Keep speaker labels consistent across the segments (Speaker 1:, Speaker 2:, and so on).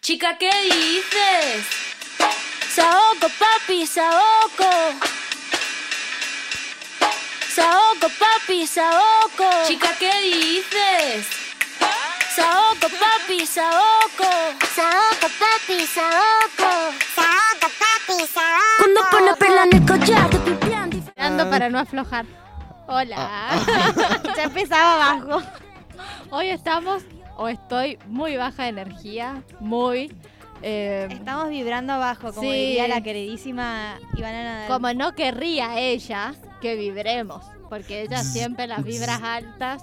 Speaker 1: Chica, ¿qué dices? Saoco, papi, saoco. Saoco, papi, saoco. Chica, ¿qué dices? Saoco, papi, saoco.
Speaker 2: Saoco, papi, saoco. Saoco, papi, saoco.
Speaker 1: Cuando pone perla en el collar de pipián
Speaker 3: Dando para no aflojar. Hola.
Speaker 4: Ah,
Speaker 3: ya empezaba bajo. Hoy estamos, o estoy muy baja de energía, muy. eh,
Speaker 5: Estamos vibrando abajo, como
Speaker 3: Sí.
Speaker 5: diría la queridísima Ivana Nadal.
Speaker 3: como no querría ella que vibremos, porque ella siempre las vibras altas.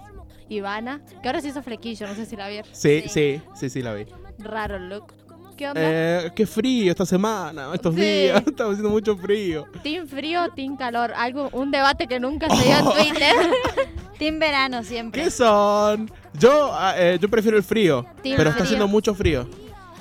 Speaker 3: Ivana, que ahora se hizo flequillo, no sé si la vieron.
Speaker 4: Sí, sí, sí, sí, la vi.
Speaker 3: Raro el look. ¿Qué onda?
Speaker 4: Eh, qué frío esta semana, estos
Speaker 3: Sí.
Speaker 4: días. Estaba haciendo mucho frío.
Speaker 3: ¿Team frío o team calor? Algo, un debate que nunca se dio en Twitter.
Speaker 5: Team verano siempre.
Speaker 4: ¿Qué son? Yo, ah, eh, yo prefiero el frío,
Speaker 3: Team
Speaker 4: pero está
Speaker 3: frío.
Speaker 4: haciendo mucho frío.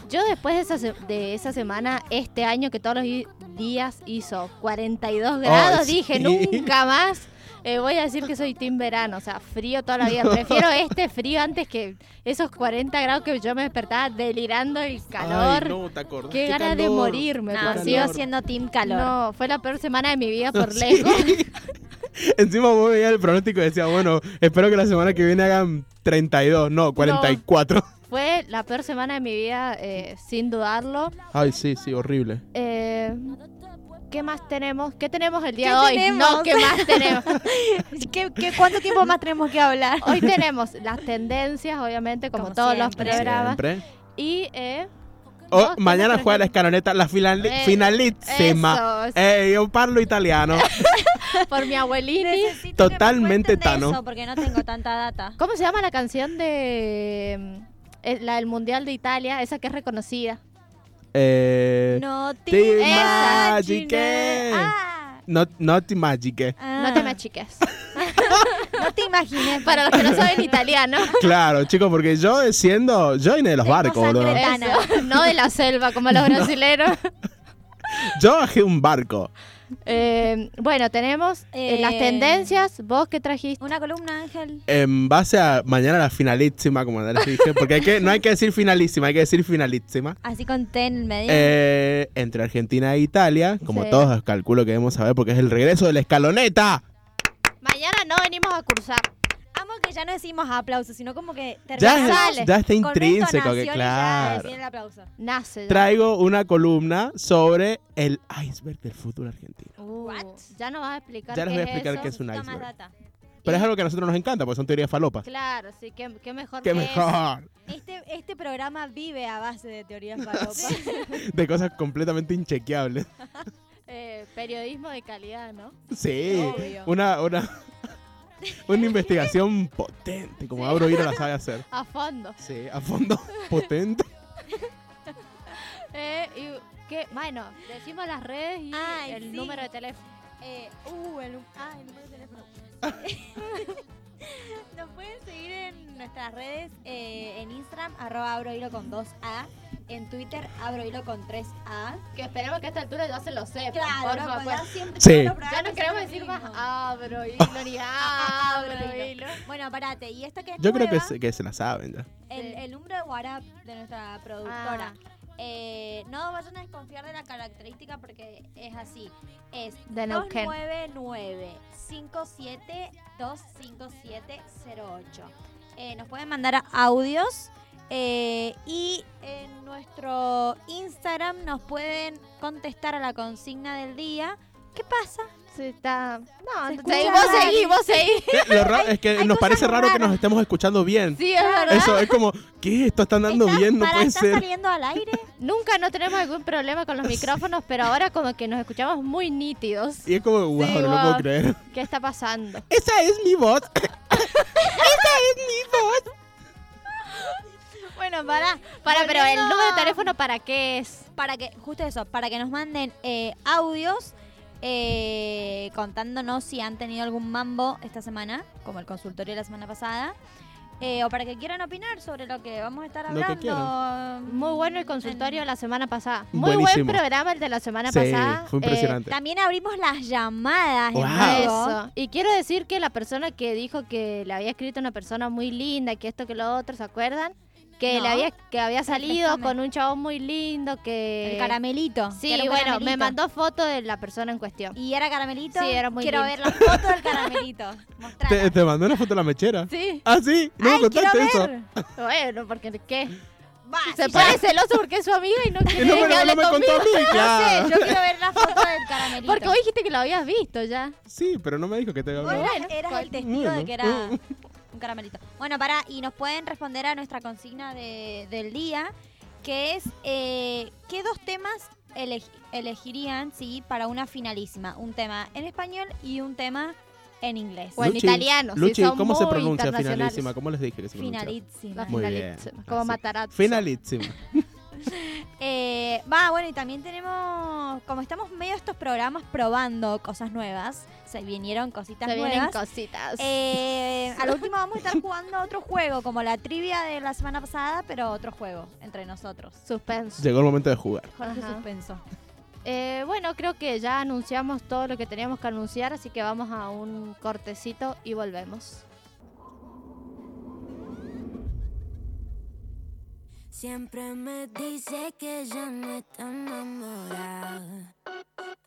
Speaker 3: Yo después de esa, se- de esa semana, este año que todos los i- días hizo 42 grados,
Speaker 4: sí.
Speaker 3: dije nunca más. eh, voy a decir que soy team verano, o sea, frío toda la vida. Prefiero este frío antes que esos 40 grados que yo me despertaba delirando el calor.
Speaker 4: Ay, no, ¿te acordás?
Speaker 3: Qué
Speaker 4: ganas
Speaker 3: ganas de morirme,
Speaker 5: No,
Speaker 3: por
Speaker 4: calor.
Speaker 5: sigo siendo team calor.
Speaker 3: No, fue la peor semana de mi vida por lejos.
Speaker 4: Encima vos veías el pronóstico y decías, bueno, espero que la semana que viene hagan 32, no, 44.
Speaker 3: Fue la peor semana de mi vida, eh, sin dudarlo.
Speaker 4: Ay, sí, sí, horrible.
Speaker 3: Eh, ¿Qué más tenemos? ¿Qué tenemos el día
Speaker 5: ¿Qué
Speaker 3: de hoy?
Speaker 5: tenemos?
Speaker 3: No, ¿qué más tenemos?
Speaker 5: ¿Qué- qué- cuánto tiempo más tenemos que hablar?
Speaker 3: Hoy tenemos las tendencias, obviamente, como,
Speaker 5: Como
Speaker 3: todos
Speaker 5: siempre.
Speaker 3: los programas.
Speaker 4: Siempre.
Speaker 3: Y eh,
Speaker 4: Oh,
Speaker 3: Dos,
Speaker 4: mañana
Speaker 3: tres,
Speaker 4: juega la
Speaker 3: tres.
Speaker 4: escaloneta, la finali-
Speaker 3: Eh,
Speaker 4: finalísima.
Speaker 3: eso,
Speaker 4: Eh, yo parlo italiano.
Speaker 3: por mi abuelini.
Speaker 5: Necesito que me
Speaker 4: Totalmente
Speaker 5: cuenten de
Speaker 4: Tano.
Speaker 5: eso, porque no tengo tanta data.
Speaker 3: ¿Cómo se llama la canción de mm, eh, la del Mundial de Italia? Esa que es reconocida.
Speaker 4: Eh,
Speaker 5: No
Speaker 4: Te
Speaker 5: te imaginé.
Speaker 4: magiqué.
Speaker 5: Ah,
Speaker 4: no, no te magique.
Speaker 5: ah.
Speaker 3: No te me achiques.
Speaker 5: No te imaginé. pues.
Speaker 3: Para los que no saben italiano.
Speaker 4: Claro, chicos, porque yo siendo, yo vine de los
Speaker 5: Tengo
Speaker 4: barcos, boludo.
Speaker 5: sangre. Tana.
Speaker 3: Eso, no de la selva como los brasileros.
Speaker 4: Yo bajé un barco.
Speaker 3: Eh, bueno, tenemos eh, las
Speaker 5: Eh,
Speaker 3: tendencias. ¿Vos qué trajiste?
Speaker 5: Una columna, Ángel.
Speaker 4: En base a mañana la finalísima, como les dije, porque hay que, no hay que decir finalísima, hay que decir finalísima.
Speaker 5: Así con ten en el medio.
Speaker 4: Eh, entre Argentina e Italia, como
Speaker 3: Sí.
Speaker 4: todos calculo que debemos saber, porque es el regreso de la escaloneta.
Speaker 3: Mañana no venimos a cursar.
Speaker 5: Amo que ya no decimos aplausos, sino como que
Speaker 4: Ya,
Speaker 5: terminamos
Speaker 3: sale.
Speaker 4: ya está
Speaker 5: con
Speaker 4: intrínseco,
Speaker 5: entonación
Speaker 4: que
Speaker 5: y ya
Speaker 4: claro.
Speaker 5: decir el aplauso.
Speaker 3: Nace. ya.
Speaker 4: Traigo una columna sobre el iceberg del fútbol argentino.
Speaker 3: Uh,
Speaker 5: What?
Speaker 3: Ya nos vas a explicar
Speaker 4: Ya les
Speaker 3: qué
Speaker 4: voy a
Speaker 3: es
Speaker 4: explicar
Speaker 3: eso.
Speaker 4: qué es un
Speaker 5: Necesito más
Speaker 4: iceberg.
Speaker 5: data.
Speaker 4: Pero es algo que a nosotros nos encanta, porque son teorías falopas.
Speaker 3: Claro, sí, qué, qué mejor
Speaker 4: ¡Qué
Speaker 3: que eso.
Speaker 4: mejor!
Speaker 5: Este, este programa vive a base de teorías
Speaker 4: Ah,
Speaker 5: falopas.
Speaker 4: De cosas completamente inchequeables.
Speaker 3: Eh, periodismo de calidad, ¿no?
Speaker 4: Sí,
Speaker 3: Obvio.
Speaker 4: una, una, una investigación potente, como Abro Hilo la sabe hacer.
Speaker 3: A fondo.
Speaker 4: Sí, a fondo, potente.
Speaker 3: Eh, y que, bueno, decimos las redes y
Speaker 5: Ay,
Speaker 3: el
Speaker 5: sí.
Speaker 3: número de teléfono.
Speaker 5: Eh, uh, el, nu- ah, el número de teléfono. Nos pueden seguir en nuestras redes, eh, en Instagram, arroba abrohilo con 2A, en Twitter, abrohilo con 3A.
Speaker 3: Que esperemos que a esta altura ya se lo sepa. por
Speaker 5: Claro,
Speaker 3: favor.
Speaker 5: loco, ya siempre todos
Speaker 4: Sí.
Speaker 5: los
Speaker 3: Ya
Speaker 5: programas
Speaker 3: no queremos
Speaker 5: son lo
Speaker 3: decir más
Speaker 5: mismo.
Speaker 3: abro hilo ni abro hilo.
Speaker 5: Bueno, parate, y esta que es
Speaker 4: Yo creo que
Speaker 5: nueva,
Speaker 4: se, que se la saben ya.
Speaker 5: el, el número de WhatsApp de nuestra
Speaker 3: Ah,
Speaker 5: productora. Eh, no vayan a desconfiar de la característica porque es así. Es
Speaker 3: De Neuquén.
Speaker 5: 299 57 25708. Eh, nos pueden mandar audios eh, y en nuestro Instagram nos pueden contestar a la consigna del día. ¿Qué pasa?
Speaker 3: Sí, está. No,
Speaker 5: Se
Speaker 3: no,
Speaker 5: escucha
Speaker 3: seguí, vos
Speaker 5: raro.
Speaker 3: seguís, vos seguís.
Speaker 4: Eh, Lo raro es que
Speaker 5: hay
Speaker 4: nos parece
Speaker 5: cosas
Speaker 4: raro que
Speaker 5: raras.
Speaker 4: nos estemos escuchando bien.
Speaker 3: Sí, es verdad.
Speaker 4: Eso es como, ¿qué? Esto está andando
Speaker 5: ¿Está-
Speaker 4: bien, no
Speaker 5: para,
Speaker 4: puede
Speaker 5: ¿Está
Speaker 4: ser.
Speaker 5: saliendo al aire?
Speaker 3: Nunca no tenemos algún problema con los micrófonos, pero ahora como que nos escuchamos muy nítidos.
Speaker 4: Y es como, wow,
Speaker 3: Sí,
Speaker 4: no lo
Speaker 3: guau.
Speaker 4: puedo creer.
Speaker 3: ¿Qué está pasando?
Speaker 4: Esa es mi voz.
Speaker 5: bueno, para.
Speaker 3: Para, pero el
Speaker 5: Volviendo-
Speaker 3: número de teléfono, ¿para qué es?
Speaker 5: para que, justo eso, para que nos manden eh, audios eh, contándonos si han tenido algún mambo esta semana, como el consultorio de la semana pasada, eh, o para que quieran opinar sobre lo que vamos a estar
Speaker 4: Lo que
Speaker 5: hablando.
Speaker 3: Muy bueno el consultorio de la semana pasada. Muy buen
Speaker 4: Buenísimo.
Speaker 3: programa el de la semana
Speaker 4: Sí,
Speaker 3: pasada.
Speaker 4: fue
Speaker 3: Eh,
Speaker 4: impresionante.
Speaker 5: También abrimos las llamadas.
Speaker 4: Wow.
Speaker 5: en vivo.
Speaker 3: eso. Y quiero decir que la persona que dijo que le había escrito una persona muy linda, que esto, que lo otro, ¿se acuerdan? que,
Speaker 5: No.
Speaker 3: le había, que había salido
Speaker 5: Refrescame.
Speaker 3: con un chabón muy lindo que...
Speaker 5: El caramelito. que
Speaker 3: Eh, Sí,
Speaker 5: era un
Speaker 3: bueno, me
Speaker 5: caramelito.
Speaker 3: mandó foto de la persona en cuestión.
Speaker 5: ¿Y era caramelito?
Speaker 3: Sí, era muy
Speaker 5: Quiero
Speaker 3: lindo.
Speaker 5: ver la foto del caramelito. Mostrala.
Speaker 4: Te, te mandó una foto de la mechera.
Speaker 3: Sí.
Speaker 4: Ah, sí, no me
Speaker 5: Ay, quiero
Speaker 4: contaste eso.
Speaker 5: ver.
Speaker 3: Bueno, porque ¿qué?
Speaker 5: Va,
Speaker 3: Se
Speaker 5: Ah, sí,
Speaker 3: pone celoso porque es su amiga y no
Speaker 4: Y
Speaker 3: quiere
Speaker 4: no me,
Speaker 3: que
Speaker 4: no
Speaker 3: hable
Speaker 4: me contó a
Speaker 3: conmigo.
Speaker 4: mí,
Speaker 5: ya
Speaker 4: claro.
Speaker 5: sé, yo quiero ver la foto del caramelito.
Speaker 3: Porque vos dijiste que lo habías visto ya.
Speaker 4: Sí, pero no me dijo que te había
Speaker 5: Vos
Speaker 4: hablado.
Speaker 5: eras, eras el testigo de que era un caramelito. Bueno, para, y nos pueden responder a nuestra consigna de- del día, que es eh, ¿qué dos temas elegi- elegirían sí, para una finalísima? Un tema en español y un tema en inglés.
Speaker 3: Bueno, en
Speaker 4: Luchi,
Speaker 3: italiano, sí,
Speaker 4: Luchi,
Speaker 3: son
Speaker 4: ¿cómo se
Speaker 3: muy
Speaker 4: pronuncia
Speaker 3: internacionales.
Speaker 4: finalísima? ¿Cómo les dije que se pronuncia?
Speaker 5: Finalísima.
Speaker 3: La
Speaker 4: Muy bien,
Speaker 3: finalísima. Como
Speaker 4: así.
Speaker 3: Matarazzo.
Speaker 4: Finalísima.
Speaker 5: Eh, va, bueno, y también tenemos, como estamos medio estos programas probando cosas nuevas, se vinieron cositas
Speaker 3: Se vienen
Speaker 5: nuevas.
Speaker 3: cositas.
Speaker 5: Eh, al último vamos a estar jugando otro juego, como la trivia de la semana pasada, pero otro juego entre nosotros.
Speaker 3: Suspenso.
Speaker 4: Llegó el momento de jugar.
Speaker 5: Jorge
Speaker 3: Ajá.
Speaker 5: Suspenso.
Speaker 3: Eh, bueno, creo que ya anunciamos todo lo que teníamos que anunciar, así que vamos a un cortecito y volvemos.
Speaker 1: Siempre me dice que ya no está enamorada.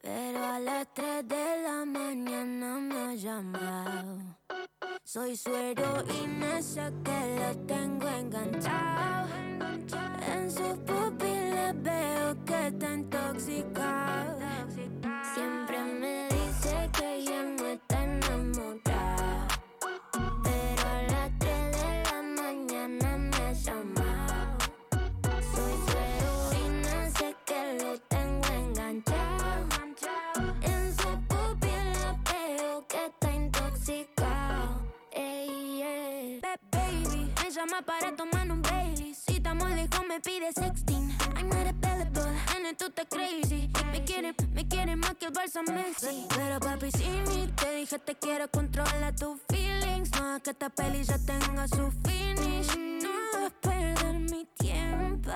Speaker 1: Pero a las 3 de la mañana me ha llamado. Soy su heroína, esa que la tengo enganchado. En sus pupilas veo que está intoxicado. Siempre me dice que ya no está enamorada. Pero a las 3 de la mañana me ha llamado. Soy su heroína, sé que lo tengo enganchado. En su pupila veo que está intoxicado. Ey, ey. Ba- Baby, me llama para tomar un Bailey. Si estamos lejos me pide sexting. I'm not available, and it, tú estás crazy. Me quiere, me quiere más que el Barça Messi. Pero papi, si ni te dije te quiero controlar tus feelings. No hagas que esta peli ya tenga su finish. No hagas perder mi tiempo.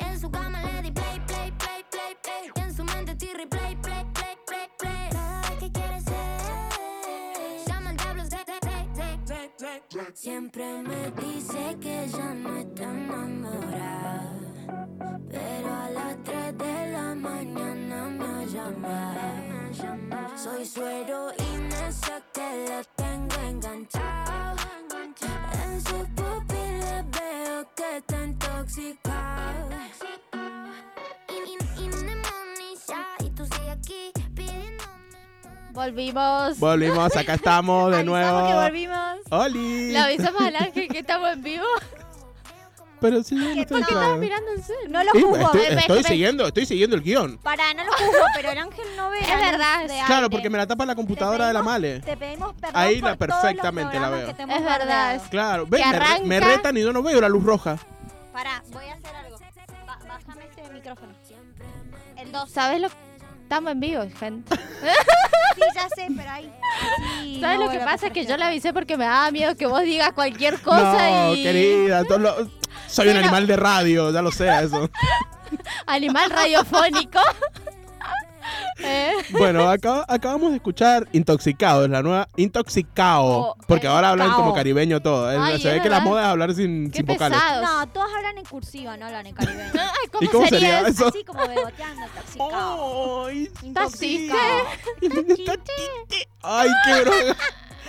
Speaker 1: En su cama le di play, play, play, play, play. Y en su mente tirri play, play, play, play, play. Nada que quiere ser. Llama al diablo, zay, zay, zay, zay. Siempre me dice que ya no está enamorada. Pero a las 3 de la mañana me ha llamado. Soy su heroína, sé que la tengo enganchado. En sus pupilas veo que está intoxicado. In- in- indemonizada, Y tú sigues aquí pidiéndome más.
Speaker 3: Volvimos.
Speaker 4: Volvimos, acá estamos de
Speaker 5: Avisamos que
Speaker 4: nuevo.
Speaker 5: volvimos.
Speaker 4: ¡Oli!
Speaker 3: Le avisamos al ángel que estamos en vivo.
Speaker 4: Pero sí, no estoy
Speaker 5: no.
Speaker 4: claro.
Speaker 3: Mirando en serio.
Speaker 5: No lo
Speaker 4: Sí,
Speaker 5: juzgo.
Speaker 4: estoy,
Speaker 3: Ve, ve,
Speaker 4: estoy
Speaker 3: ve.
Speaker 4: siguiendo, estoy siguiendo el guión.
Speaker 5: Para, no lo juzgo, pero el ángel no ve.
Speaker 3: Es
Speaker 5: la luz
Speaker 3: verdad.
Speaker 5: de
Speaker 4: Claro,
Speaker 5: antes.
Speaker 4: porque me la tapa la computadora de la Male.
Speaker 5: Te pedimos perdón.
Speaker 4: Ahí
Speaker 5: por
Speaker 4: la-
Speaker 5: todos los
Speaker 4: perfectamente la
Speaker 5: programas
Speaker 4: veo.
Speaker 5: que te hemos
Speaker 3: Es verdad,
Speaker 5: guardado.
Speaker 4: Claro, ven,
Speaker 3: Que
Speaker 4: me, re- me
Speaker 3: arranca.
Speaker 4: retan y yo no veo la luz roja.
Speaker 5: Para, voy a hacer algo. Ba- bájame este micrófono. El 2.
Speaker 3: ¿Sabes lo Estamos en vivo, gente.
Speaker 5: Sí, ya sé, pero ahí. Sí,
Speaker 3: ¿Sabes
Speaker 5: no
Speaker 3: lo que
Speaker 5: vuelve a
Speaker 3: pasa?
Speaker 5: pasar
Speaker 3: Es que
Speaker 5: este
Speaker 3: yo le
Speaker 5: error.
Speaker 3: avisé porque me daba miedo que vos digas cualquier cosa
Speaker 4: no,
Speaker 3: y.
Speaker 4: querida, tú lo- soy un
Speaker 3: Pero-
Speaker 4: animal de radio, ya lo sé eso.
Speaker 3: Animal radiofónico. Eh,
Speaker 4: Bueno, acá, acabamos de escuchar Intoxicado, es la nueva Intoxicado,
Speaker 3: Oh,
Speaker 4: porque ahora hablan
Speaker 3: cao.
Speaker 4: como caribeño todo. ¿eh? Es-
Speaker 3: Ay,
Speaker 4: se
Speaker 3: es
Speaker 4: ve que la
Speaker 3: verdad.
Speaker 4: moda es hablar sin,
Speaker 3: Qué Ah,
Speaker 4: sin vocales.
Speaker 3: pesados.
Speaker 5: No, todos hablan en cursiva, no hablan en caribeño.
Speaker 3: Ay,
Speaker 4: ¿Y cómo sería
Speaker 3: eso?
Speaker 4: eso? Oh,
Speaker 5: Así como beboteando, toxicado.
Speaker 4: ¡Ay!
Speaker 5: Intoxicado.
Speaker 4: Tatiste. ¡Ay, qué broga!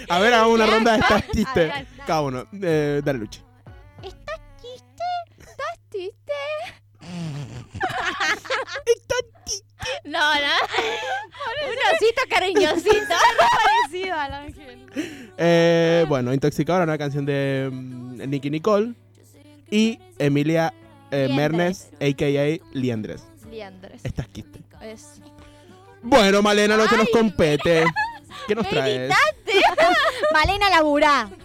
Speaker 4: A ver, hagamos una ronda de estas
Speaker 5: ver,
Speaker 4: chistes.
Speaker 5: dale.
Speaker 4: Cada uno. Eh, dale, Luchi.
Speaker 3: ¿Tiste? No, no. Un osito cariñosito.
Speaker 5: parecido al ángel.
Speaker 4: Eh, bueno, Intoxicado era una canción de mm, Nicky Nicole y Emilia eh, Mernes,
Speaker 3: Liendres.
Speaker 4: a.k.a. Liendres.
Speaker 3: Liandres.
Speaker 4: Estas quiste.
Speaker 3: Es.
Speaker 4: Bueno, Malena, lo que nos compete. ¿Qué nos traes?
Speaker 5: Malena Laburá.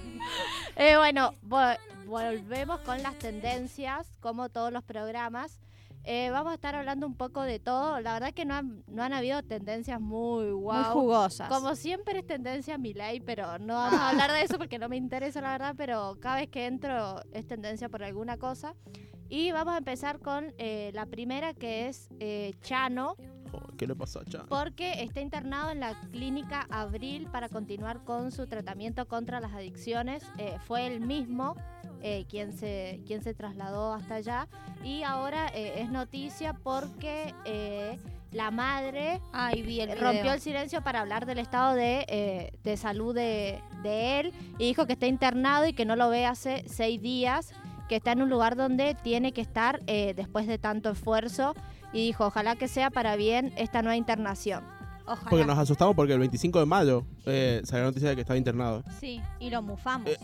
Speaker 3: Eh, bueno, vo- volvemos con las tendencias, como todos los programas. Eh, vamos a estar hablando un poco de todo. La verdad que no han, no han habido tendencias muy
Speaker 5: Muy
Speaker 3: guau.
Speaker 5: jugosas.
Speaker 3: como siempre es tendencia Milay, pero no vamos a hablar de eso porque no me interesa la verdad, pero cada vez que entro es tendencia por alguna cosa. Y vamos a empezar con eh, la primera que es eh, Chano,
Speaker 4: Oh, ¿Qué le pasó a Chan?
Speaker 3: porque está internado en la clínica Abril para continuar con su tratamiento contra las adicciones. Eh, fue él mismo eh, quien, se, quien se trasladó hasta allá. Y ahora eh, es noticia porque eh, la madre
Speaker 5: Ay, vi el video.
Speaker 3: Eh, rompió el silencio para hablar del estado de, eh, de salud de, de él y dijo que está internado y que no lo ve hace seis días, que está en un lugar donde tiene que estar eh, después de tanto esfuerzo y dijo, ojalá que sea para bien esta nueva internación.
Speaker 5: Ojalá.
Speaker 4: Porque nos asustamos porque el 25 de mayo eh, salió la noticia de que estaba internado.
Speaker 5: Sí, y lo mufamos.
Speaker 4: Eh,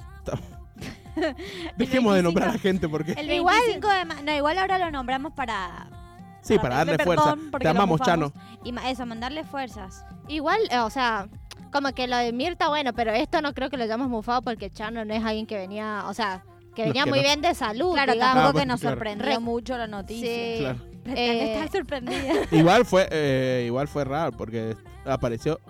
Speaker 4: Dejemos de nombrar a la gente porque...
Speaker 5: El
Speaker 3: Igual-
Speaker 5: 25 de ma- No, igual ahora lo nombramos para.
Speaker 4: Sí, para darle
Speaker 5: pedirle
Speaker 4: fuerza.
Speaker 5: perdón porque
Speaker 4: Te
Speaker 5: lo
Speaker 4: amamos,
Speaker 5: mufamos.
Speaker 4: Chano.
Speaker 5: Y ma- eso, mandarle fuerzas.
Speaker 3: Igual, eh, o sea, como que lo de Mirta, bueno, pero esto no creo que lo hayamos mufado porque Chano no es alguien que venía, o sea, que
Speaker 4: No,
Speaker 3: venía
Speaker 4: que
Speaker 3: muy
Speaker 4: no.
Speaker 3: bien de salud.
Speaker 5: Claro,
Speaker 3: digamos.
Speaker 5: tampoco
Speaker 4: Ah,
Speaker 5: que
Speaker 4: bueno,
Speaker 5: nos
Speaker 4: claro.
Speaker 5: sorprendió
Speaker 3: Re-
Speaker 5: mucho la noticia.
Speaker 3: Sí.
Speaker 4: Claro.
Speaker 3: Eh,
Speaker 5: Estás sorprendida.
Speaker 4: Igual fue, eh, igual fue raro porque apareció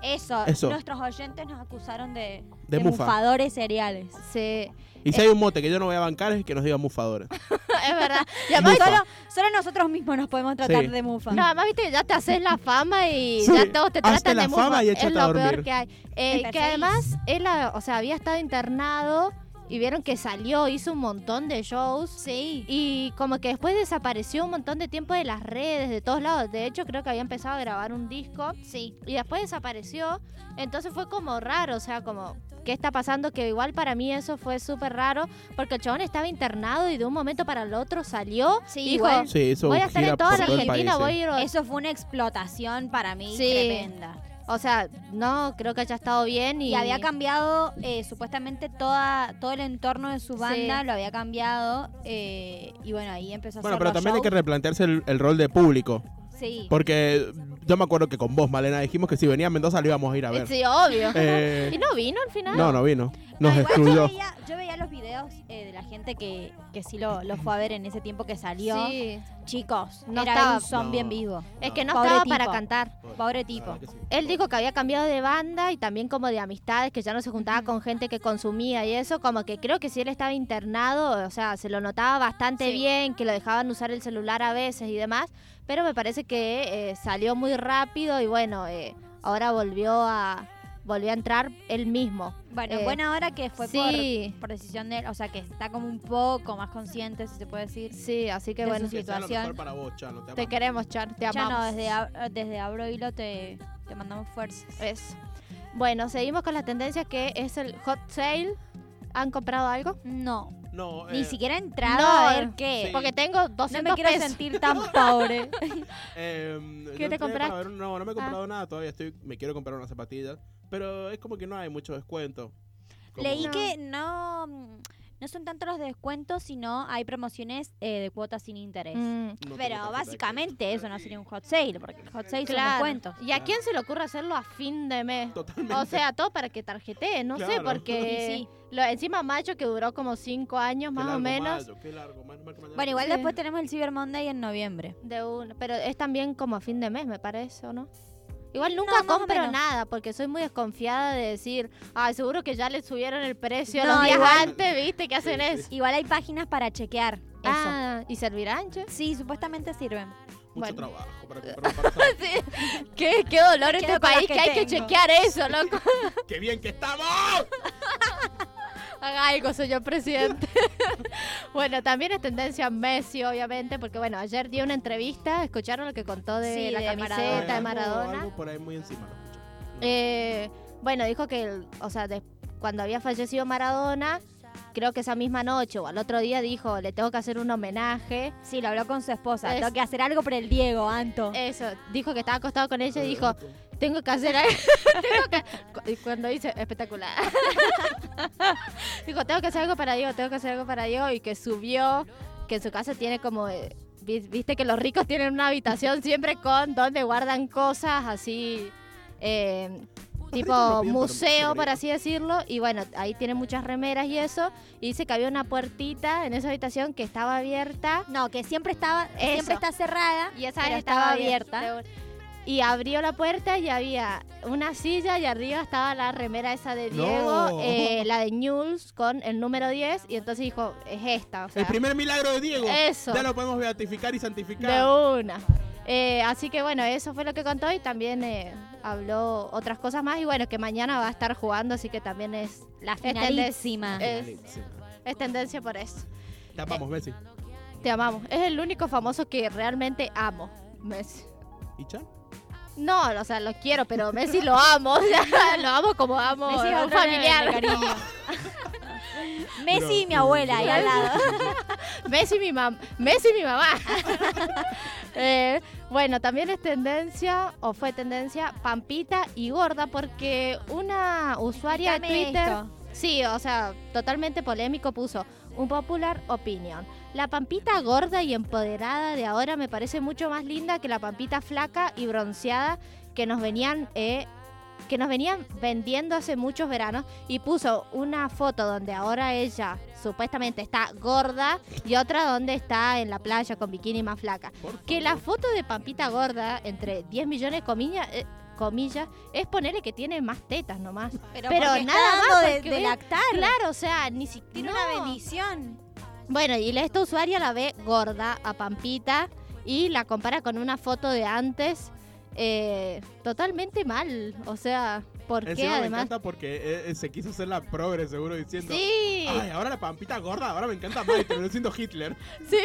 Speaker 5: Eso,
Speaker 4: Eso.
Speaker 5: nuestros oyentes nos acusaron de, de
Speaker 4: de, mufa.
Speaker 5: mufadores seriales.
Speaker 3: Sí,
Speaker 4: Y si hay un mote que yo no voy a bancar es que nos diga mufadores.
Speaker 3: es verdad. Y
Speaker 4: Mufa.
Speaker 3: además,
Speaker 5: Solo, solo nosotros mismos nos podemos tratar
Speaker 4: Sí.
Speaker 5: de mufa.
Speaker 3: No, además viste que ya te haces la fama y
Speaker 4: Sí,
Speaker 3: ya todos te
Speaker 4: hazte
Speaker 3: tratan
Speaker 4: la
Speaker 3: de mufa.
Speaker 4: fama y échate
Speaker 3: es lo
Speaker 4: a
Speaker 3: peor
Speaker 4: dormir.
Speaker 3: que hay. Eh,
Speaker 5: Me
Speaker 3: que
Speaker 5: perseguís.
Speaker 3: además él, ah, o sea, había estado internado y vieron que salió, hizo un montón de shows.
Speaker 5: Sí.
Speaker 3: Y como que después desapareció un montón de tiempo de las redes, de todos lados. De hecho, creo que había empezado a grabar un disco. Sí. Y después desapareció. Entonces fue como raro, o sea, como, ¿qué está pasando? Que igual para mí eso fue súper raro, porque el chabón estaba internado y de un momento para el otro salió.
Speaker 5: Sí,
Speaker 3: y dijo,
Speaker 5: igual.
Speaker 4: Sí, hizo
Speaker 3: voy a
Speaker 4: gira
Speaker 3: estar en
Speaker 4: por
Speaker 3: toda la
Speaker 4: todo el país,
Speaker 3: Argentina,
Speaker 4: sí.
Speaker 3: voy a ir...
Speaker 5: Eso fue una explotación para mí
Speaker 3: Sí.
Speaker 5: tremenda.
Speaker 3: O sea, no creo que haya estado bien y,
Speaker 5: Y había cambiado eh, supuestamente toda, todo el entorno de su banda,
Speaker 3: Sí.
Speaker 5: lo había cambiado. eh, y bueno, ahí empezó a
Speaker 4: Bueno,
Speaker 5: hacer
Speaker 4: pero
Speaker 5: los
Speaker 4: también hay que
Speaker 5: shows.
Speaker 4: replantearse el, el rol de público.
Speaker 5: Sí.
Speaker 4: Porque yo me acuerdo que con vos, Malena, dijimos que si venía a Mendoza lo íbamos a ir a ver.
Speaker 3: Sí, obvio.
Speaker 4: Eh,
Speaker 3: ¿Y no vino al final?
Speaker 4: no, no vino. Nos
Speaker 5: No, Ah, igual yo
Speaker 4: excluyó.
Speaker 5: veía, yo veía los videos eh, de la gente que, que sí lo, lo fue a ver en ese tiempo que salió.
Speaker 3: Sí.
Speaker 5: Chicos,
Speaker 3: No
Speaker 5: era
Speaker 3: estaba- Eh,
Speaker 5: un zombie en
Speaker 4: No.
Speaker 5: vivo.
Speaker 3: Es que no
Speaker 5: Pobre
Speaker 3: estaba
Speaker 5: tipo.
Speaker 3: para cantar.
Speaker 5: Pobre
Speaker 4: Ah,
Speaker 5: tipo.
Speaker 3: Él dijo que había cambiado de banda y también como de amistades, que ya no se juntaba con gente que consumía y eso, como que creo que si él estaba internado, o sea, se lo notaba bastante
Speaker 5: Sí.
Speaker 3: bien, que lo dejaban usar el celular a veces y demás, pero me parece que eh, salió muy rápido y bueno, eh, ahora volvió a volvió a entrar él mismo.
Speaker 5: Bueno,
Speaker 3: Eh,
Speaker 5: buena hora que fue
Speaker 3: sí.
Speaker 5: por, por decisión de él, o sea, que está como un poco más consciente, si se puede decir.
Speaker 3: Sí, así que
Speaker 5: De
Speaker 3: bueno,
Speaker 5: su situación.
Speaker 4: para vos, Chano.
Speaker 3: te queremos, Char, te
Speaker 5: Chano,
Speaker 3: amamos.
Speaker 5: desde, Ab- desde Abro Hilo te, te mandamos fuerzas.
Speaker 3: Eso. Bueno, seguimos con las tendencias que es el hot sale. ¿Han comprado algo?
Speaker 5: No,
Speaker 4: No,
Speaker 5: ni siquiera he entrado
Speaker 3: no,
Speaker 5: a ver qué.
Speaker 4: Eh. Sí.
Speaker 3: Porque tengo 200
Speaker 5: No me quiero
Speaker 3: pesos.
Speaker 5: sentir tan pobre.
Speaker 4: em,
Speaker 3: ¿Qué te compraste?
Speaker 4: no,
Speaker 5: Ah.
Speaker 4: no me he comprado nada todavía. Estoy, me quiero comprar unas zapatillas. Pero es como que no hay mucho descuento. Como-
Speaker 5: Leí
Speaker 3: No.
Speaker 5: que no, mm, no son tanto los descuentos, sino hay promociones eh, de cuotas sin interés.
Speaker 3: Mm.
Speaker 4: no tengo tarjeta
Speaker 5: Pero
Speaker 4: de
Speaker 5: básicamente
Speaker 4: crédito.
Speaker 5: eso no sería un hot sale, porque el hot sale
Speaker 3: Claro.
Speaker 5: son descuentos.
Speaker 3: ¿Y a quién se le ocurre hacerlo a fin de mes?
Speaker 4: Totalmente.
Speaker 3: O sea, todo para que tarjetee, no sé,
Speaker 4: Claro.
Speaker 3: porque
Speaker 5: Sí,
Speaker 3: lo, encima Macho que duró como cinco años
Speaker 4: Qué
Speaker 3: más o
Speaker 4: largo
Speaker 3: menos
Speaker 4: mayo, qué largo, más- más- más-
Speaker 5: Bueno, igual
Speaker 3: Sí.
Speaker 5: después tenemos el Cyber Monday en noviembre.
Speaker 3: de uno, pero es también como a fin de mes, me parece, ¿o no? Igual
Speaker 5: más
Speaker 3: nunca
Speaker 5: o
Speaker 3: compro
Speaker 5: menos.
Speaker 3: nada porque soy muy desconfiada de decir, ah, seguro que ya le subieron el precio
Speaker 5: No,
Speaker 3: los días
Speaker 5: igual-
Speaker 3: antes, ¿viste? Que hacen
Speaker 4: Sí, sí.
Speaker 3: eso.
Speaker 5: Igual hay páginas para chequear eso.
Speaker 3: Ah, ¿y servirán, che?
Speaker 5: Sí, supuestamente sirven.
Speaker 4: Mucho
Speaker 3: bueno.
Speaker 4: trabajo para comprar un par de zapatillas.
Speaker 3: ¿Qué, qué dolor
Speaker 5: Me
Speaker 3: este
Speaker 5: quedo con las
Speaker 3: país que,
Speaker 5: que
Speaker 3: hay que
Speaker 5: tengo.
Speaker 3: chequear eso, loco.
Speaker 4: ¡Qué bien que estamos!
Speaker 3: Haga algo, señor presidente. bueno, también es tendencia Messi, obviamente, porque bueno, ayer dio una entrevista, escucharon lo que contó de
Speaker 5: Sí,
Speaker 3: la
Speaker 5: de
Speaker 3: camiseta
Speaker 5: Maradona.
Speaker 3: de Maradona.
Speaker 4: Algo por ahí muy encima. lo escucho.
Speaker 3: Eh, bueno, dijo que, el- o sea, des- cuando había fallecido Maradona, creo que esa misma noche o al otro día dijo, le tengo que hacer un homenaje.
Speaker 5: Sí, lo habló con su esposa.
Speaker 3: Es- Eh,
Speaker 5: Tengo que hacer algo por el Diego, Anto.
Speaker 3: Eso, dijo que estaba acostado con ella y dijo,
Speaker 4: Eh,
Speaker 3: tengo que hacer algo. tengo que- cu- y cuando dice, espectacular. Dijo, tengo que hacer algo para Dios, tengo que hacer algo para Dios. Y que subió, que en su casa tiene como... eh, vi- Viste que los ricos tienen una habitación siempre con donde guardan cosas así... eh,
Speaker 4: ricos no
Speaker 3: tipo
Speaker 4: piden perm-
Speaker 3: museo, por
Speaker 4: permiso.
Speaker 3: así decirlo. Y bueno, ahí tiene muchas remeras y eso. Y dice que había una puertita en esa habitación que estaba abierta.
Speaker 5: No, que siempre estaba, siempre está cerrada.
Speaker 3: Y esa
Speaker 5: Pero estaba
Speaker 3: vez estaba
Speaker 5: abierta.
Speaker 3: abierta. Y abrió la puerta y había una silla y arriba estaba la remera esa de
Speaker 4: No.
Speaker 3: Diego, eh, la de News con el número 10. Y entonces dijo, es esta, o sea,
Speaker 4: El primer milagro de Diego.
Speaker 3: Eso.
Speaker 4: Ya lo podemos beatificar y santificar.
Speaker 3: de una. Eh, así que bueno, eso fue lo que contó y también eh, habló otras cosas más. Y bueno, que mañana va a estar jugando, así que también es...
Speaker 5: La
Speaker 3: Es tendencia.
Speaker 5: finalísima.
Speaker 3: es-
Speaker 4: Sí.
Speaker 3: es tendencia por eso.
Speaker 4: Tapamos, Messi.
Speaker 3: Te amamos. Es el único famoso que realmente amo. Messi.
Speaker 4: ¿Y Chan?
Speaker 3: No, o sea, lo quiero, pero Messi lo amo. o sea, lo amo como amo
Speaker 5: Messi es
Speaker 3: a un
Speaker 5: otro nivel de
Speaker 3: familiar.
Speaker 5: cariño. Messi y mi abuela ahí al lado.
Speaker 3: Messi mi mamá. Messi mi mamá. Eh, bueno, también es tendencia, o fue tendencia, Pampita y Gorda, porque una usuaria de
Speaker 5: Explícame
Speaker 3: Twitter.
Speaker 5: esto.
Speaker 3: Sí, o sea, totalmente polémico puso un popular opinion. La pampita gorda y empoderada de ahora me parece mucho más linda que la pampita flaca y bronceada que nos venían eh, que nos venían vendiendo hace muchos veranos y puso una foto donde ahora ella supuestamente está gorda y otra donde está en la playa con bikini más flaca. Que la foto de Pampita gorda entre 10 millones de comillas, eh, comillas es ponerle que tiene más tetas nomás.
Speaker 5: Pero,
Speaker 3: Pero
Speaker 5: porque
Speaker 3: nada
Speaker 5: está
Speaker 3: más,
Speaker 5: dando de,
Speaker 3: porque
Speaker 5: de
Speaker 3: ve-
Speaker 5: lactar.
Speaker 3: Claro, o sea,
Speaker 5: Tiene
Speaker 3: ni siquiera.
Speaker 5: una bendición.
Speaker 3: Bueno, y la- esta usuaria la ve gorda a Pampita y la compara con una foto de antes. eh, totalmente mal. O sea, ¿por qué
Speaker 4: Encima me
Speaker 3: además?
Speaker 4: encanta porque eh, eh, se quiso hacer la progre, seguro, diciendo...
Speaker 3: Sí,
Speaker 4: Ay, ahora la pampita gorda, ahora me encanta más y terminó siendo Hitler.
Speaker 3: sí.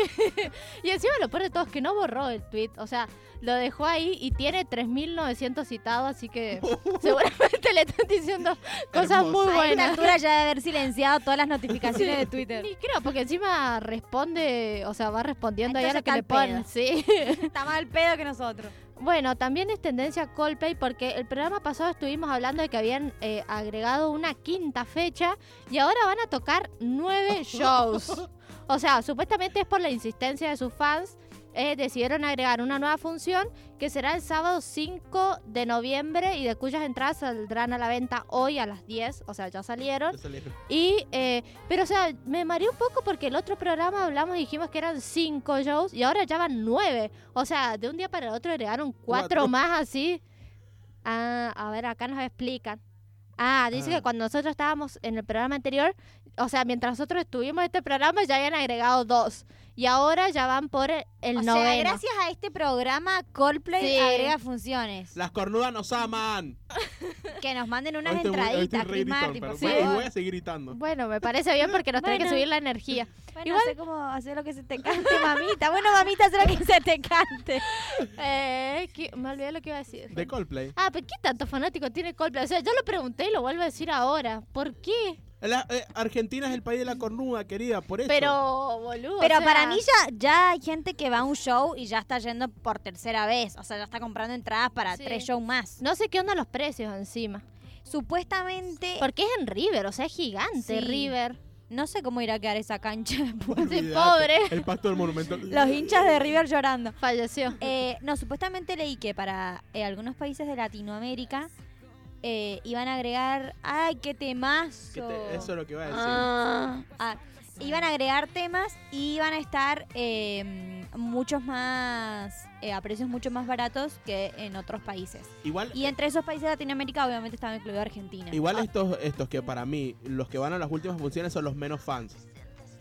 Speaker 3: y encima lo peor de todo es que no borró el tweet. O sea, lo dejó ahí y tiene 3.900 citados, así que seguramente le están diciendo cosas
Speaker 4: Hermoso.
Speaker 5: A
Speaker 3: muy
Speaker 5: esta
Speaker 3: buenas.
Speaker 5: altura ya de haber silenciado todas las notificaciones de Twitter.
Speaker 3: Y creo, porque encima responde, o sea, va respondiendo ahí a lo que
Speaker 5: Entonces
Speaker 3: le
Speaker 5: está al
Speaker 3: ponen. Sí.
Speaker 5: Está más al pedo que nosotros.
Speaker 3: Bueno, también es tendencia Coldplay porque el programa pasado estuvimos hablando de que habían eh, agregado una quinta fecha y ahora van a tocar nueve shows. O sea, supuestamente es por la insistencia de sus fans. eh, decidieron agregar una nueva función que será el sábado 5 de noviembre y de cuyas entradas saldrán a la venta hoy a las 10, o sea, ya salieron. Y, eh, pero o sea, me mareé un poco porque el otro programa hablamos y dijimos que eran cinco shows y ahora ya van nueve. O sea, de un día para el otro agregaron cuatro,
Speaker 4: Cuatro.
Speaker 3: más así. Ah, a ver, acá nos explican. Ah, dice
Speaker 4: Ah.
Speaker 3: que cuando nosotros estábamos en el programa anterior, o sea, mientras nosotros estuvimos en este programa ya habían agregado dos. Y ahora ya van por el
Speaker 5: o sea,
Speaker 3: noveno.
Speaker 5: gracias a este programa, Coldplay
Speaker 3: Sí.
Speaker 5: agrega funciones.
Speaker 4: Las cornudas nos aman.
Speaker 5: Que nos manden unas
Speaker 4: Hoy estoy muy- hoy estoy
Speaker 5: entraditas,
Speaker 4: re
Speaker 5: Chris
Speaker 4: gritón,
Speaker 5: Martin,
Speaker 4: pero
Speaker 5: por
Speaker 4: voy-
Speaker 5: favor.
Speaker 4: y voy a seguir gritando.
Speaker 3: Bueno, me parece bien porque nos tiene que
Speaker 5: Bueno.
Speaker 3: subir la energía.
Speaker 5: Bueno,
Speaker 3: Igual-
Speaker 5: sé cómo hacer lo que se te cante, mamita. Bueno, mamita, haz lo que se te cante.
Speaker 3: Eh, que- me olvidé lo que iba a decir.
Speaker 4: De Coldplay.
Speaker 3: Ah, pero ¿qué tanto fanático tiene Coldplay? O sea, yo lo pregunté y lo vuelvo a decir ahora. ¿Por qué?
Speaker 4: La- eh, Argentina es el país de la cornuda, querida, por eso.
Speaker 3: Pero, boludo.
Speaker 5: Pero
Speaker 3: o sea,
Speaker 5: para mí ya, ya hay gente que va a un show y ya está yendo por tercera vez. O sea, ya está comprando entradas para
Speaker 3: Sí.
Speaker 5: tres shows más.
Speaker 3: No sé qué onda los precios encima.
Speaker 5: Supuestamente,
Speaker 3: Porque es en River, o sea, es gigante
Speaker 5: Eh, Sí.
Speaker 3: River.
Speaker 5: no sé cómo irá a quedar esa cancha.
Speaker 4: Olvídate.
Speaker 3: pobre.
Speaker 4: El pasto del monumento.
Speaker 5: Los hinchas de River llorando.
Speaker 3: Falleció.
Speaker 5: Eh, no, supuestamente leí que para eh, algunos países de Latinoamérica eh, iban a agregar. ¡Ay, qué temazo!
Speaker 4: Que te- eso es lo que iba a decir.
Speaker 5: Ah, ah, iban a agregar temas y iban a estar eh, muchos más. eh, a precios mucho más baratos que en otros países.
Speaker 4: Igual,
Speaker 5: Y entre esos países de Latinoamérica, obviamente, estaba incluido Argentina.
Speaker 4: igual estos, estos que para mí, los que van a las últimas funciones son los menos fans.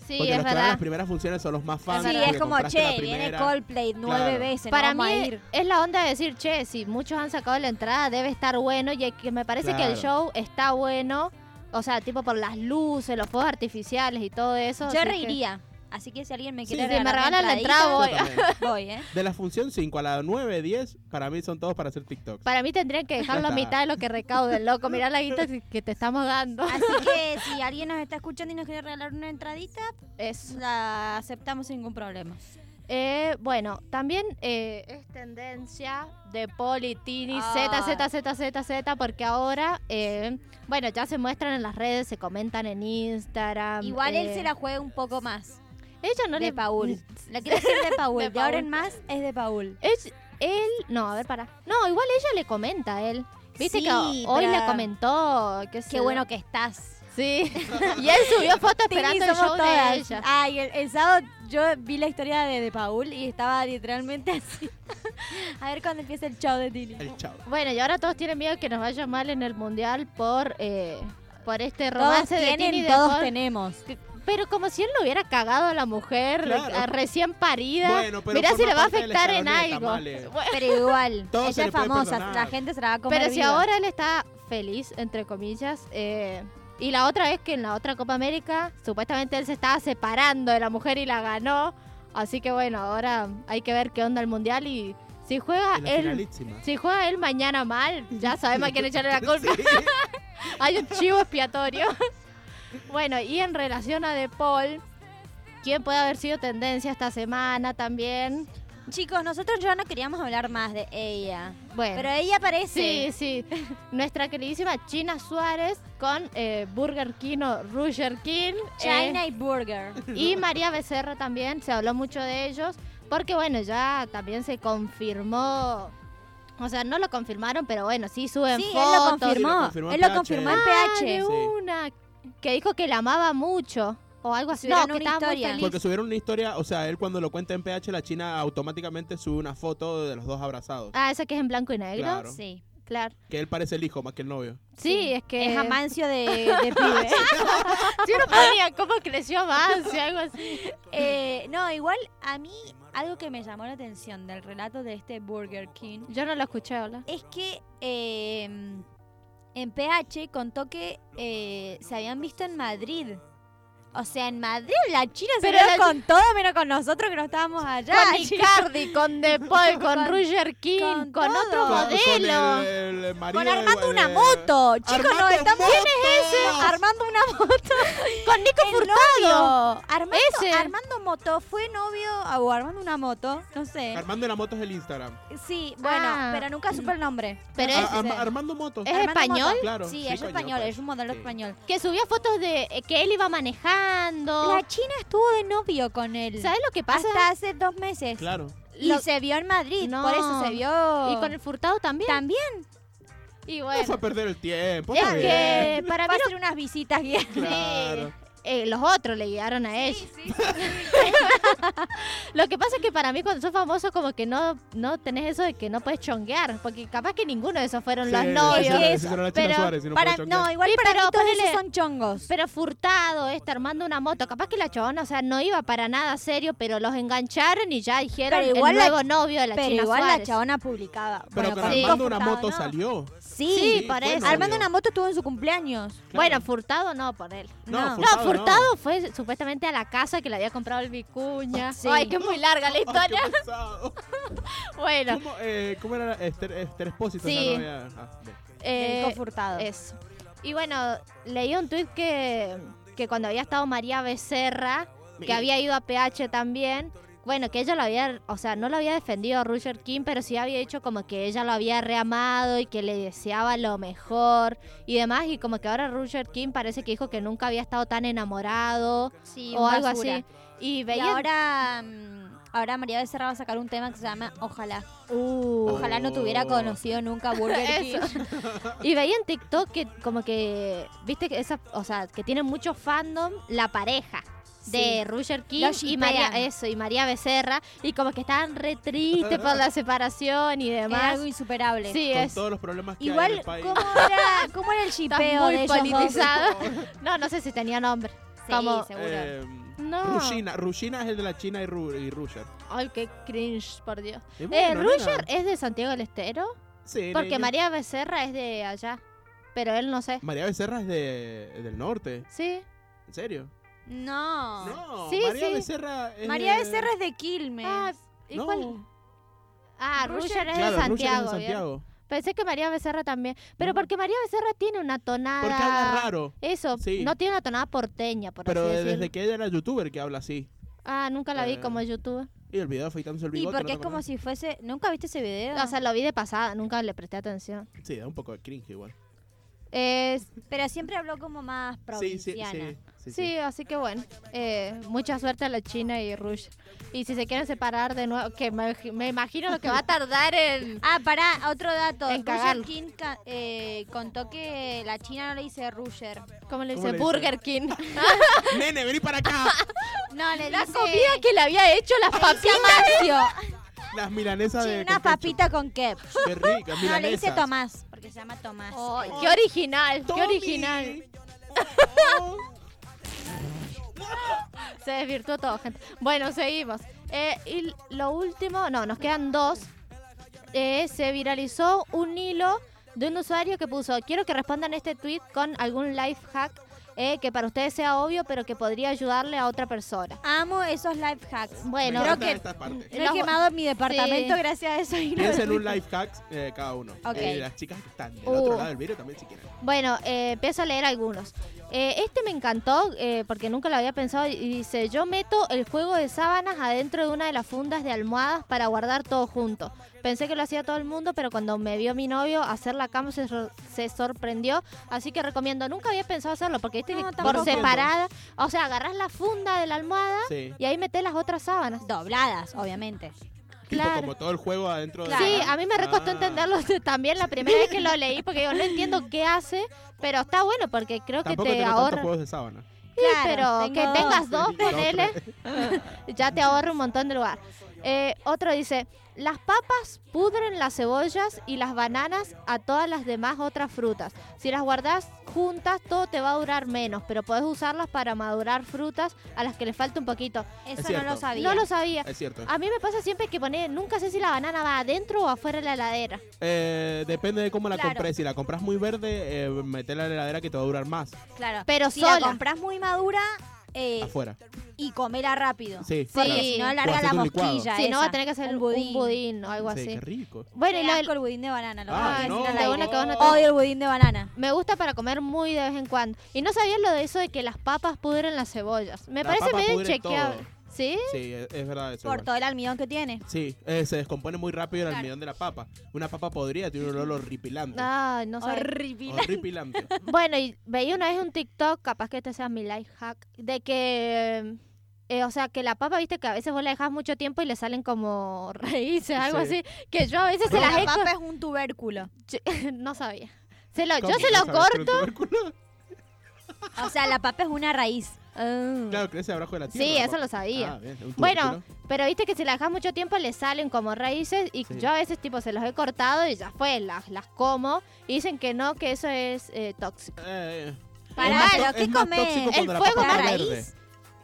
Speaker 3: Sí,
Speaker 4: porque
Speaker 3: es
Speaker 4: los que van a
Speaker 3: verdad.
Speaker 4: las primeras funciones son los más fans.
Speaker 5: Sí,
Speaker 4: porque
Speaker 5: es como,
Speaker 4: compraste la
Speaker 5: che, viene
Speaker 4: primera.
Speaker 5: Coldplay nueve
Speaker 4: Claro.
Speaker 5: veces.
Speaker 3: Para
Speaker 5: no
Speaker 3: mí
Speaker 5: vamos a
Speaker 3: es,
Speaker 5: ir.
Speaker 3: es la onda de decir, che, si muchos han sacado la entrada, debe estar bueno. Y que me parece que el show
Speaker 4: Claro.
Speaker 3: está bueno. O sea, tipo por las luces, los fuegos artificiales y todo eso.
Speaker 5: Yo
Speaker 3: así que-
Speaker 5: reiría. Así que si alguien me
Speaker 4: Sí,
Speaker 5: quiere
Speaker 4: sí, me
Speaker 5: regalar una
Speaker 3: regalan la
Speaker 5: entradita,
Speaker 3: entrada,
Speaker 4: Yo
Speaker 3: voy.
Speaker 4: también.
Speaker 5: Voy, ¿eh?
Speaker 4: De la función 5 a la 9, 10, para mí son todos para hacer TikToks.
Speaker 3: Para mí tendrían que dejarlo a
Speaker 4: está.
Speaker 3: mitad de lo que recauden, loco. Mirá la guita que- que te estamos dando.
Speaker 5: Así que si alguien nos está escuchando y nos quiere regalar una entradita,
Speaker 3: Eso.
Speaker 5: la aceptamos sin ningún problema.
Speaker 3: Eh, bueno, también eh, es tendencia de Politini
Speaker 5: Ah.
Speaker 3: Z, Z, Z, Z, Z, porque ahora, eh, bueno, ya se muestran en las redes, se comentan en Instagram.
Speaker 5: Igual él
Speaker 3: eh,
Speaker 5: se la juega un poco más.
Speaker 3: Ella no
Speaker 5: de
Speaker 3: le.
Speaker 5: Paul. La quiero decir de Paul.
Speaker 3: De
Speaker 5: De, ahora
Speaker 3: Paul.
Speaker 5: en más es de Paul.
Speaker 3: Es él. No, a ver, para. No, igual ella le comenta a él. Viste
Speaker 5: Sí,
Speaker 3: que ho- hoy
Speaker 5: pero-
Speaker 3: le comentó. Que
Speaker 5: Qué bueno que estás.
Speaker 3: Sí. y él subió foto esperando
Speaker 5: Tini,
Speaker 3: el show
Speaker 5: somos todas.
Speaker 3: de ella.
Speaker 5: Ay, el, el sábado yo vi la historia de, de Paul y estaba literalmente así. A ver cuándo empieza el show de Tini.
Speaker 4: El chao.
Speaker 3: Bueno, y ahora todos tienen miedo que nos vaya mal en el mundial por. eh, por este
Speaker 5: Todos
Speaker 3: romance de Tini y
Speaker 5: tienen,
Speaker 3: de
Speaker 5: todos
Speaker 3: Paul.
Speaker 5: tenemos.
Speaker 3: Pero como si él lo hubiera cagado a la mujer
Speaker 4: Claro.
Speaker 3: a- recién parida.
Speaker 4: Bueno, pero
Speaker 3: Mirá si
Speaker 4: forma
Speaker 3: le va a
Speaker 4: parte del
Speaker 3: afectar en
Speaker 4: escalón de
Speaker 3: algo.
Speaker 4: tamales.
Speaker 3: Bueno,
Speaker 5: Pero igual,
Speaker 4: Todo se
Speaker 5: ella
Speaker 4: le
Speaker 5: es
Speaker 4: puede
Speaker 5: famosa,
Speaker 4: perdonar.
Speaker 5: la gente se la va a comer
Speaker 3: pero si
Speaker 5: viva.
Speaker 3: ahora él está feliz, entre comillas, eh, Y la otra es que en la otra Copa América, supuestamente él se estaba separando de la mujer y la ganó. Así que bueno, ahora hay que ver qué onda el mundial y si juega
Speaker 4: En la
Speaker 3: él.
Speaker 4: finalísima.
Speaker 3: Si juega él mañana mal, ya sabemos a quién echarle la culpa.
Speaker 4: Sí.
Speaker 3: Hay un chivo expiatorio. Bueno, y en relación a De Paul, ¿quién puede haber sido tendencia esta semana también?
Speaker 5: Chicos, nosotros ya no queríamos hablar más de ella.
Speaker 3: Bueno,
Speaker 5: Pero ella
Speaker 3: sí,
Speaker 5: aparece.
Speaker 3: sí. Nuestra queridísima China Suárez con eh, Burger King o Roger King. eh,
Speaker 5: China y Burger.
Speaker 3: Y María Becerra también, se habló mucho de ellos, porque bueno, ya también se confirmó, o sea, no lo confirmaron, pero bueno, sí suben
Speaker 5: Sí, él lo
Speaker 3: fotos.
Speaker 4: Sí, lo
Speaker 5: confirmó.
Speaker 4: confirmó
Speaker 5: él lo
Speaker 4: PH.
Speaker 5: confirmó en
Speaker 3: Ah, de
Speaker 5: PH.
Speaker 4: Sí.
Speaker 3: una que dijo que la amaba mucho o algo así. No,
Speaker 5: Subieron
Speaker 3: que
Speaker 5: una
Speaker 3: estaba
Speaker 5: historia.
Speaker 3: muy
Speaker 4: Porque
Speaker 3: feliz.
Speaker 4: subieron una historia, o sea, él cuando lo cuenta en PH, la China automáticamente sube una foto de los dos abrazados.
Speaker 3: Ah, esa que es en blanco y negro.
Speaker 4: Claro.
Speaker 5: Sí.
Speaker 3: Claro.
Speaker 4: Que él parece el hijo más que el novio.
Speaker 3: Sí, es que
Speaker 5: Es amancio de, de pibe.
Speaker 3: si uno ponía cómo creció más, o algo así.
Speaker 5: Eh, no, igual a mí algo que me llamó la atención del relato de este Burger King
Speaker 3: Yo no lo escuché hablar.
Speaker 5: es que eh, en PH contó que eh, se habían visto en Madrid. O sea, en Madrid la China se
Speaker 3: Pero
Speaker 5: vio
Speaker 3: la-
Speaker 5: con todo menos con nosotros que no estábamos allá.
Speaker 3: Con
Speaker 5: chicos.
Speaker 3: Icardi, con De Paul, con,
Speaker 5: Con-
Speaker 3: Roger King, con,
Speaker 5: con todo.
Speaker 3: otro
Speaker 5: Con-
Speaker 4: Con- con el-
Speaker 3: modelo.
Speaker 4: el- el marido
Speaker 5: Con
Speaker 4: de-
Speaker 5: armando una
Speaker 4: de-
Speaker 5: moto. Chicos,
Speaker 4: Armando
Speaker 5: no estamos
Speaker 4: motos.
Speaker 5: Armando una moto.
Speaker 3: Con Nico
Speaker 5: El
Speaker 3: Furtado.
Speaker 5: novio. Armando,
Speaker 3: Ese.
Speaker 5: Armando Moto fue novio o Armando una moto, no sé.
Speaker 4: Armando la moto es el Instagram.
Speaker 5: Sí, bueno,
Speaker 3: Ah.
Speaker 5: pero nunca supe el nombre.
Speaker 3: Pero
Speaker 4: Ar-
Speaker 3: es-
Speaker 4: Arma- Armando moto.
Speaker 3: ¿Es
Speaker 5: Armando
Speaker 3: español?
Speaker 5: Moto.
Speaker 4: Claro,
Speaker 5: Sí,
Speaker 4: sí,
Speaker 5: es
Speaker 4: coño,
Speaker 5: español,
Speaker 4: pues.
Speaker 5: es un modelo
Speaker 4: Sí.
Speaker 5: español.
Speaker 3: Que subía fotos de eh, que él iba manejando.
Speaker 4: Oh.
Speaker 5: La China estuvo de novio con él.
Speaker 3: ¿Sabes lo que pasa?
Speaker 5: Hasta hace dos meses.
Speaker 4: Claro.
Speaker 5: Y
Speaker 3: Lo-
Speaker 5: se vio en Madrid,
Speaker 3: No.
Speaker 5: por eso se vio.
Speaker 3: Y con el furtado también.
Speaker 5: También.
Speaker 3: Y
Speaker 4: No fue
Speaker 3: bueno,
Speaker 4: a perder el tiempo.
Speaker 3: es
Speaker 4: está bien.
Speaker 3: que para mí
Speaker 5: Va a hacer unas visitas guiadas.
Speaker 3: sí,
Speaker 4: Claro.
Speaker 3: eh, los otros le guiaron a ella. lo que pasa es que para mí cuando sos famoso como que no, no tenés eso de que no puedes chonguear. Porque capaz que ninguno de esos fueron los
Speaker 4: Sí,
Speaker 3: novios.
Speaker 4: sí, sí,
Speaker 5: Es que
Speaker 4: sí, sí, no la China
Speaker 3: pero
Speaker 4: Suárez, si no
Speaker 5: Para-
Speaker 4: puede
Speaker 5: no,
Speaker 4: choquear.
Speaker 5: igual
Speaker 3: Sí,
Speaker 5: para
Speaker 3: pero
Speaker 5: mí todos
Speaker 3: ponele-
Speaker 5: esos son chongos.
Speaker 3: Pero Furtado está armando una moto. Capaz que la chabona, o sea, no iba para nada serio, pero los engancharon y ya dijeron
Speaker 5: Pero igual
Speaker 3: el
Speaker 5: la-
Speaker 3: nuevo novio de la
Speaker 5: Pero
Speaker 3: China
Speaker 5: igual la
Speaker 3: Suárez.
Speaker 5: chabona publicaba.
Speaker 4: Pero
Speaker 5: Bueno,
Speaker 4: con
Speaker 5: con
Speaker 3: sí.
Speaker 4: Armando una
Speaker 5: Furtado
Speaker 4: moto
Speaker 5: no.
Speaker 4: salió.
Speaker 3: Sí,
Speaker 5: Sí.
Speaker 3: por
Speaker 4: fue
Speaker 3: eso.
Speaker 4: novio.
Speaker 5: Armando una moto estuvo en su cumpleaños.
Speaker 3: Bueno, Furtado no, por él.
Speaker 4: No,
Speaker 5: no.
Speaker 4: Furtado.
Speaker 3: no, Furtado fue supuestamente a la casa que le había comprado el Vicuña.
Speaker 5: Sí.
Speaker 3: Ay, que es muy larga la
Speaker 4: Ay, qué
Speaker 3: historia.
Speaker 4: pesado.
Speaker 3: bueno,
Speaker 4: ¿Cómo, eh, ¿Cómo era Esther, Esther Espósito?
Speaker 3: Sí.
Speaker 4: la novia? Ah, bien.
Speaker 3: eh,
Speaker 5: Nico Furtado.
Speaker 3: eso. Y bueno, leí un tuit que, que cuando había estado María Becerra, que
Speaker 4: Mira.
Speaker 3: había ido a PH también, bueno, que ella lo había, o sea, no lo había defendido a Roger King, pero sí había dicho como que ella lo había reamado y que le deseaba lo mejor y demás, y como que ahora Roger King parece que dijo que nunca había estado tan enamorado
Speaker 5: Sí,
Speaker 3: o
Speaker 5: un
Speaker 3: algo
Speaker 5: basura.
Speaker 3: así. Y
Speaker 5: Y
Speaker 3: veía...
Speaker 5: ahora, mm, ahora María Becerra va a sacar un tema que se llama Ojalá.
Speaker 3: Uh.
Speaker 5: Ojalá no te hubiera
Speaker 4: Oh.
Speaker 5: conocido nunca Burger King.
Speaker 3: Eso. Y veía en TikTok que como que, viste que esa, o sea, que tienen mucho fandom la pareja de
Speaker 5: Sí.
Speaker 3: Roger King
Speaker 5: Los
Speaker 3: y
Speaker 5: shippean.
Speaker 3: María eso y María Becerra y como que estaban re tristes por la separación y
Speaker 5: Es
Speaker 3: demás.
Speaker 5: algo insuperable.
Speaker 3: Sí,
Speaker 4: Con
Speaker 3: es
Speaker 4: todos los problemas que hay en
Speaker 5: Igual,
Speaker 4: el país.
Speaker 5: ¿cómo era, cómo era el
Speaker 3: estás
Speaker 5: chipeo
Speaker 3: muy
Speaker 5: de ellos dos?
Speaker 3: politizado. No, no sé si tenía nombre.
Speaker 5: Sí,
Speaker 3: como-
Speaker 5: seguro.
Speaker 4: Eh,
Speaker 3: No.
Speaker 4: Rushina. Rushina es el de la China y, Ru y Rusher.
Speaker 3: Ay, qué cringe, por Dios.
Speaker 4: Es
Speaker 3: Eh,
Speaker 4: bueno,
Speaker 3: Roger
Speaker 4: nena.
Speaker 3: es de Santiago del Estero
Speaker 4: Sí,
Speaker 3: porque
Speaker 4: nena.
Speaker 3: María Becerra es de allá, pero él no sé.
Speaker 4: María Becerra es de, del norte.
Speaker 3: Sí.
Speaker 4: ¿En serio?
Speaker 5: no.
Speaker 4: No, Eh,
Speaker 3: Sí,
Speaker 4: María
Speaker 3: sí.
Speaker 4: Becerra es
Speaker 5: María
Speaker 4: de-
Speaker 5: Becerra es de Quilmes.
Speaker 3: Ah, ¿y
Speaker 4: No.
Speaker 3: cuál? Ah, Roger, es
Speaker 4: Claro,
Speaker 3: de
Speaker 4: Rusher es de
Speaker 3: Santiago. bien.
Speaker 4: Santiago.
Speaker 3: Pensé que María Becerra también. Pero
Speaker 4: No.
Speaker 3: porque María Becerra tiene una tonada.
Speaker 4: Porque habla raro.
Speaker 3: Eso,
Speaker 4: Sí.
Speaker 3: no tiene una tonada porteña, por
Speaker 4: Pero
Speaker 3: así
Speaker 4: desde
Speaker 3: decirlo.
Speaker 4: que ella era youtuber que habla así.
Speaker 3: Ah, nunca la vi
Speaker 4: Eh.
Speaker 3: como youtuber.
Speaker 4: Y el video afeitándose el
Speaker 5: y
Speaker 4: bigote.
Speaker 5: porque es
Speaker 4: ¿no te
Speaker 5: como
Speaker 4: acordás?
Speaker 5: si fuese... ¿Nunca viste ese video?
Speaker 3: O sea, lo vi de pasada, nunca le presté atención.
Speaker 4: Sí, da un poco de cringe igual.
Speaker 3: Es-
Speaker 5: Pero siempre habló como más
Speaker 4: Sí, sí,
Speaker 5: provinciana.
Speaker 4: sí, sí,
Speaker 3: sí,
Speaker 4: sí.
Speaker 3: así que bueno. eh, mucha suerte a la China y Rush. Y si se quieren separar de nuevo, que me, me imagino lo que va a tardar en...
Speaker 5: Ah, pará, otro dato.
Speaker 3: En cagarlo.
Speaker 5: Roger King ca- eh, contó que la China no le dice Roger.
Speaker 3: ¿Cómo le dice?
Speaker 4: ¿Cómo le dice?
Speaker 3: Burger King.
Speaker 4: Nene, vení para acá.
Speaker 5: No, le
Speaker 3: la
Speaker 5: dice...
Speaker 3: comida que le había hecho las
Speaker 5: Dice
Speaker 3: papitas.
Speaker 5: Amancio.
Speaker 4: Las milanesas
Speaker 5: Sí,
Speaker 4: de.
Speaker 5: una
Speaker 4: con
Speaker 5: papita con ketchup.
Speaker 4: ketchup. Qué rica, milanesas.
Speaker 5: No, le dice Tomás, porque se llama Tomás.
Speaker 3: Oh,
Speaker 5: Eh,
Speaker 3: ¡Qué original!
Speaker 4: Tommy.
Speaker 3: ¡Qué original! Se desvirtuó todo, gente. Bueno, seguimos. Eh, y lo último, no, nos quedan dos. Eh, se viralizó un hilo de un usuario que puso, quiero que respondan este tweet con algún life hack eh, que para ustedes sea obvio, pero que podría ayudarle a otra persona.
Speaker 5: Amo esos life hacks.
Speaker 3: Bueno,
Speaker 5: creo
Speaker 4: Creo
Speaker 5: que
Speaker 4: Esta parte.
Speaker 5: no he
Speaker 3: Los-
Speaker 5: quemado en mi departamento gracias a eso. y no-
Speaker 4: Piensen en un life hack eh, cada uno.
Speaker 5: Ok.
Speaker 4: Eh, las chicas que están del
Speaker 3: Uh.
Speaker 4: otro lado del vidrio también si quieren.
Speaker 3: Bueno, eh, empiezo a leer algunos. Eh, este me encantó eh, porque nunca lo había pensado y dice, yo meto el juego de sábanas adentro de una de las fundas de almohadas para guardar todo junto. Pensé que lo hacía todo el mundo, pero cuando me vio mi novio hacer la cama se, sor- se sorprendió. Así que recomiendo, nunca había pensado hacerlo porque viste
Speaker 5: No,
Speaker 3: que
Speaker 5: tampoco.
Speaker 3: por separada, o sea, agarras la funda de la almohada
Speaker 4: Sí.
Speaker 3: y ahí metes las otras sábanas.
Speaker 5: Dobladas, obviamente.
Speaker 4: Tipo,
Speaker 3: Claro.
Speaker 4: como todo el juego adentro de
Speaker 3: Sí,
Speaker 4: la-
Speaker 3: a mí me recostó
Speaker 4: Ah.
Speaker 3: entenderlo también la primera vez que lo leí porque yo no entiendo qué hace, pero está bueno porque creo que
Speaker 4: Tampoco
Speaker 3: te
Speaker 4: tengo
Speaker 3: ahorra.
Speaker 4: tantos juegos de sábana.
Speaker 3: Sí,
Speaker 5: Claro,
Speaker 3: pero
Speaker 5: tengo
Speaker 3: que tengas dos,
Speaker 4: Sí, no,
Speaker 3: ponele, ya te ahorra un montón de lugar. Eh, otro dice, las papas pudren las cebollas y las bananas a todas las demás otras frutas. Si las guardas juntas, todo te va a durar menos, pero podés usarlas para madurar frutas a las que le falta un poquito.
Speaker 5: Eso no
Speaker 4: cierto.
Speaker 5: lo sabía.
Speaker 3: No lo sabía.
Speaker 4: Es cierto.
Speaker 3: A mí me pasa siempre que pone, nunca sé si la banana va adentro o afuera de la heladera.
Speaker 4: Eh, depende de cómo la
Speaker 5: Claro.
Speaker 4: compres. Si la compras muy verde, eh, metela en la heladera que te va a durar más
Speaker 5: Claro.
Speaker 3: Pero
Speaker 5: si la
Speaker 3: sola.
Speaker 5: compras muy madura eh,
Speaker 4: afuera.
Speaker 5: y comela rápido.
Speaker 4: Sí,
Speaker 5: Porque
Speaker 4: claro.
Speaker 3: Sí.
Speaker 5: si no,
Speaker 4: O
Speaker 5: larga
Speaker 4: hacete
Speaker 5: la
Speaker 4: un licuado.
Speaker 5: mosquilla.
Speaker 3: Si no, va a tener que
Speaker 5: ser
Speaker 3: hacer un budín, o algo
Speaker 4: Sí,
Speaker 3: así.
Speaker 4: qué rico.
Speaker 3: Bueno, y lo del-
Speaker 5: el budín de banana. Lo
Speaker 4: Ay,
Speaker 5: voy a decir
Speaker 4: Ah, no.
Speaker 5: al aire.
Speaker 3: Lo bueno que vos no te-
Speaker 5: Odio el budín de banana.
Speaker 3: Me gusta para comer muy de vez en cuando. Y no sabía lo de eso de que las papas pudren las cebollas. Me
Speaker 4: La
Speaker 3: parece
Speaker 4: papa
Speaker 3: medio
Speaker 4: pudre
Speaker 3: inchequeable.
Speaker 4: todo.
Speaker 3: ¿Sí?
Speaker 4: Sí, es, es verdad eso.
Speaker 5: Por
Speaker 4: igual.
Speaker 5: todo el almidón que tiene.
Speaker 4: Sí, eh, se descompone muy rápido el
Speaker 5: Claro. Ah,
Speaker 4: almidón de la papa. Una papa podrida tiene un olor horripilante.
Speaker 3: Ay, no sabía.
Speaker 5: Horrible.
Speaker 4: Horripilante.
Speaker 3: Bueno, y veía una vez un TikTok, capaz que este sea mi life hack, de que. eh, o sea, que la papa, viste, que a veces vos la dejas mucho tiempo y le salen como raíces, algo
Speaker 4: Sí.
Speaker 3: así. Que yo a veces se
Speaker 5: La
Speaker 3: las he.
Speaker 5: papa es un tubérculo.
Speaker 3: co- no sabía. Se lo, yo
Speaker 4: ¿Cómo
Speaker 3: se
Speaker 4: que no
Speaker 3: lo
Speaker 4: sabes hacer un
Speaker 3: corto.
Speaker 4: tubérculo?
Speaker 5: O sea, la papa es una raíz.
Speaker 4: Claro, crece abajo de la tierra.
Speaker 3: Sí,
Speaker 4: la
Speaker 3: eso
Speaker 4: papa.
Speaker 3: lo sabía.
Speaker 4: Ah, bien, un
Speaker 3: Bueno,
Speaker 4: tubérculo.
Speaker 3: pero viste que si la dejas mucho tiempo le salen como raíces y
Speaker 4: Sí.
Speaker 3: yo a veces tipo se los he cortado y ya fue, las, las como y dicen que no, que eso es eh, tóxico.
Speaker 4: Eh, eh.
Speaker 5: Pará,
Speaker 4: Es más
Speaker 5: pero
Speaker 4: tó-
Speaker 5: ¿qué
Speaker 4: es más
Speaker 5: comés?
Speaker 4: tóxico
Speaker 5: El
Speaker 4: cuando la
Speaker 3: fuego
Speaker 4: papa
Speaker 5: para
Speaker 4: es verde.
Speaker 5: raíz.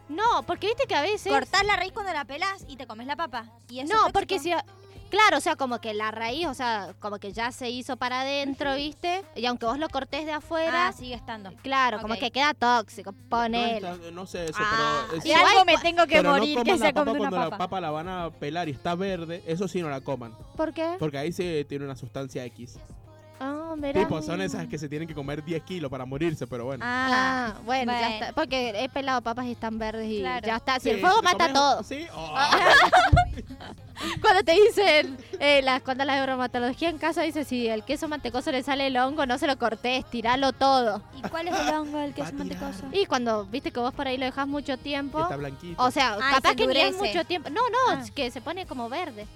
Speaker 3: No, porque viste que a veces...
Speaker 5: Cortás la raíz cuando la pelás y te comes la papa. Y eso
Speaker 3: no,
Speaker 5: es
Speaker 3: porque
Speaker 5: tóxico.
Speaker 3: si... Claro, o sea, como que la raíz, o sea, como que ya se hizo para adentro, viste, y aunque vos lo cortés de afuera,
Speaker 5: Ah, sigue estando.
Speaker 3: claro, como
Speaker 5: ok.
Speaker 3: que queda tóxico,
Speaker 4: No,
Speaker 3: ponele.
Speaker 4: está- no sé eso,
Speaker 5: Ah,
Speaker 4: pero... es-
Speaker 5: y
Speaker 3: Igual
Speaker 5: algo me
Speaker 3: cua-
Speaker 5: tengo que
Speaker 4: pero
Speaker 5: morir
Speaker 4: no
Speaker 5: que
Speaker 4: coman
Speaker 5: sea
Speaker 4: la papa
Speaker 5: comiendo
Speaker 4: cuando
Speaker 5: una
Speaker 4: la
Speaker 5: papa.
Speaker 4: papa la van a pelar y está verde. Eso sí no la coman.
Speaker 3: ¿Por qué?
Speaker 4: Porque ahí se tiene una sustancia X.
Speaker 3: Ah, mira.
Speaker 4: Tipo, son esas que se tienen que comer 10 kilos para morirse, pero bueno.
Speaker 5: Ah,
Speaker 3: Ah, bueno, ya
Speaker 5: Bueno.
Speaker 3: está. Porque he pelado papas y están verdes y
Speaker 5: Claro.
Speaker 3: ya está. Si
Speaker 4: Sí,
Speaker 3: el fuego
Speaker 4: te
Speaker 3: mata
Speaker 4: comes-
Speaker 3: todo.
Speaker 4: Sí. Oh.
Speaker 3: Cuando te dicen, eh, las, cuando la bromatología en casa dice, si el queso mantecoso le sale el hongo, no se lo cortes, tiralo todo.
Speaker 5: ¿Y cuál es el hongo del
Speaker 4: Va
Speaker 5: queso
Speaker 4: a tirar.
Speaker 5: mantecoso?
Speaker 3: Y cuando viste que vos por ahí lo dejas mucho
Speaker 4: Y
Speaker 3: tiempo,
Speaker 4: está blanquito.
Speaker 3: o sea,
Speaker 5: Ah, y
Speaker 3: capaz
Speaker 5: se
Speaker 3: que ni es
Speaker 5: endurece.
Speaker 3: mucho tiempo. No, no,
Speaker 5: Ah.
Speaker 3: es que se pone como verde.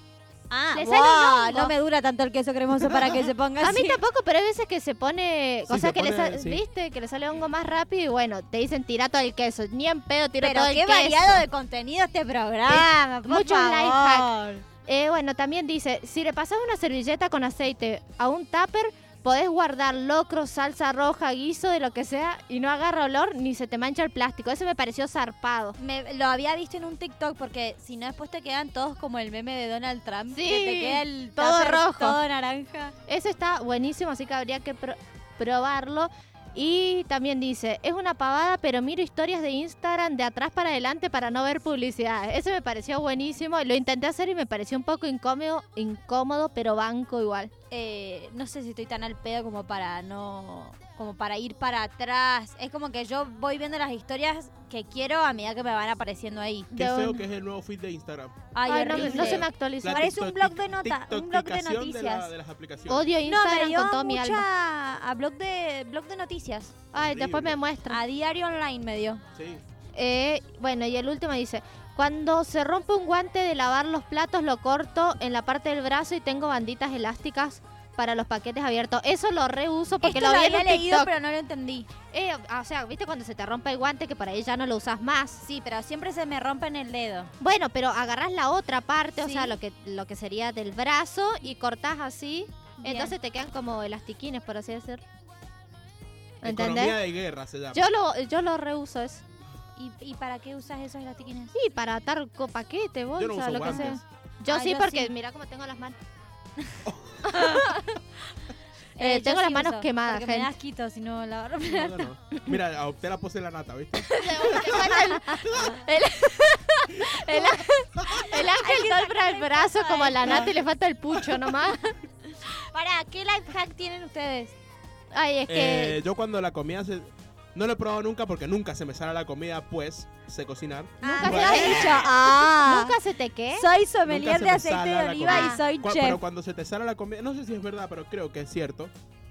Speaker 5: Ah,
Speaker 3: Le sale un hongo.
Speaker 5: no me dura tanto el queso cremoso para que se ponga
Speaker 3: A
Speaker 5: así.
Speaker 3: mí tampoco, pero hay veces que se pone, o
Speaker 4: Sí,
Speaker 3: sea,
Speaker 4: se
Speaker 3: que le
Speaker 4: pone,
Speaker 3: sa-
Speaker 4: sí.
Speaker 3: viste que le sale hongo más rápido y bueno, te dicen tira todo el queso. Ni en pedo tiro
Speaker 5: Pero
Speaker 3: todo el
Speaker 5: qué
Speaker 3: queso.
Speaker 5: variado de contenido este programa. por
Speaker 3: mucho
Speaker 5: favor.
Speaker 3: life hack. Eh, bueno, también dice, si le pasas una servilleta con aceite a un tupper, podés guardar locro, salsa roja, guiso, de lo que sea, y no agarra olor ni se te mancha el plástico. Eso me pareció zarpado.
Speaker 5: Me- lo había visto en un TikTok porque si no después te quedan todos como el meme de Donald Trump
Speaker 3: Sí,
Speaker 5: que te queda el
Speaker 3: todo
Speaker 5: tupper
Speaker 3: rojo.
Speaker 5: todo naranja.
Speaker 3: Eso está buenísimo, así que habría que pro- probarlo. Y también dice, es una pavada, pero miro historias de Instagram de atrás para adelante para no ver publicidad. Eso me pareció buenísimo. Lo intenté hacer y me pareció un poco incómodo, incómodo pero banco igual.
Speaker 5: Eh, no sé si estoy tan al pedo como para no como para ir para atrás. Es como que yo voy viendo las historias que quiero a medida que me van apareciendo ahí.
Speaker 4: Qué
Speaker 3: de
Speaker 4: feo
Speaker 3: una.
Speaker 4: que es el nuevo feed de Instagram.
Speaker 5: Ay,
Speaker 3: Ay, no,
Speaker 5: horrible.
Speaker 3: no se me actualizó.
Speaker 4: La
Speaker 5: Parece un
Speaker 4: tiktok-
Speaker 5: blog de nota- un blog de
Speaker 4: tiktokización De, la-
Speaker 5: noticias.
Speaker 4: de las aplicaciones.
Speaker 3: Odio
Speaker 5: No, me
Speaker 3: Instagram
Speaker 5: dio
Speaker 3: con todo mi alma.
Speaker 5: mucha a blog de blog de noticias.
Speaker 3: Ay, después
Speaker 4: Horrible.
Speaker 3: me muestra.
Speaker 5: A diario online me dio.
Speaker 4: Sí.
Speaker 3: Eh, bueno, y el último dice, cuando se rompe un guante de lavar los platos, lo corto en la parte del brazo y tengo banditas elásticas para los paquetes abiertos. Eso lo reuso porque
Speaker 5: Esto lo,
Speaker 3: lo vi en
Speaker 5: había
Speaker 3: un
Speaker 5: leído,
Speaker 3: TikTok.
Speaker 5: pero no lo entendí.
Speaker 3: Eh, o sea, viste cuando se te rompe el guante que por ahí ya no lo usas más.
Speaker 5: Sí, pero siempre se me rompen el dedo.
Speaker 3: Bueno, pero agarras la otra parte, o
Speaker 5: Sí.
Speaker 3: sea, lo que, lo que sería del brazo y cortás así.
Speaker 5: Bien.
Speaker 3: Entonces te quedan como elastiquines, por así decir.
Speaker 4: Economía
Speaker 3: ¿Entendés?
Speaker 4: de guerra se llama.
Speaker 3: Yo lo, yo lo reuso eso.
Speaker 5: ¿Y, y para qué usas esos elastiquines?
Speaker 3: Sí, para atar co- paquete, bolsa,
Speaker 4: Yo no uso
Speaker 3: lo que
Speaker 4: guantes.
Speaker 3: sea. Yo
Speaker 5: Ah,
Speaker 3: sí,
Speaker 5: yo
Speaker 3: porque
Speaker 5: sí.
Speaker 3: mira cómo tengo las manos. Eh,
Speaker 5: yo
Speaker 3: tengo las
Speaker 5: sí
Speaker 3: manos
Speaker 5: uso,
Speaker 3: quemadas,
Speaker 5: porque me
Speaker 3: gente.
Speaker 5: da asquito si no la barro.
Speaker 4: No, no, no. Mira, adopté la pose de la nata, ¿viste?
Speaker 3: El, el- el ángel dobla el brazo como a la nata y le falta el pucho nomás.
Speaker 5: Pará, ¿qué life hack tienen ustedes?
Speaker 3: Ay, es que.
Speaker 4: Eh, yo cuando la comida se... No lo he probado nunca porque nunca se me sale la comida, pues sé cocinar.
Speaker 5: Nunca
Speaker 4: me
Speaker 5: me
Speaker 4: lo has
Speaker 5: has
Speaker 4: dicho.
Speaker 5: dicho. Ah.
Speaker 3: ¿Nunca se te qué?
Speaker 5: Soy
Speaker 4: Nunca
Speaker 5: sommelier
Speaker 4: se
Speaker 5: de
Speaker 4: me
Speaker 5: aceite
Speaker 4: sale
Speaker 5: de
Speaker 4: la
Speaker 5: oliva y
Speaker 4: comida.
Speaker 5: soy
Speaker 4: Cu-
Speaker 5: chef.
Speaker 4: Pero cuando se te sale la comida, no sé si es verdad, pero creo que es cierto.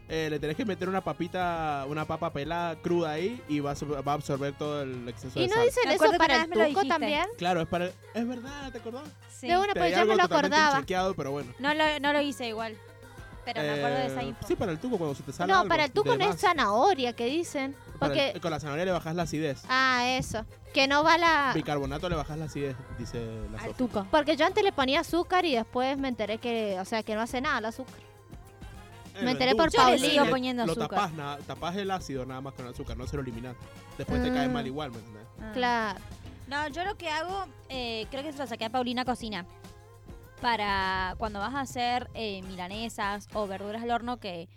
Speaker 4: eh, le tenés que meter una papita, una papa pelada cruda ahí y va a, absor- va a absorber todo el exceso
Speaker 3: ¿Y
Speaker 4: de
Speaker 3: no
Speaker 4: sal.
Speaker 3: dicen
Speaker 5: Me
Speaker 3: eso
Speaker 5: acuerdo que
Speaker 3: para
Speaker 5: una vez
Speaker 3: el
Speaker 5: me lo
Speaker 3: turco
Speaker 5: dijiste.
Speaker 3: también?
Speaker 4: Claro, es para... Es verdad, ¿te acordás?
Speaker 5: Sí.
Speaker 3: De una,
Speaker 4: Te
Speaker 3: pues
Speaker 4: di
Speaker 3: yo
Speaker 4: algo
Speaker 3: me lo
Speaker 4: totalmente
Speaker 3: acordaba.
Speaker 4: inchequeado, pero bueno.
Speaker 5: No lo, no lo hice igual. Pero me acuerdo de esa
Speaker 4: Eh,
Speaker 5: info.
Speaker 4: Sí, para el tuco cuando se te sale
Speaker 3: No,
Speaker 4: algo,
Speaker 3: para el tuco
Speaker 4: de
Speaker 3: no es
Speaker 4: más.
Speaker 3: zanahoria, que dicen.
Speaker 4: Para el-
Speaker 3: Porque.
Speaker 4: Con la zanahoria le bajas la acidez.
Speaker 3: Ah, eso. Que no va la.
Speaker 4: Bicarbonato le bajas la acidez, dice la
Speaker 5: Al
Speaker 4: Sofi.
Speaker 5: tuco.
Speaker 3: Porque yo antes le ponía azúcar y después me enteré que, o sea, que no hace nada el azúcar.
Speaker 4: Eh,
Speaker 3: me
Speaker 4: lo
Speaker 3: enteré por
Speaker 4: endulzas,
Speaker 3: Paulina. Yo le sigo
Speaker 4: eh,
Speaker 5: poniendo
Speaker 4: Lo
Speaker 5: azúcar.
Speaker 4: tapás, nada- tapás el ácido nada más con azúcar, no se lo eliminás. Después te cae
Speaker 3: Ah.
Speaker 4: mal igual, ¿me entendés?
Speaker 5: Ah.
Speaker 3: Claro.
Speaker 5: No, yo lo que hago, eh, creo que se lo saqué a Paulina Cocina. Para cuando vas a hacer eh, milanesas o verduras al horno, que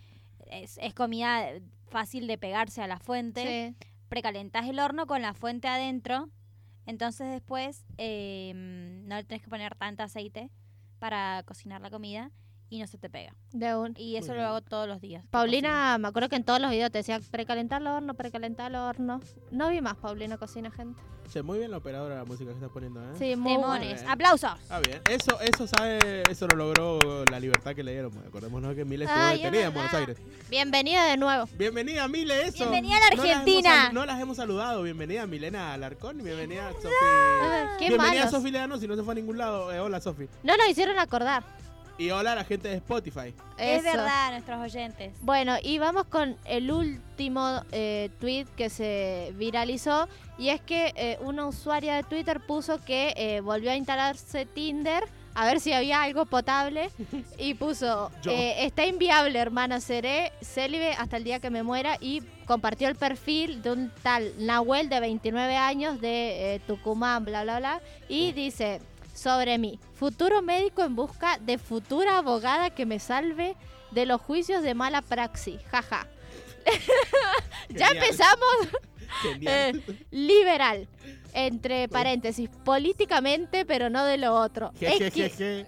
Speaker 5: es, es comida fácil de pegarse a la fuente,
Speaker 3: Sí.
Speaker 5: precalentás el horno con la fuente adentro. Entonces después eh, no le tenés que poner tanto aceite para cocinar la comida y no se te pega.
Speaker 3: De un.
Speaker 5: Y eso
Speaker 4: Muy
Speaker 5: lo
Speaker 4: bien.
Speaker 5: hago todos los días. que
Speaker 3: Paulina, me acuerdo que en todos los videos te decía precalentar el horno, precalentar el horno. No vi más Paulina cocina, gente.
Speaker 4: Che, muy bien la operadora de la música que estás poniendo, ¿eh?
Speaker 3: Sí, muy
Speaker 5: cocino.
Speaker 3: bueno.
Speaker 5: Demones.
Speaker 4: bien.
Speaker 5: ¡Aplausos!
Speaker 4: Ah, bien. Eso, eso sabe, eso lo logró la libertad que le dieron. pues. Acordémonos que Mile estuvo
Speaker 3: Ay, es
Speaker 4: detenida en Buenos
Speaker 5: Ah, verdad.
Speaker 4: Aires.
Speaker 3: Bienvenida de nuevo.
Speaker 4: Bienvenida, Mile, eso.
Speaker 5: Bienvenida a la
Speaker 4: No las hemos
Speaker 5: Argentina.
Speaker 4: sal- No las hemos, saludado. Bienvenida, Milena Alarcón. Y bienvenida, Sofi.
Speaker 3: Ah, Qué
Speaker 4: Bienvenida,
Speaker 3: malos.
Speaker 4: Sofi Leano, si no se fue a ningún lado. Eh, hola, Sofi.
Speaker 3: No nos hicieron acordar.
Speaker 4: Y hola a la gente de
Speaker 5: Eh,
Speaker 4: Spotify.
Speaker 5: Es
Speaker 3: Eso.
Speaker 5: verdad, nuestros oyentes.
Speaker 3: Bueno, y vamos con el último eh, tweet que se viralizó. Y es que eh, una usuaria de Twitter puso que eh, volvió a instalarse Tinder a ver si había algo potable. Y puso:
Speaker 4: Yo.
Speaker 3: eh, Está inviable, hermana. Seré célibe hasta el día que me muera. Y compartió el perfil de un tal Nahuel de 29 años de eh, Tucumán, bla, bla, bla. Y dice. Sobre mí, futuro médico en busca de futura abogada que me salve de los juicios de mala praxis, jaja. Ya
Speaker 4: Genial,
Speaker 3: empezamos Eh,
Speaker 4: Genial.
Speaker 3: liberal, entre paréntesis, políticamente, pero no de lo otro.
Speaker 4: Je, je, je,
Speaker 3: X-
Speaker 4: je.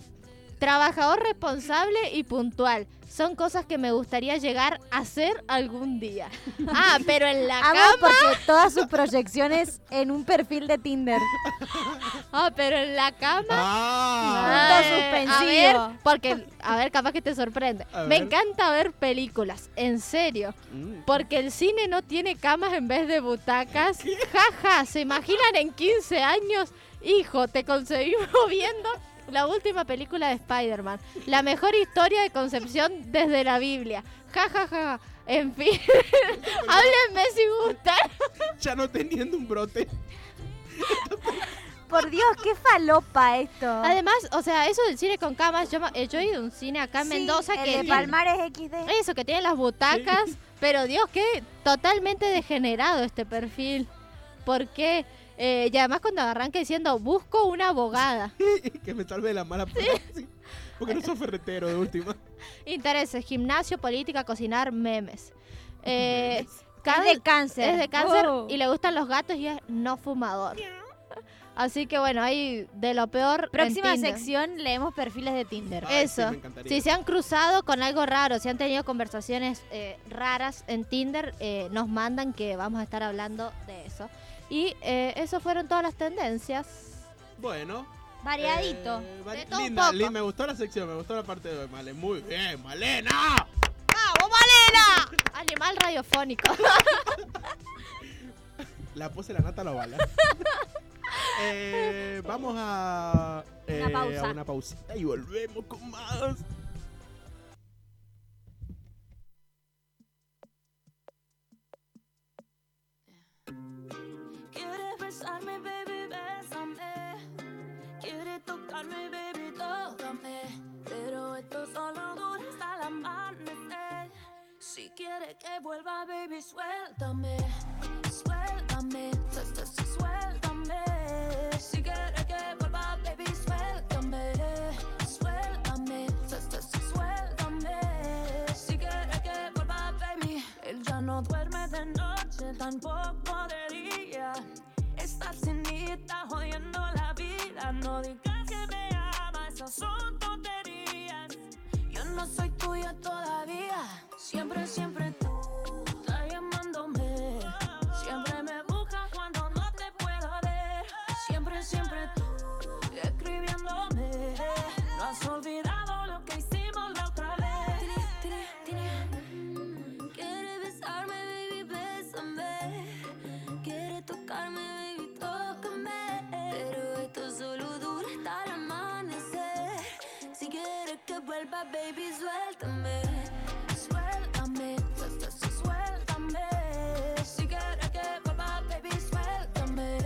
Speaker 3: XD, trabajador responsable y puntual. Son cosas que me gustaría llegar a ser algún día. Ah, pero en la
Speaker 6: Amo
Speaker 3: cama.
Speaker 6: porque todas sus proyecciones en un perfil de Tinder.
Speaker 3: Ah, pero en la cama.
Speaker 4: Ah.
Speaker 6: Punto
Speaker 3: Ay,
Speaker 6: suspensivo.
Speaker 3: A ver, porque, a ver, capaz que te sorprende.
Speaker 4: A
Speaker 3: Me
Speaker 4: ver.
Speaker 3: encanta ver películas, en serio.
Speaker 4: Mm.
Speaker 3: Porque el cine no tiene camas en vez de butacas. Jaja, ¿se imaginan en 15 años? Hijo, te concebimos viendo la última película de Spider-Man. La mejor historia de concepción desde la Biblia. Jajaja. En fin, háblenme si gustan.
Speaker 4: Ya no teniendo un brote.
Speaker 6: Por Dios, qué falopa esto.
Speaker 3: Además, o sea, eso del cine con camas, yo, me- eh, yo he ido a un cine acá en
Speaker 6: Sí,
Speaker 3: Mendoza
Speaker 6: el
Speaker 3: que...
Speaker 6: de Palmares XD.
Speaker 3: Eso, que tiene las butacas. Pero Dios, qué totalmente degenerado este perfil. ¿Por qué? Eh, y además cuando arranca diciendo, busco una abogada.
Speaker 4: que me salve de la mala praxis. Porque no soy ferretero de última.
Speaker 3: Intereses, gimnasio, política, cocinar, memes. Eh, cada-
Speaker 5: Es de cáncer.
Speaker 3: es de cáncer
Speaker 5: Oh.
Speaker 3: y le gustan los gatos y es no fumador. Así que bueno, ahí de lo peor. en
Speaker 5: Próxima
Speaker 3: Tinder.
Speaker 5: sección, leemos perfiles de Tinder.
Speaker 4: Ay, sí,
Speaker 3: Eso.
Speaker 4: me encantaría.
Speaker 3: Si se han cruzado con algo raro, si han tenido conversaciones eh, raras en Tinder, eh, nos mandan que vamos a estar hablando de eso. Y eh, eso fueron todas las tendencias.
Speaker 4: Bueno.
Speaker 5: Variadito.
Speaker 4: eh, vari-
Speaker 3: De todo un
Speaker 4: linda,
Speaker 3: poco.
Speaker 4: linda, me gustó la sección, me gustó la parte de Malena. Muy bien, Malena.
Speaker 3: Animal radiofónico.
Speaker 4: La pose de la nata la bala. Eh, vamos a, eh,
Speaker 5: pausa.
Speaker 4: a una pausita y volvemos con más.
Speaker 7: Quieres besarme, baby, bésame. Quieres tocarme, baby, tócame. Pero esto solo dura hasta el amanecer. Si quieres que vuelva, baby, suéltame. Suéltame, su- su- su- suéltame. Si quieres que vuelva, baby, suéltame. Suéltame, su- su- su- suéltame. Si tampoco debería estar sin está jodiendo la vida. No digas que me amas, esas son tonterías. Yo no soy tuya todavía. Siempre, siempre tú estás llamándome. Siempre me buscas cuando no te puedo ver. Siempre, siempre tú escribiéndome. No has olvidado lo que hicimos la otra vez. Quiere besarme, baby, bésame. Quiere tocarme, baby, tócame. Pero esto solo dura hasta el amanecer. Si quieres que vuelva, baby, suéltame. Suéltame, su- su- su- suéltame. Si quieres que vuelva, baby, suéltame.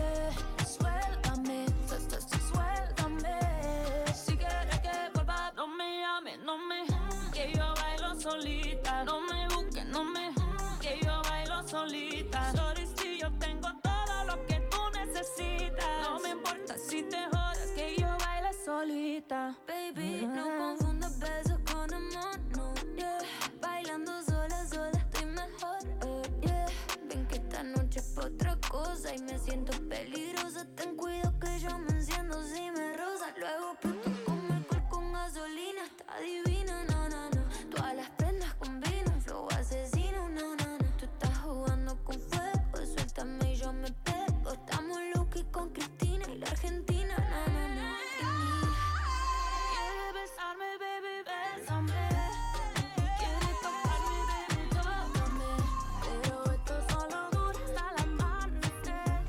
Speaker 7: Suéltame, su- su- su- suéltame. Si quieres que vuelva, no me llames, no me. Que yo bailo solita, no me busques, no me. Que yo bailo solita. Sorry si yo tengo todo lo que tú necesitas. No me importa si te jodas, que yo bailo solita. Ah.
Speaker 1: Baby, no confundas besos con amor, no, yeah. Bailando sola, sola estoy mejor, eh, yeah. Ven que esta noche es pa' otra cosa y me siento peligrosa. Ten cuidado que yo me enciendo si me rosa. Luego pronto con alcohol con gasolina, está divina, no, no, no. Todas las prendas combinan, flow asesino, no, no, no. Tú estás jugando con fuego, suéltame y yo me pego. Estamos Lucky con Cristina y la Argentina, no, no, no. Y mira,
Speaker 7: Quiere besarme, baby, bésame. Quiere tocarme, baby, tócame. Pero esto solo dura hasta el amanecer.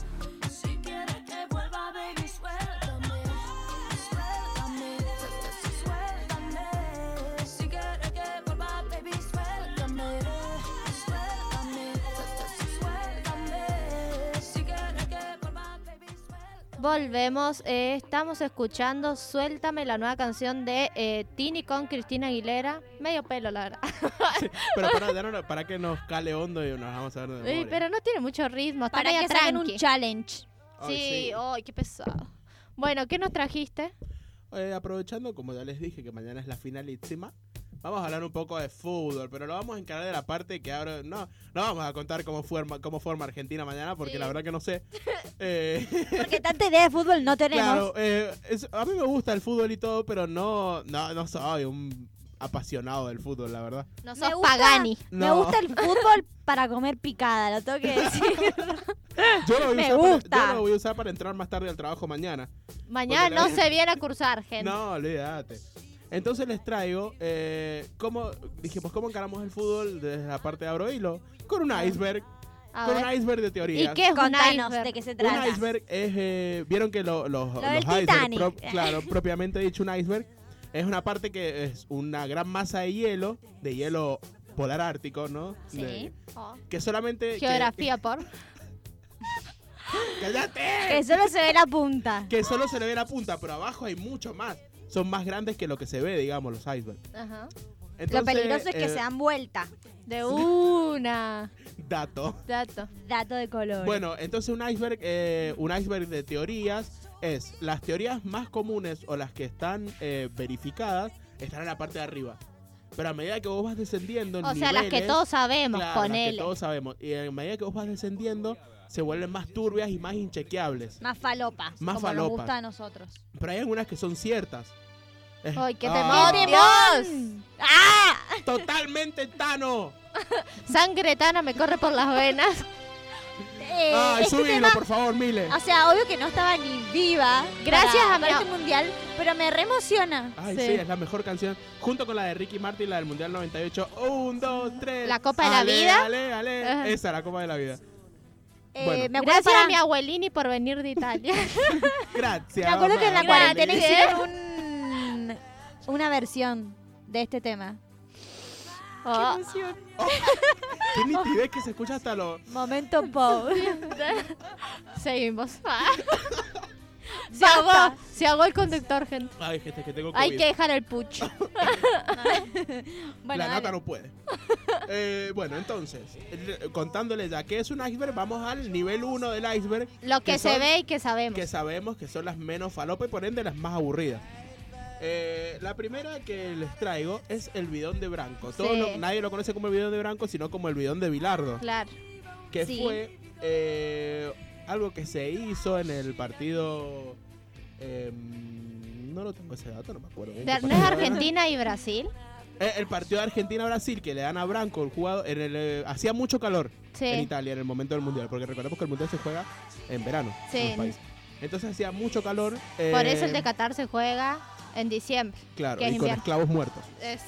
Speaker 7: Si quieres que vuelva, baby, suéltame. Suéltame, su- su- su- suéltame. Si quieres que vuelva, baby, suéltame. Suéltame, su- su- su- suéltame. Si quieres que vuelva, baby, suéltame.
Speaker 3: Volvemos, eh, estamos escuchando Suéltame, la nueva canción de eh, Tini con Cristina Aguilera. Medio pelo, la verdad.
Speaker 4: Pero para, no, no, para que nos cale hondo y nos vamos a ver de
Speaker 3: Ey,
Speaker 4: memoria.
Speaker 3: pero no tiene mucho ritmo, está
Speaker 5: Para
Speaker 3: medio
Speaker 5: que saquen un
Speaker 3: tranqui.
Speaker 5: challenge.
Speaker 4: Ay,
Speaker 3: sí,
Speaker 4: sí.
Speaker 3: ay, qué pesado. Bueno, ¿qué nos trajiste?
Speaker 4: Eh, aprovechando, como ya les dije, que mañana es la finalísima, vamos a hablar un poco de fútbol, pero lo vamos a encarar de la parte que ahora no, no vamos a contar cómo forma, cómo forma Argentina mañana, porque
Speaker 3: Sí.
Speaker 4: la verdad que no sé. Eh,
Speaker 5: Porque tanta idea de fútbol no tenemos.
Speaker 4: claro, eh, es- a mí me gusta el fútbol y todo, pero no, no, no soy un apasionado del fútbol, la verdad.
Speaker 3: No
Speaker 5: Me
Speaker 3: sos
Speaker 5: gusta-
Speaker 3: Pagani.
Speaker 4: No.
Speaker 5: Me gusta el fútbol para comer picada, lo tengo que decir.
Speaker 4: Yo lo voy a
Speaker 5: Me
Speaker 4: usar para-
Speaker 5: gusta.
Speaker 4: yo lo voy a usar para entrar más tarde al trabajo mañana.
Speaker 3: Mañana no
Speaker 4: Porque la-
Speaker 3: se viene a cursar, gente.
Speaker 4: No, olvídate. Entonces les traigo, eh, cómo, dijimos, ¿cómo encaramos el fútbol desde la parte de Abrohilo? Con un iceberg,
Speaker 3: A
Speaker 4: con
Speaker 3: ver.
Speaker 4: un iceberg de teorías.
Speaker 3: ¿Y qué es un
Speaker 5: Contanos
Speaker 3: iceberg?
Speaker 5: de qué se
Speaker 4: Un
Speaker 5: trata.
Speaker 4: iceberg es, eh, vieron que lo- los,
Speaker 5: Lo
Speaker 4: los
Speaker 5: del
Speaker 4: iceberg,
Speaker 5: Titanic.
Speaker 4: claro, propiamente dicho un iceberg, es una parte que es una gran masa de hielo, de hielo polar ártico, ¿no?
Speaker 5: Sí.
Speaker 4: De-
Speaker 3: Oh.
Speaker 4: que solamente... que-
Speaker 3: Geografía, por.
Speaker 4: ¡Cállate!
Speaker 5: Que solo se ve la punta.
Speaker 4: Que solo se le ve la punta, pero abajo hay mucho más. Son más grandes que lo que se ve, digamos, los icebergs.
Speaker 3: Ajá.
Speaker 5: Lo
Speaker 4: Entonces,
Speaker 5: peligroso es que
Speaker 4: eh,
Speaker 5: se dan vuelta.
Speaker 3: De una.
Speaker 4: Dato.
Speaker 3: Dato.
Speaker 5: Dato de color.
Speaker 4: Bueno, entonces un iceberg, eh, un iceberg de teorías es las teorías más comunes o las que están eh, verificadas están en la parte de arriba. Pero a medida que vos vas descendiendo, en
Speaker 3: O sea, las que
Speaker 4: niveles-
Speaker 3: todos sabemos,
Speaker 4: claro, las que
Speaker 3: ponele.
Speaker 4: todos sabemos. Y a medida que vos vas descendiendo, se vuelven más turbias y más inchequeables.
Speaker 5: Más falopa.
Speaker 4: Más
Speaker 5: como
Speaker 4: falopa.
Speaker 5: nos gusta a nosotros.
Speaker 4: Pero hay algunas que son ciertas. Es-
Speaker 3: ¡Ay, qué
Speaker 4: Ah,
Speaker 3: temor! ¡Dios!
Speaker 5: ¡Ah!
Speaker 4: Totalmente Tano.
Speaker 3: Sangre tana me corre por las venas.
Speaker 5: Eh,
Speaker 4: Ay,
Speaker 5: este
Speaker 4: subilo,
Speaker 5: tema-
Speaker 4: por favor, Mile.
Speaker 5: O sea, obvio que no estaba ni viva.
Speaker 3: Gracias
Speaker 5: para-
Speaker 3: a mi
Speaker 5: para
Speaker 3: a-
Speaker 5: este mundial, pero me reemociona.
Speaker 4: Ay,
Speaker 3: Sí.
Speaker 4: sí. es la mejor canción. Junto con la de Ricky Martin, la del Mundial 98. Un, dos, tres.
Speaker 3: La Copa de la
Speaker 4: Ale,
Speaker 3: Vida.
Speaker 4: Ale, ale.
Speaker 3: Ajá.
Speaker 4: Esa, la Copa de la Vida.
Speaker 5: Eh,
Speaker 4: Bueno.
Speaker 5: me acuerdo,
Speaker 3: Gracias
Speaker 5: para-
Speaker 3: a mi abuelini por venir de Italia.
Speaker 4: Gracias.
Speaker 5: me acuerdo que en la
Speaker 4: mamá.
Speaker 5: cuarentena
Speaker 3: Gracias.
Speaker 5: hicieron un- una versión de este tema.
Speaker 3: Oh.
Speaker 4: Qué nitidez que se escucha hasta lo...
Speaker 5: Momento Pau.
Speaker 3: Seguimos. Ah. Se ahogó, se ahogó el conductor, gente.
Speaker 4: Ay, gente, que tengo COVID.
Speaker 3: Hay que dejar el pucho.
Speaker 5: bueno,
Speaker 4: la
Speaker 5: dale.
Speaker 4: nata no puede. Eh, bueno, entonces, el- contándole ya que es un iceberg, vamos al nivel 1 del iceberg,
Speaker 3: Lo que
Speaker 4: Que
Speaker 3: se
Speaker 4: son-
Speaker 3: ve y que sabemos.
Speaker 4: que sabemos que son las menos falopa y por ende las más aburridas. Eh, la primera que les traigo es el bidón de Branco. Todo
Speaker 3: Sí.
Speaker 4: lo- nadie lo conoce como el bidón de Branco, sino como el bidón de Bilardo.
Speaker 3: Claro.
Speaker 4: que
Speaker 5: Sí.
Speaker 4: fue eh, algo que se hizo en el partido... em, no lo tengo ese dato, no me acuerdo. bien
Speaker 3: De-
Speaker 4: qué
Speaker 3: ¿No es
Speaker 4: partido era.
Speaker 3: Argentina y Brasil?
Speaker 4: Eh, el partido de Argentina-Brasil que le dan a Branco, el jugador, en el, eh, hacía mucho calor en
Speaker 3: Sí.
Speaker 4: Italia en el momento del Mundial, porque recordemos que el Mundial se juega en verano
Speaker 3: Sí.
Speaker 4: en los países. Entonces hacía mucho calor. eh,
Speaker 3: Por eso el de Qatar se juega en diciembre.
Speaker 4: Claro,
Speaker 3: que es
Speaker 4: y con
Speaker 3: invierno.
Speaker 4: esclavos muertos.
Speaker 3: Es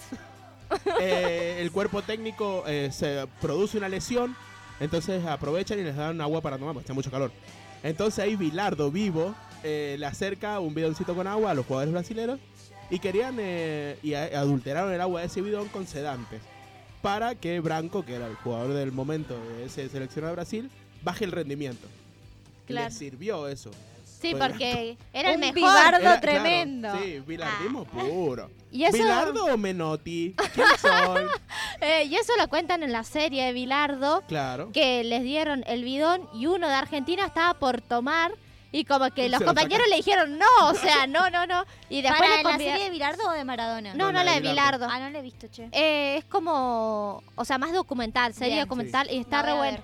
Speaker 4: Eh, el cuerpo técnico eh, se produce una lesión, entonces aprovechan y les dan agua para tomar, porque hace mucho calor. Entonces ahí Bilardo, vivo, eh, le acerca un bidoncito con agua a los jugadores brasileños y querían eh, y a- adulteraron el agua de ese bidón con sedantes para que Branco, que era el jugador del momento de ese seleccionado de Brasil, baje el rendimiento.
Speaker 3: Claro.
Speaker 4: Le sirvió eso.
Speaker 3: Sí,
Speaker 4: Bueno.
Speaker 3: porque era el
Speaker 6: Un
Speaker 3: mejor.
Speaker 6: vivar- Bilardo
Speaker 4: Pues, Era- claro,
Speaker 6: tremendo.
Speaker 4: sí, bilardismo puro.
Speaker 3: Ah. Y eso,
Speaker 4: ¿Bilardo o Menotti? ¿Quién son?
Speaker 3: eh, y eso lo cuentan en la serie de Bilardo,
Speaker 4: Claro.
Speaker 3: que les dieron el bidón y uno de Argentina estaba por tomar. Y como que
Speaker 4: Y
Speaker 3: los
Speaker 4: se lo
Speaker 3: compañeros
Speaker 4: saca.
Speaker 3: le dijeron no, o sea, no, no, no. Y después
Speaker 5: ¿Para
Speaker 3: le
Speaker 5: la
Speaker 3: convi-
Speaker 5: serie de Bilardo o de Maradona?
Speaker 3: No, no, la de Bilardo.
Speaker 5: Ah, no la he visto, che.
Speaker 3: Eh, es como, o sea, más documental, serie
Speaker 5: Bien.
Speaker 3: documental y
Speaker 5: La
Speaker 3: está
Speaker 5: voy
Speaker 3: re
Speaker 5: a
Speaker 3: bueno.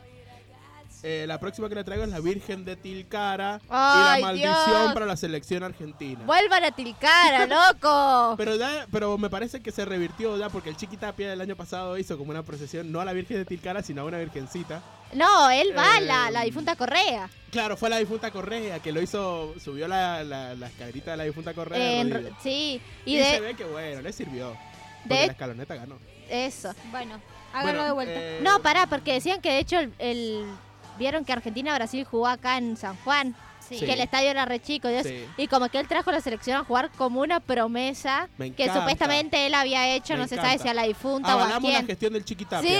Speaker 4: Eh, la próxima que le traigo es la Virgen de Tilcara y
Speaker 3: ¡Ay,
Speaker 4: la maldición
Speaker 3: Dios!
Speaker 4: para la selección argentina.
Speaker 3: Vuelvan a Tilcara, loco.
Speaker 4: Pero ya, pero me parece que se revirtió ya porque el Chiquitapia del año pasado hizo como una procesión no a la Virgen de Tilcara, sino a una virgencita.
Speaker 3: No, él va,
Speaker 4: Eh,
Speaker 3: la, la difunta Correa.
Speaker 4: Claro, fue la difunta Correa que lo hizo, subió la, la, la escalerita de la difunta Correa. de
Speaker 3: Eh, en-
Speaker 4: rodillas.
Speaker 3: sí,
Speaker 4: y
Speaker 3: y
Speaker 4: se
Speaker 3: de
Speaker 4: ve que bueno, le sirvió. Porque
Speaker 3: de-
Speaker 4: la escaloneta ganó.
Speaker 3: eso.
Speaker 5: Bueno, háganlo
Speaker 4: Bueno,
Speaker 5: de vuelta.
Speaker 4: eh,
Speaker 3: No, pará, porque decían que de hecho el, el- vieron que Argentina-Brasil jugó acá en San Juan,
Speaker 4: Sí.
Speaker 3: que el estadio era re chico. Dios.
Speaker 4: Sí.
Speaker 3: Y como que él trajo a la selección a jugar como una promesa
Speaker 4: Me
Speaker 3: que
Speaker 4: encanta.
Speaker 3: supuestamente él había hecho,
Speaker 4: Me
Speaker 3: no se sabe
Speaker 4: encanta.
Speaker 3: si a la difunta o a
Speaker 4: Avalamos la
Speaker 3: quién.
Speaker 4: gestión del Chiquitapia.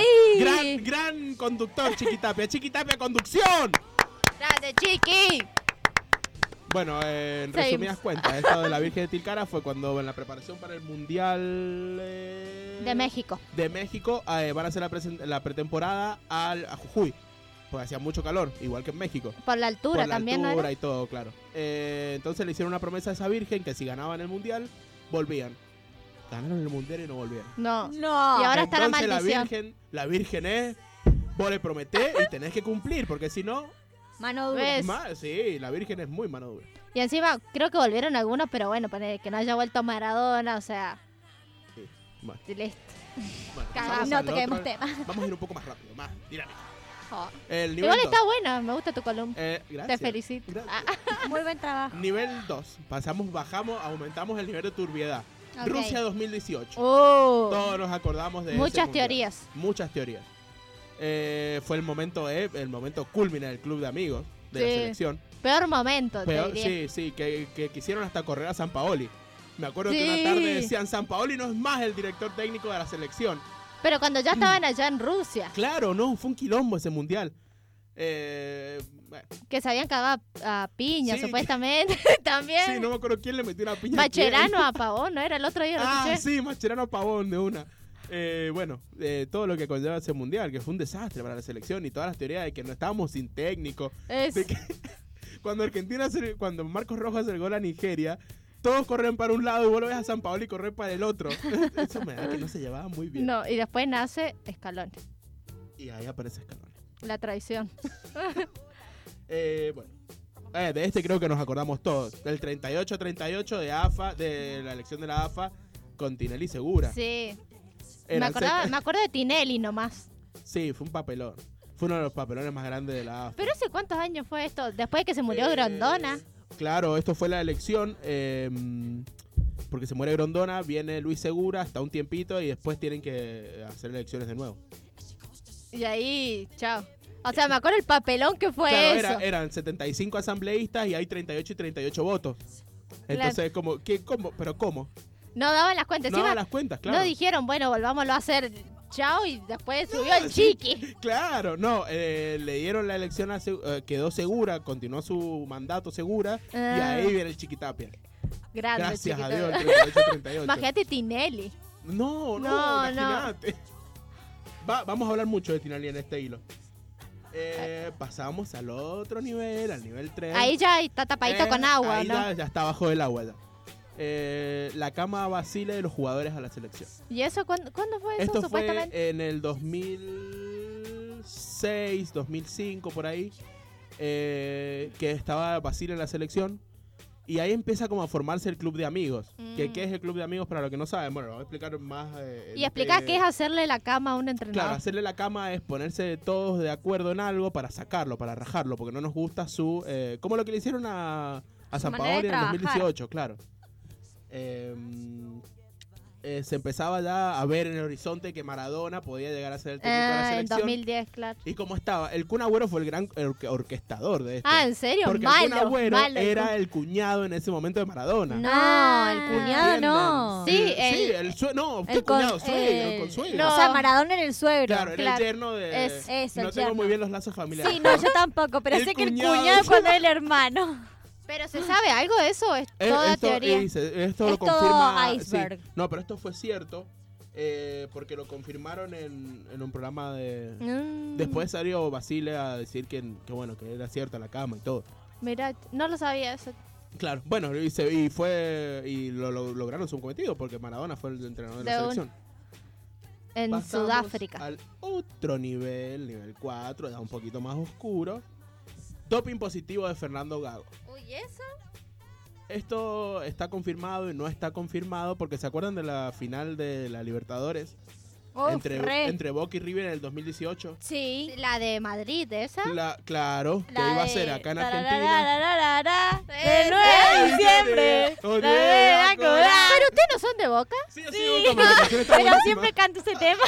Speaker 3: Sí.
Speaker 4: Gran, gran conductor, Chiquitapia. Chiquitapia, conducción.
Speaker 3: Grande, chiqui.
Speaker 4: Bueno, eh, en
Speaker 3: Seguimos.
Speaker 4: resumidas cuentas, esto de la Virgen de Tilcara fue cuando en la preparación para el Mundial eh,
Speaker 3: De México.
Speaker 4: de México, eh, van a hacer la, presen- la pretemporada al, a Jujuy, porque hacía mucho calor, igual que en México.
Speaker 3: Por la altura
Speaker 4: por la
Speaker 3: también,
Speaker 4: altura
Speaker 3: ¿no era?
Speaker 4: y todo, claro. Eh, entonces le hicieron una promesa a esa Virgen que si ganaban el Mundial, volvían. Ganaron el Mundial y no volvieron.
Speaker 3: No.
Speaker 6: No.
Speaker 3: Y ahora está la
Speaker 4: Entonces,
Speaker 3: maldición.
Speaker 4: virgen, la Virgen es, vos le prometés y tenés que cumplir, porque si no,
Speaker 5: Mano dura.
Speaker 3: ¿Ves?
Speaker 4: ma- sí, la Virgen es muy mano dura.
Speaker 3: Y encima creo que volvieron algunos, pero bueno, ponele que no haya vuelto Maradona, o sea,
Speaker 4: Bueno,
Speaker 3: listo.
Speaker 4: bueno,
Speaker 3: Cagamos.
Speaker 4: pasamos
Speaker 5: No
Speaker 4: al
Speaker 5: toquemos
Speaker 4: otro-
Speaker 5: tema.
Speaker 4: Vamos a ir un poco más rápido, más dinámico.
Speaker 3: Oh.
Speaker 4: El nivel
Speaker 3: Igual
Speaker 4: dos.
Speaker 3: está buena, me gusta tu columna.
Speaker 4: Eh,
Speaker 3: Te
Speaker 4: gracias.
Speaker 3: felicito. Ah,
Speaker 4: Gracias.
Speaker 5: Muy buen trabajo.
Speaker 4: Nivel 2. Pasamos, bajamos, aumentamos el nivel de turbiedad.
Speaker 5: Ok.
Speaker 4: Rusia 2018.
Speaker 3: Oh.
Speaker 4: Todos nos acordamos de ese
Speaker 3: Muchas
Speaker 4: mundial.
Speaker 3: teorías.
Speaker 4: Muchas teorías. Eh, fue el momento de- el momento culmine del club de amigos de la
Speaker 3: Sí.
Speaker 4: selección.
Speaker 3: Peor momento,
Speaker 4: Pero,
Speaker 3: te diría.
Speaker 4: sí, sí, que, que quisieron hasta correr a San Paoli. Me acuerdo que
Speaker 3: Sí.
Speaker 4: una tarde decían, San Paoli no es más el director técnico de la selección.
Speaker 3: Pero cuando ya
Speaker 4: Mm.
Speaker 3: estaban allá en Rusia,
Speaker 4: Claro, no, fue un quilombo ese mundial. Eh, bueno,
Speaker 3: que se habían cagado a, a piña,
Speaker 4: Sí.
Speaker 3: supuestamente, también.
Speaker 4: sí, no me acuerdo quién le metió una piña. a quién.
Speaker 3: Eh. Macherano ¿eh? a Pavón, ¿no? Era el otro día, lo
Speaker 4: Ah,
Speaker 3: escuché.
Speaker 4: sí, Mascherano Pavón de una. Eh, bueno, eh, todo lo que conlleva ese mundial, que fue un desastre para la selección y todas las teorías de que no estábamos sin técnico.
Speaker 3: Es-
Speaker 4: de que- cuando Argentina, hace- cuando Marcos Rojas hace el gol a Nigeria, todos corren para un lado y vos lo ves a San Paolo y correr para el otro. Eso me da que no se llevaba muy bien.
Speaker 3: No, y después nace Escalón,
Speaker 4: Y ahí aparece Escalón.
Speaker 3: la traición.
Speaker 4: Eh, bueno. Eh, de este creo que nos acordamos todos. Del 38-38 de AFA, de la elección de la AFA con Tinelli Segura.
Speaker 3: Sí. Me,
Speaker 4: Eran
Speaker 3: acordaba,
Speaker 4: set-
Speaker 3: me acuerdo de Tinelli nomás.
Speaker 4: Sí, fue un papelón. Fue uno de los papelones más grandes de la AFA.
Speaker 3: Pero hace cuántos años fue esto, después de que se murió
Speaker 4: Eh,
Speaker 3: Grondona.
Speaker 4: Claro, esto fue la elección. eh, porque se muere Grondona, viene Luis Segura hasta un tiempito y después tienen que hacer elecciones de nuevo.
Speaker 3: Y ahí, chao. O sea, me acuerdo el papelón que fue
Speaker 4: claro,
Speaker 3: eso.
Speaker 4: era- eran 75 asambleístas y hay 38 y 38 votos. Entonces, como, ¿qué, cómo? ¿Pero cómo?
Speaker 3: No daban las cuentas.
Speaker 4: No
Speaker 3: Encima,
Speaker 4: daban las cuentas, claro.
Speaker 3: no dijeron, bueno, volvámoslo a hacer, chao, y después subió el chiqui.
Speaker 4: Claro, no, eh, le dieron la elección, a Segu- eh, quedó segura, continuó su mandato segura y
Speaker 3: Ah.
Speaker 4: ahí viene el Chiquitapia.
Speaker 3: Grande,
Speaker 4: Gracias a
Speaker 3: chiquito.
Speaker 4: Dios, el 38-38.
Speaker 3: Imagínate Tinelli.
Speaker 4: No, no,
Speaker 3: No, no.
Speaker 4: imagínate. Va- vamos a hablar mucho de Tinali en este hilo. Eh, pasamos al otro nivel, al nivel 3.
Speaker 3: Ahí ya está tapadito con agua,
Speaker 4: Eh, ahí
Speaker 3: ¿no?
Speaker 4: ya, ya está bajo el agua ya. Eh, la cama vacile de los jugadores a la selección.
Speaker 3: ¿Y eso cuándo, cuándo fue eso
Speaker 4: Esto fue
Speaker 3: supuestamente?
Speaker 4: en el 2006, 2006, 2005, por ahí, eh, que estaba Basile en la selección. Y ahí empieza como a formarse el club de amigos. Que,
Speaker 3: Mm.
Speaker 4: ¿Qué es el club de amigos para los que no saben? Bueno, lo voy a explicar más. eh,
Speaker 3: Y explica
Speaker 4: eh,
Speaker 3: qué es hacerle la cama a un
Speaker 4: Claro,
Speaker 3: entrenador.
Speaker 4: hacerle la cama es ponerse todos de acuerdo en algo para sacarlo, para rajarlo, porque no nos gusta su. eh, como lo que le hicieron a, a
Speaker 5: Su
Speaker 4: San
Speaker 5: manera de
Speaker 4: Paoli en el
Speaker 5: trabajar.
Speaker 4: 2018, claro. Em, eh, se empezaba ya a ver en el horizonte que Maradona podía llegar a ser el técnico este de
Speaker 3: Ah,
Speaker 4: la
Speaker 3: en
Speaker 4: selección.
Speaker 3: 2010, claro.
Speaker 4: Y como estaba, el Kun Agüero fue el gran orque- orquestador de esto.
Speaker 3: Ah, ¿en serio?
Speaker 4: Este, porque el Kun
Speaker 3: malo,
Speaker 4: Agüero
Speaker 3: malo. el
Speaker 4: era el cuñado en ese momento de Maradona.
Speaker 3: No, el
Speaker 5: cuñado
Speaker 4: Entiendan.
Speaker 5: no.
Speaker 3: Sí,
Speaker 4: sí,
Speaker 3: el-
Speaker 4: el sue- no, ¿qué
Speaker 6: el con-
Speaker 4: cuñado? Suegro,
Speaker 6: el-
Speaker 4: consuegro.
Speaker 3: No.
Speaker 6: O sea, Maradona era el suegro.
Speaker 4: Claro, era
Speaker 3: Claro.
Speaker 4: el yerno de.
Speaker 3: Es-
Speaker 6: es el
Speaker 4: no tengo
Speaker 6: yerno.
Speaker 4: muy bien los lazos familiares.
Speaker 6: Sí, no, yo tampoco, pero
Speaker 4: El
Speaker 6: sé que el
Speaker 4: cuñado.
Speaker 6: cuñado cuando era el hermano.
Speaker 3: cuñado. Pero ¿se sabe algo de eso? Es
Speaker 4: Eh,
Speaker 3: toda
Speaker 4: esto,
Speaker 3: teoría.
Speaker 4: eh, dice, esto lo
Speaker 6: Es todo
Speaker 4: confirma. sí.
Speaker 6: iceberg.
Speaker 4: No, pero esto fue cierto eh, porque lo confirmaron en, en un programa de.
Speaker 3: Mm,
Speaker 4: Después salió Basile a decir que, que bueno, que era cierta la cama y todo.
Speaker 3: Mira, no lo sabía eso.
Speaker 4: Claro. Bueno, y, se- y fue y lo, lo- lograron su cometido porque Maradona fue el entrenador de, la
Speaker 3: De un-
Speaker 4: selección.
Speaker 3: En
Speaker 4: Pasamos
Speaker 3: Sudáfrica.
Speaker 4: Al otro nivel, nivel 4, ya un poquito más oscuro. Doping positivo de Fernando Gago.
Speaker 5: Uy, eso.
Speaker 4: Esto está confirmado y no está confirmado porque se acuerdan de la final de la Libertadores
Speaker 6: Uf,
Speaker 4: entre,
Speaker 6: re.
Speaker 4: entre Boca y River en el 2018.
Speaker 6: Sí.
Speaker 3: La de Madrid, esa.
Speaker 4: La- claro, que
Speaker 5: La
Speaker 4: iba a
Speaker 5: de
Speaker 4: ser acá en Argentina.
Speaker 5: tarararara,
Speaker 3: Eh,
Speaker 5: De 9 de diciembre.
Speaker 4: Olvidé, olvidé
Speaker 5: La de acordar.
Speaker 3: Pero ustedes no son de boca.
Speaker 4: Sí, sí, Boca, pero la canción está
Speaker 5: Pero
Speaker 4: buenísima.
Speaker 5: siempre canto ese tema.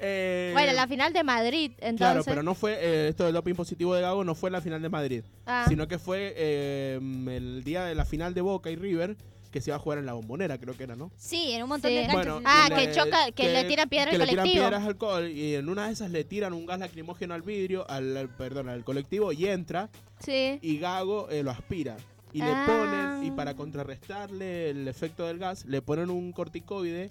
Speaker 4: Eh,
Speaker 3: Bueno, la final de Madrid, entonces.
Speaker 4: Claro, pero no fue eh, esto del doping positivo de Gago no fue la final de Madrid,
Speaker 3: Ah,
Speaker 4: sino que fue eh, el día de la final de Boca y River que se iba a jugar en la bombonera, creo que era, ¿no?
Speaker 5: Sí, en un montón
Speaker 3: Sí.
Speaker 5: de canchas.
Speaker 4: Bueno,
Speaker 3: Ah,
Speaker 4: y
Speaker 3: que choca- que le tiran piedra al
Speaker 4: que le tiran
Speaker 3: colectivo.
Speaker 4: piedras al co- y en una de esas le tiran un gas lacrimógeno al vidrio, al, al- perdón, al colectivo y entra
Speaker 3: sí.
Speaker 4: y Gago eh, lo aspira. Y le
Speaker 3: Ah.
Speaker 4: ponen, y para contrarrestarle el efecto del gas, le ponen un corticoide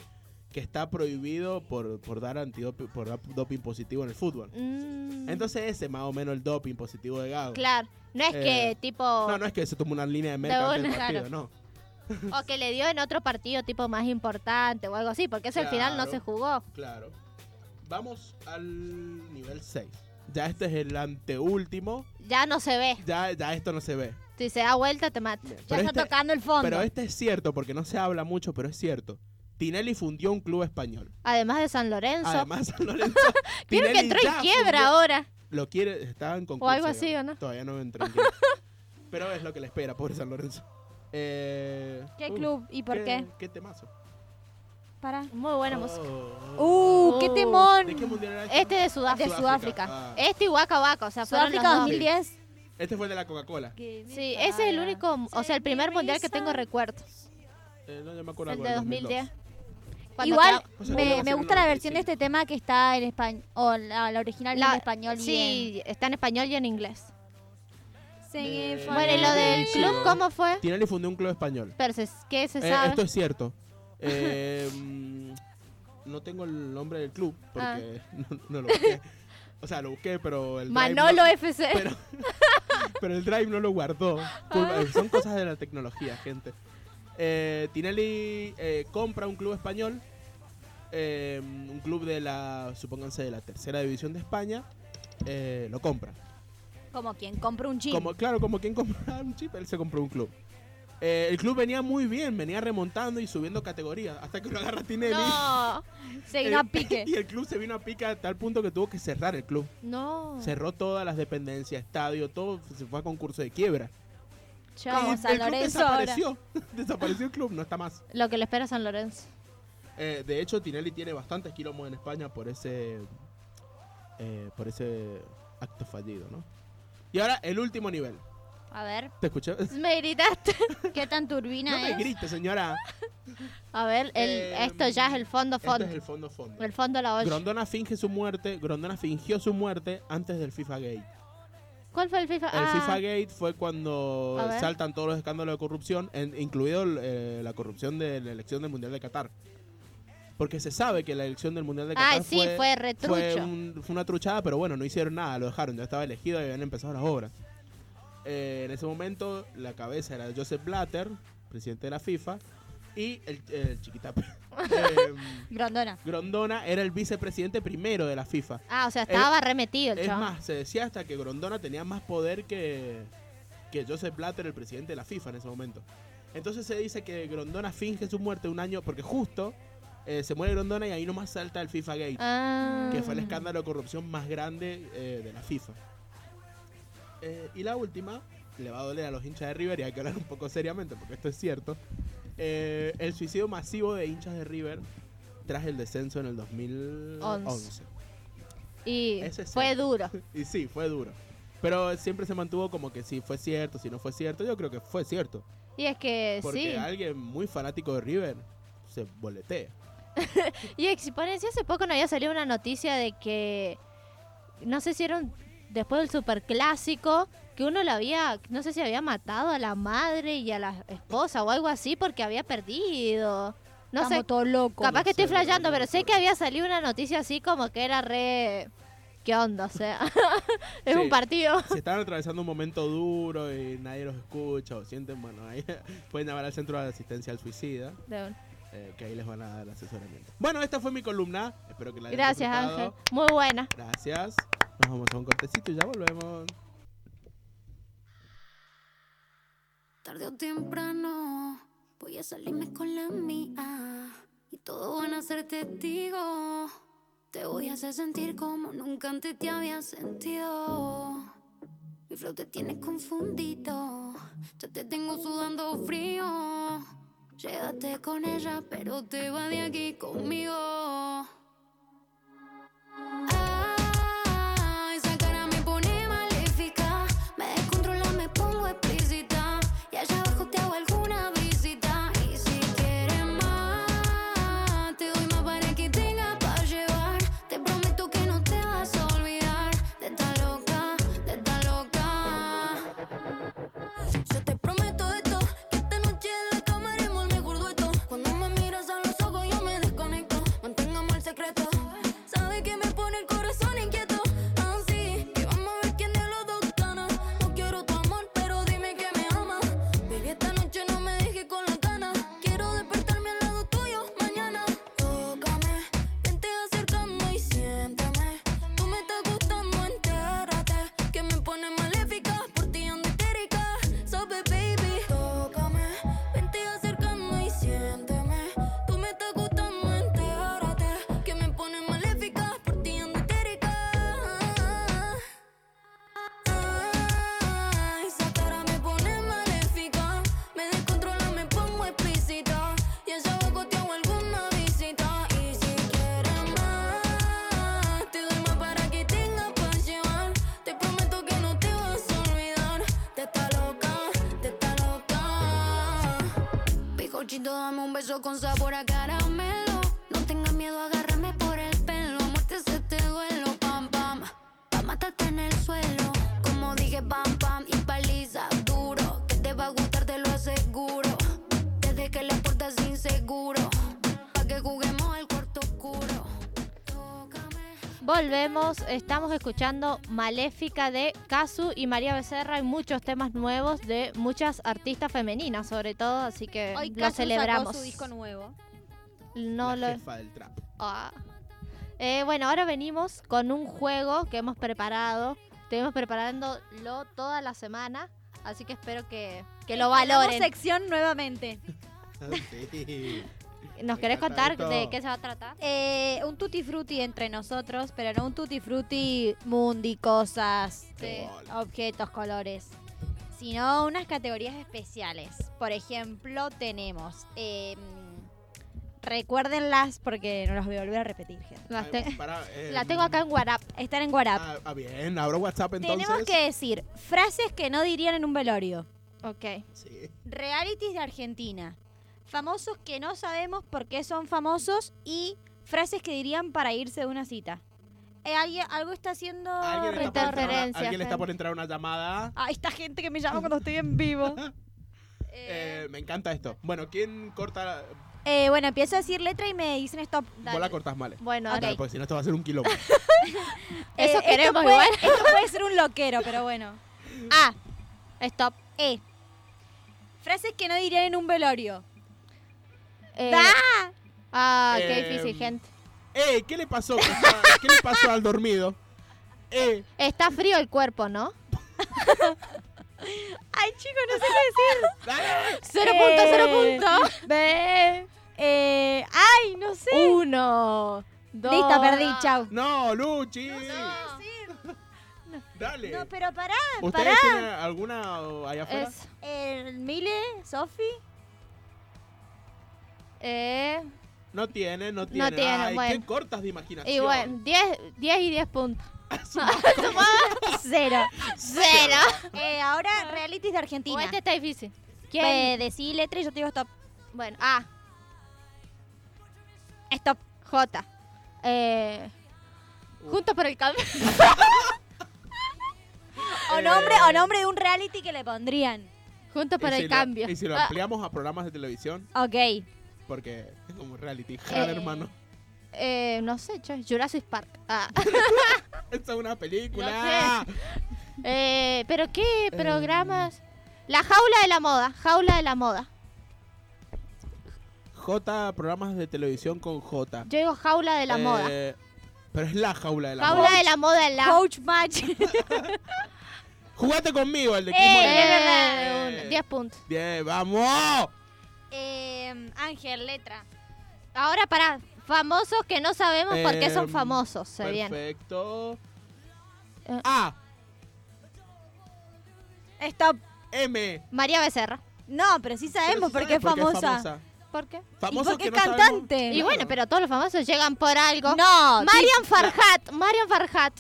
Speaker 4: que está prohibido por, por dar antidoping, por dar doping positivo en el fútbol.
Speaker 3: Mm,
Speaker 4: Entonces ese es más o menos el doping positivo de Gago.
Speaker 3: Claro. No es que
Speaker 4: Eh,
Speaker 3: tipo.
Speaker 4: No, no es que se tomó una línea de meta antes del
Speaker 3: una,
Speaker 4: partido,
Speaker 3: claro.
Speaker 4: no.
Speaker 3: O que le dio en otro partido tipo más importante o algo así, porque ese al final no
Speaker 4: Claro.
Speaker 3: se jugó.
Speaker 4: Claro. Vamos al nivel 6. Ya este es el anteúltimo.
Speaker 3: Ya no se ve.
Speaker 4: Ya, ya esto no se ve.
Speaker 3: Si se da vuelta, te mata.
Speaker 4: Pero
Speaker 6: Ya está
Speaker 4: este,
Speaker 6: tocando el fondo.
Speaker 4: pero este es cierto, porque no se habla mucho, pero es cierto. Tinelli fundió un club español.
Speaker 3: Además de San Lorenzo.
Speaker 4: Además, San Lorenzo.
Speaker 3: Creo que
Speaker 4: Tinelli
Speaker 3: entró
Speaker 4: ya
Speaker 3: en quiebra
Speaker 4: fundió-
Speaker 3: ahora.
Speaker 4: Lo quiere, estaba en concurso.
Speaker 3: algo así,
Speaker 4: digamos.
Speaker 3: ¿o no?
Speaker 4: Todavía no entró en quiebra. Pero es lo que le espera, pobre San Lorenzo. Eh,
Speaker 6: ¿Qué
Speaker 4: uh,
Speaker 6: club y por qué?
Speaker 4: ¿Qué temazo?
Speaker 6: Para.
Speaker 3: Muy buena música.
Speaker 4: Oh.
Speaker 6: Uh, qué
Speaker 3: Oh.
Speaker 6: temón.
Speaker 4: ¿De qué mundial era
Speaker 3: Este de Sudáfrica.
Speaker 6: De Sudáfrica.
Speaker 4: Ah.
Speaker 3: Este y Waka Waka, o sea, fueron los
Speaker 6: Sudáfrica
Speaker 3: dos.
Speaker 6: 2010.
Speaker 4: Este fue el de la Coca-Cola.
Speaker 3: Sí, ese es el único, o sea, el primer mundial que tengo recuerdo.
Speaker 4: Eh, no, yo me acuerdo
Speaker 3: El
Speaker 4: algo
Speaker 3: de
Speaker 4: del
Speaker 3: 2010.
Speaker 4: 2002.
Speaker 3: Cuando
Speaker 6: Igual
Speaker 3: quedaba-
Speaker 4: O sea,
Speaker 6: me,
Speaker 4: podemos
Speaker 6: me
Speaker 4: ir
Speaker 6: gusta la
Speaker 4: al
Speaker 6: versión de
Speaker 4: 95.
Speaker 6: este tema que está en español, o la, la original
Speaker 3: La-
Speaker 6: en español.
Speaker 3: sí, está en español y en inglés.
Speaker 6: y en-
Speaker 4: Eh,
Speaker 3: Bueno, ¿y lo del
Speaker 4: Sí.
Speaker 3: club cómo fue?
Speaker 4: Tinelli fundó un club español.
Speaker 3: Pero se- ¿qué se
Speaker 4: Eh,
Speaker 3: sabe?
Speaker 4: esto es cierto. Eh, mm, no tengo el nombre del club
Speaker 3: Ah.
Speaker 4: porque no, no lo busqué. O sea, lo busqué, pero el drive
Speaker 3: Manolo
Speaker 4: no,
Speaker 3: FC.
Speaker 4: pero, pero el drive no lo guardó.
Speaker 3: Ah.
Speaker 4: Culpa- Son cosas de la tecnología, gente. Eh, Tinelli eh, compra un club español, eh, un club de la, supónganse, de la tercera división de España, eh, lo compra.
Speaker 5: Como quien compra un chip.
Speaker 4: Como, claro, como quien compra un chip, él se compró un club. Eh, el club venía muy bien, venía remontando y subiendo categoría, hasta que lo agarra Tinelli.
Speaker 3: No,
Speaker 6: Se
Speaker 4: Eh,
Speaker 6: vino a pique.
Speaker 4: Y el club se vino a pica a tal punto que tuvo que cerrar el club.
Speaker 6: Oh.
Speaker 3: no.
Speaker 4: Cerró todas las dependencias, estadio, todo se fue a concurso de quiebra.
Speaker 3: Chao.
Speaker 4: Y
Speaker 5: San
Speaker 4: el club
Speaker 5: Lorenzo
Speaker 4: desapareció. desapareció el club, no está más.
Speaker 3: Lo que le espera San Lorenzo.
Speaker 4: Eh, de hecho, Tinelli tiene bastantes quilombos en España por ese. eh, por ese acto fallido, ¿no? Y ahora el último nivel.
Speaker 5: A ver.
Speaker 4: ¿Te escuché?
Speaker 3: Me gritaste.
Speaker 6: ¿Qué tan
Speaker 4: No
Speaker 6: turbina
Speaker 4: me
Speaker 6: es?
Speaker 4: grites, señora.
Speaker 3: A ver, el,
Speaker 4: Eh,
Speaker 3: esto ya es el fondo,
Speaker 4: Este
Speaker 3: fondo.
Speaker 4: es el fondo fondo.
Speaker 3: el... fondo de la olla.
Speaker 4: Grondona finge su muerte. Grondona fingió su muerte antes del FIFA Gate.
Speaker 3: ¿Cuál fue el FIFA?
Speaker 4: El
Speaker 3: Ah,
Speaker 4: FIFA Gate fue cuando
Speaker 3: A ver.
Speaker 4: saltan todos los escándalos de corrupción, en- incluido eh, la corrupción de la elección del Mundial de Qatar. Porque se sabe que la elección del Mundial de Qatar
Speaker 3: Ay, Ah, sí, fue, retrucho.
Speaker 4: fue, un- fue una truchada, pero bueno, no hicieron nada, lo dejaron, ya estaba elegido y habían empezado las obras. Eh, en ese momento, la cabeza era Joseph Blatter, presidente de la FIFA, Y el, el chiquitape. em,
Speaker 6: Grondona.
Speaker 4: Grondona era el vicepresidente primero de la FIFA.
Speaker 3: Ah, o sea, estaba remetido el
Speaker 4: Es
Speaker 3: chavo.
Speaker 4: más, se decía hasta que Grondona tenía más poder que, que Joseph Blatter, el presidente de la FIFA en ese momento. Entonces se dice que Grondona finge su muerte un año porque justo eh, se muere Grondona y ahí nomás salta el FIFA Gate,
Speaker 3: Ah.
Speaker 4: que fue el escándalo de corrupción más grande eh, de la FIFA. Eh, y la última, le va a doler a los hinchas de River y hay que hablar un poco seriamente porque esto es cierto. Eh, el suicidio masivo de hinchas de River tras el descenso en el 2011.
Speaker 3: Once. Y
Speaker 4: Ese es
Speaker 3: fue
Speaker 4: el-
Speaker 3: duro.
Speaker 4: Y sí, fue duro. Pero siempre se mantuvo como que si fue cierto, si no fue cierto. Yo creo que fue cierto.
Speaker 3: Y es que
Speaker 4: Porque
Speaker 3: Eh, sí.
Speaker 4: alguien muy fanático de River se boletea.
Speaker 3: Y Exponencia hace poco no había salido una noticia de que no sé si era un- después del superclásico que uno lo había, no sé si había matado a la madre y a la esposa o algo así porque había perdido. No
Speaker 6: Estamos
Speaker 3: sé,
Speaker 6: todo loco.
Speaker 3: capaz que
Speaker 4: sé,
Speaker 3: estoy
Speaker 4: la verdad
Speaker 3: flayando,
Speaker 4: no me
Speaker 3: pero sé que
Speaker 4: acuerdo.
Speaker 3: había salido una noticia así como que era re ¿Qué onda? O sea, es
Speaker 4: Sí.
Speaker 3: un partido.
Speaker 4: Si están atravesando un momento duro y nadie los escucha o sienten, bueno, ahí pueden llamar al centro de asistencia al suicida,
Speaker 3: De-
Speaker 4: eh, que ahí les van a dar asesoramiento. Bueno, esta fue mi columna. Espero que la hayan
Speaker 3: Gracias,
Speaker 4: disfrutado.
Speaker 3: Ángel. Muy buena.
Speaker 4: Gracias. Nos vamos a un cortecito y ya volvemos.
Speaker 8: Tarde o temprano voy a salirme con la mía y todos van a ser testigos. Te voy a hacer sentir como nunca antes te había sentido. Mi flow te tiene confundido, ya te tengo sudando frío. Llévate con ella, pero te va de aquí conmigo. Ah, esa cara me pone maléfica, me descontrola, me pongo explícita. Y allá abajo te hago alguna visita. Y si quieres más, te doy más para que tengas para llevar. Te prometo que no te vas a olvidar de esta loca, de esta loca. Yo te prometo esto, que esta noche en la cama haremos el mejor dueto. Cuando me miras a los ojos yo me desconecto, mantengamos el secreto. Sabe que me pone el corazón inquieto, así que vamos a ver quién de los dos gana. No quiero tu amor, pero dime que me amas. Baby, esta noche no me dejes con la gana. Quiero despertarme al lado tuyo mañana. Tócame, vente acercando y siéntame. Tú me estás gustando, entérate. Que me pone maléfica, por ti ando histérica. Sabe, baby. Tócame, vente acercando y siénteme. Tú me estás gustando, entérate. Que me pone maléfica, por ti ando histérica. Ah, esa cara me pone maléfica, me descontrola, me pongo explícita. Y allá abajo te hago alguna visita. Y si quieres más, te doy más para que tengas para llevar. Te prometo que no te vas a olvidar de esta loca, de esta loca. Picochito, dame un beso con sabor a caramelo. No tengas miedo, agárrame por el pelo. Muerte se te duelo, pam pam. Pa' matarte en el suelo. Como dije, pam pam. Y paliza duro. Que te va a gustar, te lo aseguro. Desde que la puerta es inseguro. Pa' que juguemos al cuarto oscuro. Tócame.
Speaker 3: Volvemos, estamos escuchando Maléfica de Casu y María Becerra y muchos temas nuevos de muchas artistas femeninas, sobre todo, así que
Speaker 6: Hoy
Speaker 3: lo celebramos.
Speaker 6: su disco nuevo.
Speaker 3: No
Speaker 4: la
Speaker 3: lo
Speaker 4: jefa del trap.
Speaker 3: Ah. Eh, bueno, ahora venimos con un juego que hemos preparado. Tenemos preparándolo toda la semana, así que espero que, que lo valoren.
Speaker 6: sección nuevamente.
Speaker 4: Ah, Sí.
Speaker 3: ¿Nos
Speaker 4: Me
Speaker 3: querés
Speaker 4: encanta
Speaker 3: contar
Speaker 4: esto.
Speaker 3: de qué se va a tratar?
Speaker 6: Eh, un tutti frutti entre nosotros, pero no un tutti frutti mundi, cosas,
Speaker 3: Ah,
Speaker 4: Qué
Speaker 6: eh,
Speaker 4: bola.
Speaker 6: objetos, colores, sino unas categorías especiales. Por ejemplo, tenemos. eh, recuérdenlas porque no las voy a volver a repetir, gente.
Speaker 3: Las te-
Speaker 4: Ay, pará, eh,
Speaker 3: este, la tengo acá en WhatsApp.
Speaker 6: Están en WhatsApp.
Speaker 4: Ah, ah, bien, abro WhatsApp entonces.
Speaker 6: Tenemos que decir frases que no dirían en un velorio.
Speaker 3: Ok.
Speaker 4: Sí.
Speaker 6: Realities de Argentina. Famosos que no sabemos por qué son famosos y frases que dirían para irse de una cita. Eh, alguie- algo está haciendo
Speaker 4: ¿Alguien está, por entrar, a una-
Speaker 3: Interferencias,
Speaker 4: alguien está
Speaker 3: Oh, Fer.
Speaker 4: por entrar a una llamada?
Speaker 3: Ah,
Speaker 6: a esta gente que me llama cuando estoy en vivo.
Speaker 4: Eh, me encanta esto. Bueno, ¿quién corta?
Speaker 6: Eh, bueno, empiezo a decir letra y me dicen stop.
Speaker 4: Vos la cortás mal.
Speaker 3: Bueno,
Speaker 4: Dale,
Speaker 3: ok.
Speaker 4: porque si Ah, no, esto va a ser un quilombo.
Speaker 6: Eh,
Speaker 3: Eso
Speaker 6: esto
Speaker 3: queremos
Speaker 6: puede-
Speaker 3: igual.
Speaker 6: Esto puede ser un loquero, pero bueno. A.
Speaker 3: Stop.
Speaker 6: E. Frases que no dirían en un velorio.
Speaker 5: eh, Ah, qué
Speaker 4: Eh,
Speaker 5: difícil, gente.
Speaker 4: Eh, ¿qué le pasó? ¿Qué le pasó al dormido? Eh,
Speaker 5: Está frío el cuerpo, ¿no?
Speaker 3: Ay, chicos, no sé qué decir.
Speaker 4: dale.
Speaker 5: Cero punto,
Speaker 3: Eh,
Speaker 5: cero punto.
Speaker 3: Ve. Eh, ay, no sé.
Speaker 6: Uh,
Speaker 5: Uno, dos.
Speaker 3: Listo, perdí, chau.
Speaker 4: No, Luchi. Dale.
Speaker 3: No, pero pará, pará.
Speaker 4: ¿Ustedes tienen alguna o, allá afuera?
Speaker 5: Es,
Speaker 3: Eh, Mile, Sofi.
Speaker 5: eh,
Speaker 4: No tienen, no tienen.
Speaker 5: tienen,
Speaker 4: Ay,
Speaker 5: bueno.
Speaker 4: qué cortas de imaginación.
Speaker 5: y bueno, 10 y 10 puntos.
Speaker 3: Cero.
Speaker 5: Cero.
Speaker 3: Eh, ahora realities de
Speaker 5: O
Speaker 3: Argentina.
Speaker 5: este está difícil. ¿Quién?
Speaker 3: Eh, decí letra y yo te digo stop.
Speaker 5: Bueno, A,
Speaker 3: Stop.
Speaker 5: J. Eh,
Speaker 4: Uh.
Speaker 5: juntos por el cambio.
Speaker 3: O
Speaker 4: Eh,
Speaker 3: nombre, o nombre de un reality que le pondrían.
Speaker 5: juntos
Speaker 4: y
Speaker 5: por
Speaker 4: si
Speaker 5: el
Speaker 4: lo-
Speaker 5: cambio.
Speaker 4: Y si lo
Speaker 5: Ah,
Speaker 4: ampliamos a programas de televisión,
Speaker 3: Ok.
Speaker 4: porque es como un reality. Jala,
Speaker 5: Eh.
Speaker 4: hermano.
Speaker 5: eh, no sé, che, Jurassic Park. Ah.
Speaker 4: Esta es una película.
Speaker 5: Eh, ¿Pero qué
Speaker 4: Eh,
Speaker 5: programas? La jaula de la moda, jaula de la moda.
Speaker 4: J, programas de televisión con J.
Speaker 5: Yo digo jaula de la moda.
Speaker 4: Eh, Pero es la jaula de la
Speaker 5: Jaula
Speaker 4: moda.
Speaker 5: de la moda en la...
Speaker 3: Coach match.
Speaker 4: Jugate conmigo, el de Kim Moreno.
Speaker 5: Eh,
Speaker 4: Eh.
Speaker 5: un- 10 puntos.
Speaker 4: Bien, ¡Vamos!
Speaker 3: Eh, Ángel, letra.
Speaker 5: Ahora para famosos que no sabemos por qué son
Speaker 4: Em,
Speaker 5: famosos. Se viene.
Speaker 4: Perfecto.
Speaker 5: Eh.
Speaker 4: Ah, A,
Speaker 3: Stop.
Speaker 4: M.
Speaker 5: María Becerra.
Speaker 3: No, pero sí sabemos
Speaker 4: Pero
Speaker 3: por
Speaker 4: sí
Speaker 3: qué es
Speaker 4: saben por
Speaker 3: famosa.
Speaker 5: ¿Por qué?
Speaker 3: Y
Speaker 4: Famosos
Speaker 3: porque
Speaker 4: que
Speaker 3: es
Speaker 4: no sabemos.
Speaker 3: cantante.
Speaker 5: Y bueno, pero todos los famosos llegan por algo.
Speaker 3: Eh, No.
Speaker 5: Marian Farhat, Marian Farhat.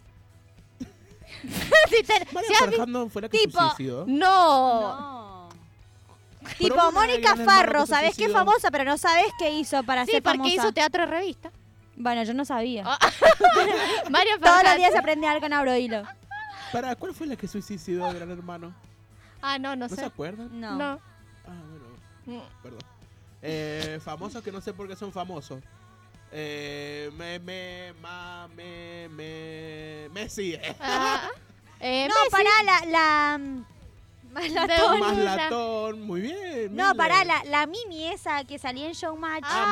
Speaker 5: Si te-
Speaker 4: María
Speaker 5: si has
Speaker 4: Farjat no fue la que se
Speaker 3: tipo-
Speaker 4: suicidó.
Speaker 5: vi- No.
Speaker 3: No.
Speaker 4: Pero
Speaker 3: Tipo
Speaker 4: una de
Speaker 3: Mónica
Speaker 4: Gran Hermano
Speaker 3: Farro,
Speaker 4: que se
Speaker 3: sabes que es
Speaker 4: suicidó.
Speaker 3: famosa, pero no sabes qué hizo para
Speaker 5: Sí,
Speaker 3: ser
Speaker 5: porque
Speaker 3: famosa.
Speaker 5: hizo teatro de revista.
Speaker 3: Bueno, yo no sabía.
Speaker 5: Ah, Marian
Speaker 3: Todos
Speaker 5: Farhat.
Speaker 3: los días aprendí algo en Abro Hilo.
Speaker 4: Pará, ¿cuál fue la que se suicidó, gran hermano?
Speaker 5: Ah, no, no
Speaker 4: ¿No se
Speaker 5: sé.
Speaker 4: acuerdan?
Speaker 3: No.
Speaker 5: No.
Speaker 4: Ah, bueno. Perdón. Eh, famosos que no sé por qué son famosos. Eh, me, me, ma, me, me, Messi.
Speaker 5: Ah, eh,
Speaker 3: No,
Speaker 5: Messi.
Speaker 3: pará, la. la mm, más la
Speaker 5: De-
Speaker 3: Tony.
Speaker 4: Más
Speaker 5: Hola.
Speaker 4: latón. Muy bien.
Speaker 3: no,
Speaker 4: Miller.
Speaker 3: pará, la, la Mimi esa que salía en Showmatch.
Speaker 4: Ah,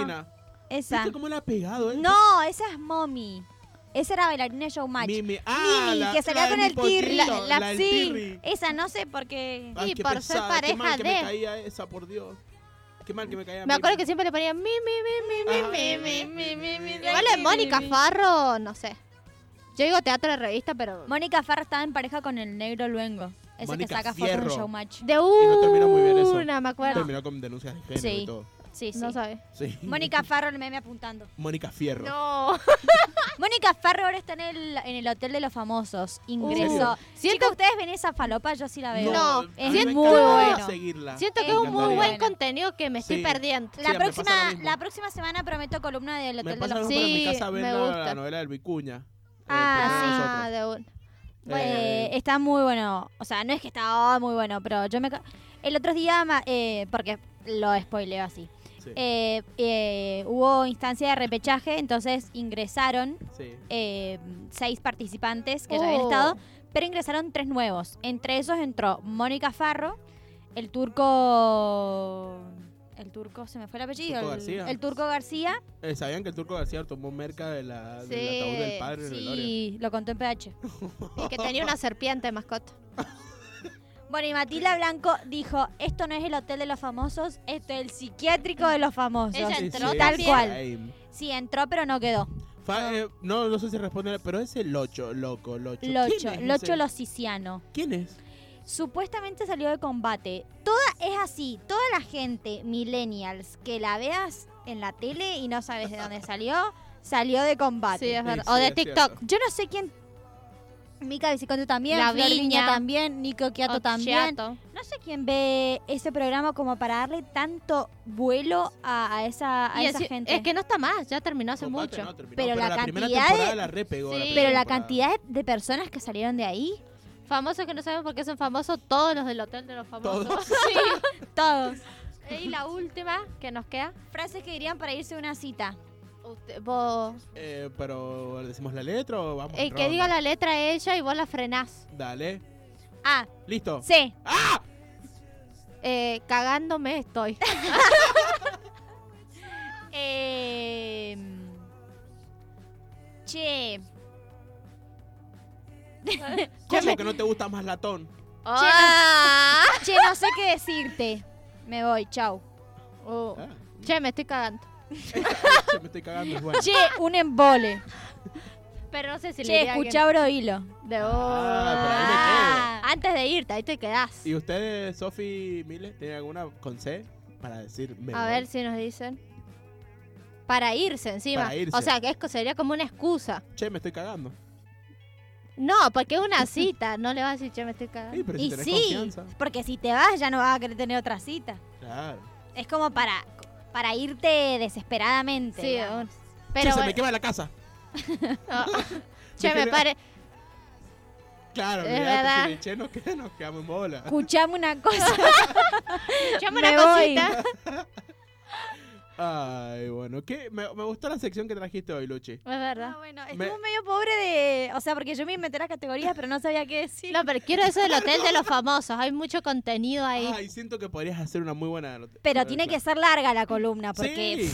Speaker 4: Mommy Jardina.
Speaker 3: esa.
Speaker 4: ¿Viste cómo le ha pegado, eh?
Speaker 3: No, esa es Mommy. Esa era bailarina de Showmatch.
Speaker 4: Mimi, ah,
Speaker 3: Mimi,
Speaker 4: la-
Speaker 3: que salía
Speaker 4: la
Speaker 3: con
Speaker 4: del
Speaker 3: el tirri.
Speaker 4: Nipochito,
Speaker 5: La- la-
Speaker 4: del
Speaker 5: sí. Eh,
Speaker 4: tirri.
Speaker 3: Esa no sé por qué.
Speaker 4: Ay,
Speaker 5: Sí,
Speaker 4: qué
Speaker 5: por ser
Speaker 4: pesada, qué
Speaker 5: pareja
Speaker 4: mal que me
Speaker 5: de.
Speaker 4: caía esa, por Dios. Qué mal que me caía.
Speaker 5: Me acuerdo que
Speaker 4: Mimi.
Speaker 5: siempre le ponían mi, mi, mi, mi, mi,
Speaker 4: Ay,
Speaker 5: mi, mi.
Speaker 4: Ah, mi, mi, mi, mi.
Speaker 5: Igual es Mónica Farro, no sé. Yo digo teatro de revista, pero.
Speaker 3: Mónica Farro estaba en pareja con el negro Luengo. Ese
Speaker 4: Mónica
Speaker 3: que saca fotos
Speaker 4: Fierro.
Speaker 3: en Showmatch.
Speaker 5: De
Speaker 4: terminó muy bien eso.
Speaker 5: una, me acuerdo.
Speaker 4: Terminó con denuncias de género
Speaker 3: Sí.
Speaker 4: y todo.
Speaker 3: Sí, sí.
Speaker 5: No sabe.
Speaker 4: Sí.
Speaker 3: Mónica Farro, el meme apuntando.
Speaker 4: Mónica Fierro.
Speaker 5: No.
Speaker 3: Mónica Farro ahora está en el, en el Hotel de los Famosos. Ingreso.
Speaker 4: ¿En
Speaker 3: Siento que ustedes ven esa falopa, yo sí la veo.
Speaker 5: No.
Speaker 3: es
Speaker 4: me
Speaker 3: muy
Speaker 4: encantaría
Speaker 3: bueno.
Speaker 4: seguirla.
Speaker 5: Siento que
Speaker 4: Me
Speaker 5: es un muy
Speaker 4: encantaría.
Speaker 5: buen
Speaker 3: Bueno.
Speaker 5: contenido que me estoy
Speaker 4: Sí.
Speaker 5: perdiendo.
Speaker 4: Sí,
Speaker 3: La,
Speaker 4: me pasa lo
Speaker 3: próxima,
Speaker 4: mismo.
Speaker 3: la próxima semana prometo columna del
Speaker 4: Me
Speaker 3: Hotel de
Speaker 4: pasa
Speaker 3: los Famosos.
Speaker 4: lo mismo en mi
Speaker 5: Sí,
Speaker 4: casa ven
Speaker 5: me
Speaker 4: la,
Speaker 5: gusta.
Speaker 4: la novela del Vicuña. eh,
Speaker 3: Ah,
Speaker 5: Ah, de una.
Speaker 4: por nosotros.
Speaker 3: Eh,
Speaker 4: Eh,
Speaker 3: está muy bueno. O sea, no es que está muy bueno, pero yo me. ca- El otro día, ma- eh, porque lo spoileo así.
Speaker 4: sí,
Speaker 3: Eh, eh, hubo instancia de repechaje, entonces ingresaron
Speaker 4: sí.
Speaker 3: eh, seis participantes que ya habían
Speaker 5: Oh.
Speaker 3: estado, pero ingresaron tres nuevos. Entre esos entró Mónica Farro, el turco. El turco, se me fue el apellido.
Speaker 4: Turco
Speaker 3: el-
Speaker 4: García.
Speaker 3: el turco García.
Speaker 4: Eh, ¿Sabían que el turco García tomó merca de la, del
Speaker 5: Sí,
Speaker 4: ataúd del padre en el velorio?
Speaker 3: Sí, lo contó en PH.
Speaker 5: Y que tenía una serpiente de mascota.
Speaker 3: Bueno, y Matilda Blanco dijo, esto no es el hotel de los famosos, esto es el psiquiátrico de los famosos.
Speaker 5: Ella
Speaker 4: Sí,
Speaker 5: entró
Speaker 4: sí,
Speaker 3: tal
Speaker 4: sí,
Speaker 3: cual.
Speaker 4: same.
Speaker 3: Sí, entró, pero no quedó.
Speaker 4: Fa- eh, no, no sé si responde, pero es el Locho, loco, Locho.
Speaker 3: Locho,
Speaker 4: ¿Quién es
Speaker 3: Locho
Speaker 4: ese?
Speaker 3: Losiciano.
Speaker 4: ¿Quién es?
Speaker 3: Supuestamente salió de combate. Toda es así, toda la gente, millennials, que la veas en la tele y no sabes de dónde salió, salió de combate.
Speaker 5: Sí, es verdad.
Speaker 4: Sí,
Speaker 5: o
Speaker 4: sí,
Speaker 5: de
Speaker 4: es
Speaker 5: TikTok.
Speaker 3: Yo no sé quién... Mica Viciconte también,
Speaker 5: La
Speaker 3: Flor Viña
Speaker 5: Viña.
Speaker 3: también, Nico Quiato
Speaker 5: O
Speaker 3: también.
Speaker 5: Chiato.
Speaker 3: No sé quién ve ese programa como para darle tanto vuelo a, a esa, a
Speaker 5: Y
Speaker 3: esa
Speaker 5: es,
Speaker 3: gente.
Speaker 5: es que no está más, ya terminó hace
Speaker 4: Combate
Speaker 5: mucho.
Speaker 4: no terminó,
Speaker 3: Pero la
Speaker 4: primera
Speaker 3: cantidad
Speaker 4: temporada
Speaker 3: de-
Speaker 4: la repegó.
Speaker 5: Sí.
Speaker 4: primera
Speaker 3: Pero la
Speaker 4: temporada.
Speaker 3: cantidad de, de personas que salieron de ahí,
Speaker 5: Famosos que no sabemos por qué son famosos, todos los del hotel de los famosos.
Speaker 4: Todos.
Speaker 5: Sí.
Speaker 3: todos.
Speaker 5: Y la última que nos queda.
Speaker 3: Frases que dirían para irse a una cita.
Speaker 5: Usted- vos-
Speaker 4: Eh, pero decimos la letra o vamos.
Speaker 5: el
Speaker 4: en
Speaker 5: que
Speaker 4: ronda?
Speaker 5: diga la letra ella y vos la frenás.
Speaker 4: Dale.
Speaker 3: A,
Speaker 4: Listo.
Speaker 3: C,
Speaker 5: Eh, cagándome estoy.
Speaker 4: ¿Cómo que no te gusta más latón?
Speaker 1: Ah.
Speaker 3: Che, no sé qué decirte. Me voy, chau.
Speaker 1: Oh.
Speaker 4: Ah,
Speaker 1: Che, me estoy cagando.
Speaker 4: che, me estoy cagando, es bueno.
Speaker 3: Che, un embole.
Speaker 1: Pero no sé si le
Speaker 3: Che,
Speaker 1: diría a alguien-
Speaker 3: escucha bro hilo.
Speaker 1: De
Speaker 4: Ah,
Speaker 1: Antes de irte, ahí te quedás.
Speaker 4: ¿Y ustedes, Sofi Mile, tienen alguna con C para decir me
Speaker 1: A
Speaker 4: voy?
Speaker 1: ver si nos dicen. Para irse encima.
Speaker 4: Para irse.
Speaker 1: O sea, que es, co- sería como una excusa.
Speaker 4: Che, me estoy cagando.
Speaker 1: No, porque es una cita. No le vas a decir, che, me estoy
Speaker 4: Sí,
Speaker 1: cagando.
Speaker 4: pero si
Speaker 3: Y
Speaker 4: tenés
Speaker 3: sí,
Speaker 4: confianza.
Speaker 3: porque si te vas ya no vas a querer tener otra cita.
Speaker 4: Claro.
Speaker 3: Es como para, para irte desesperadamente.
Speaker 1: Sí,
Speaker 3: digamos.
Speaker 1: aún.
Speaker 4: che,
Speaker 1: Pero
Speaker 4: se
Speaker 1: bueno,
Speaker 4: me quema la casa.
Speaker 1: ah, che,
Speaker 4: quema-
Speaker 1: me pare...
Speaker 4: Claro,
Speaker 1: Es
Speaker 4: olvidate,
Speaker 1: verdad.
Speaker 4: si me che, nos, qued- nos quedamos en bola.
Speaker 3: Escuchame una cosa.
Speaker 1: Llama
Speaker 3: Me
Speaker 1: una
Speaker 3: voy.
Speaker 1: cosita.
Speaker 4: Ay, bueno, ¿qué? Me, me gustó la sección que trajiste hoy, Luchi.
Speaker 1: Es verdad.
Speaker 3: Ah, bueno,
Speaker 4: Me-
Speaker 3: estuvo medio pobre de. O sea, porque yo me inventé las categorías, pero no sabía qué decir.
Speaker 1: No, pero quiero eso del hotel de los famosos. Hay mucho contenido ahí.
Speaker 4: Ay, siento que podrías hacer una muy buena nota.
Speaker 3: Pero tiene que ser larga la columna,
Speaker 4: Sí.
Speaker 3: porque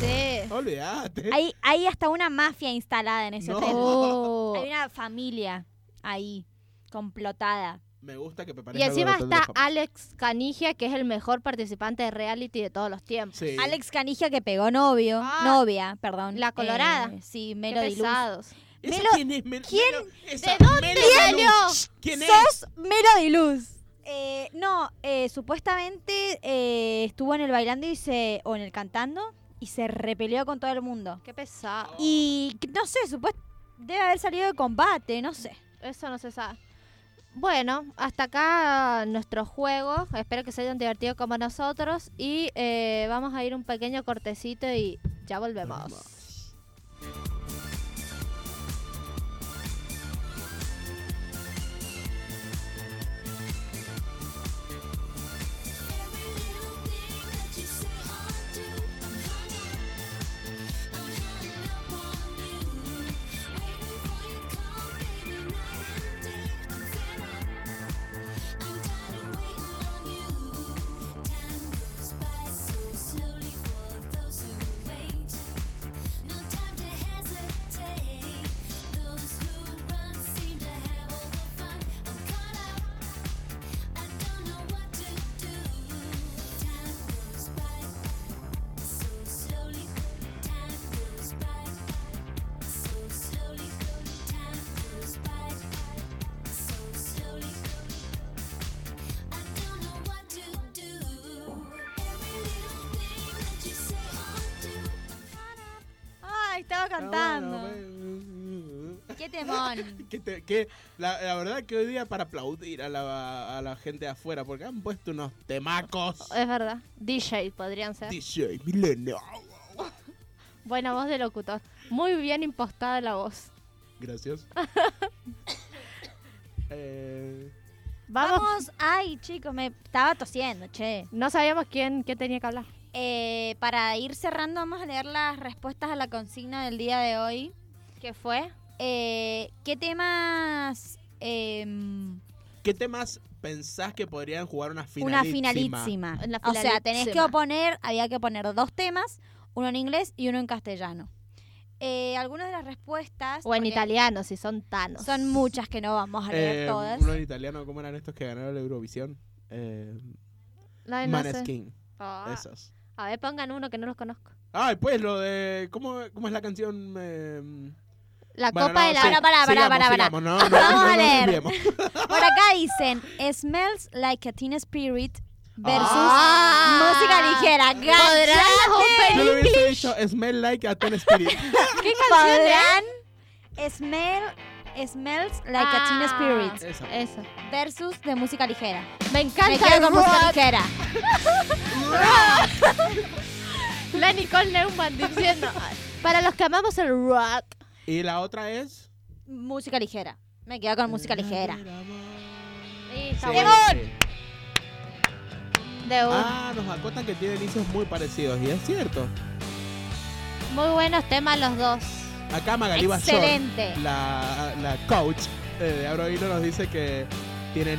Speaker 1: Sí.
Speaker 4: Olvídate.
Speaker 3: hay, hay hasta una mafia instalada en ese
Speaker 4: No.
Speaker 3: hotel.
Speaker 1: Oh.
Speaker 3: Hay una familia ahí, complotada.
Speaker 4: Me gusta que prepares
Speaker 1: Y encima
Speaker 4: algo de
Speaker 1: está
Speaker 4: Hotel de los
Speaker 1: Alex Canigia, que es el mejor participante de reality de todos los tiempos.
Speaker 4: Famosos. Sí.
Speaker 3: Alex Canigia que pegó novio,
Speaker 1: Ah.
Speaker 3: novia, perdón.
Speaker 1: La colorada.
Speaker 3: Eh, sí,
Speaker 1: Qué
Speaker 3: Melody Luz.
Speaker 1: pesados.
Speaker 4: ¿Esa
Speaker 3: Melo-
Speaker 4: ¿Quién es Mel-
Speaker 3: ¿Quién?
Speaker 4: Melo- esa
Speaker 1: ¿De dónde
Speaker 4: Melo Luz?
Speaker 1: salió?
Speaker 4: ¿Quién es?
Speaker 3: ¡Sos Melody Luz! Eh, no, eh, supuestamente eh, estuvo en el bailando y se, o en el cantando y se repeleó con todo el mundo.
Speaker 1: Qué pesado.
Speaker 3: Y no sé, supuest debe haber salido de combate, no sé.
Speaker 1: Eso no se sabe. Bueno, hasta acá nuestro juego. Espero que se hayan divertido como nosotros. Y eh, vamos a ir un pequeño cortecito y ya volvemos.
Speaker 3: Ay, estaba
Speaker 4: Ah, bueno,
Speaker 3: cantando.
Speaker 4: bueno.
Speaker 3: Qué temón.
Speaker 4: Que te- que la, la verdad que hoy día para aplaudir a la, a la gente de afuera, porque han puesto unos temacos.
Speaker 3: Eh,
Speaker 1: Es verdad. DJ podrían ser.
Speaker 4: DJ Milenio.
Speaker 1: Buena voz de locutor. Muy bien impostada la voz.
Speaker 4: Gracias. Eh,
Speaker 1: Vamos.
Speaker 3: Vamos, ay chicos, me estaba tosiendo, che.
Speaker 1: No sabíamos quién, quién tenía que hablar.
Speaker 3: Eh, para ir cerrando, vamos a leer las respuestas a la consigna del día de hoy.
Speaker 1: ¿Qué fue?
Speaker 3: Eh, ¿Qué temas? eh,
Speaker 4: ¿Qué temas pensás que podrían jugar una finalísima?
Speaker 3: una finalísima.
Speaker 1: Una
Speaker 3: O sea, tenés que
Speaker 1: finalísima.
Speaker 3: oponer, había que poner dos temas, uno en inglés y uno en castellano. Eh, algunas de las respuestas.
Speaker 1: O en
Speaker 3: porque
Speaker 1: italiano, si son tanos.
Speaker 3: Son muchas que no vamos a leer
Speaker 4: Eh,
Speaker 3: todas.
Speaker 4: uno en italiano, ¿cómo eran estos que ganaron la Eurovisión? Eh,
Speaker 1: Ay, no sé.
Speaker 4: Maneskin,
Speaker 1: Ah,
Speaker 4: esos.
Speaker 1: A ver, pongan uno que no los conozco.
Speaker 4: Ay, pues lo de. ¿Cómo, cómo es la canción? Eh,
Speaker 1: La
Speaker 4: bueno,
Speaker 1: copa
Speaker 4: no,
Speaker 1: de la.
Speaker 4: sí,
Speaker 3: Pará, pará, pará,
Speaker 4: sigamos,
Speaker 3: pará, pará.
Speaker 4: sigamos, no, no,
Speaker 3: Vamos
Speaker 4: no
Speaker 3: a
Speaker 4: nos
Speaker 3: leer.
Speaker 4: desviemos.
Speaker 3: Por acá dicen Smells Like a Teen Spirit versus
Speaker 1: Ah.
Speaker 3: Música Ligera.
Speaker 4: Yo
Speaker 3: ¡Cállate!
Speaker 4: le hubiese dicho Smell Like a Teen Spirit.
Speaker 3: ¿Qué canción Smell, Smells Like a Teen
Speaker 1: eh? Ah.
Speaker 3: Spirit
Speaker 4: Esa.
Speaker 1: Eso.
Speaker 3: versus de Música Ligera.
Speaker 1: Me
Speaker 3: Me
Speaker 1: encanta
Speaker 3: quedo
Speaker 1: el
Speaker 3: con Música
Speaker 1: rock.
Speaker 3: Ligera.
Speaker 1: La Nicole Neumann diciendo. Para los que amamos el rock.
Speaker 4: Y la otra es.
Speaker 3: Música Ligera. Me quedo con Música Ligera.
Speaker 1: Sí, está
Speaker 4: Sí.
Speaker 1: bueno. De un-
Speaker 4: Ah, nos acotan que tienen inicios muy parecidos. Y es cierto.
Speaker 1: Muy buenos temas los dos.
Speaker 4: Acá Magali Bachor,
Speaker 3: Excelente.
Speaker 4: la, la coach eh, de Abro Hilo, nos dice que tienen.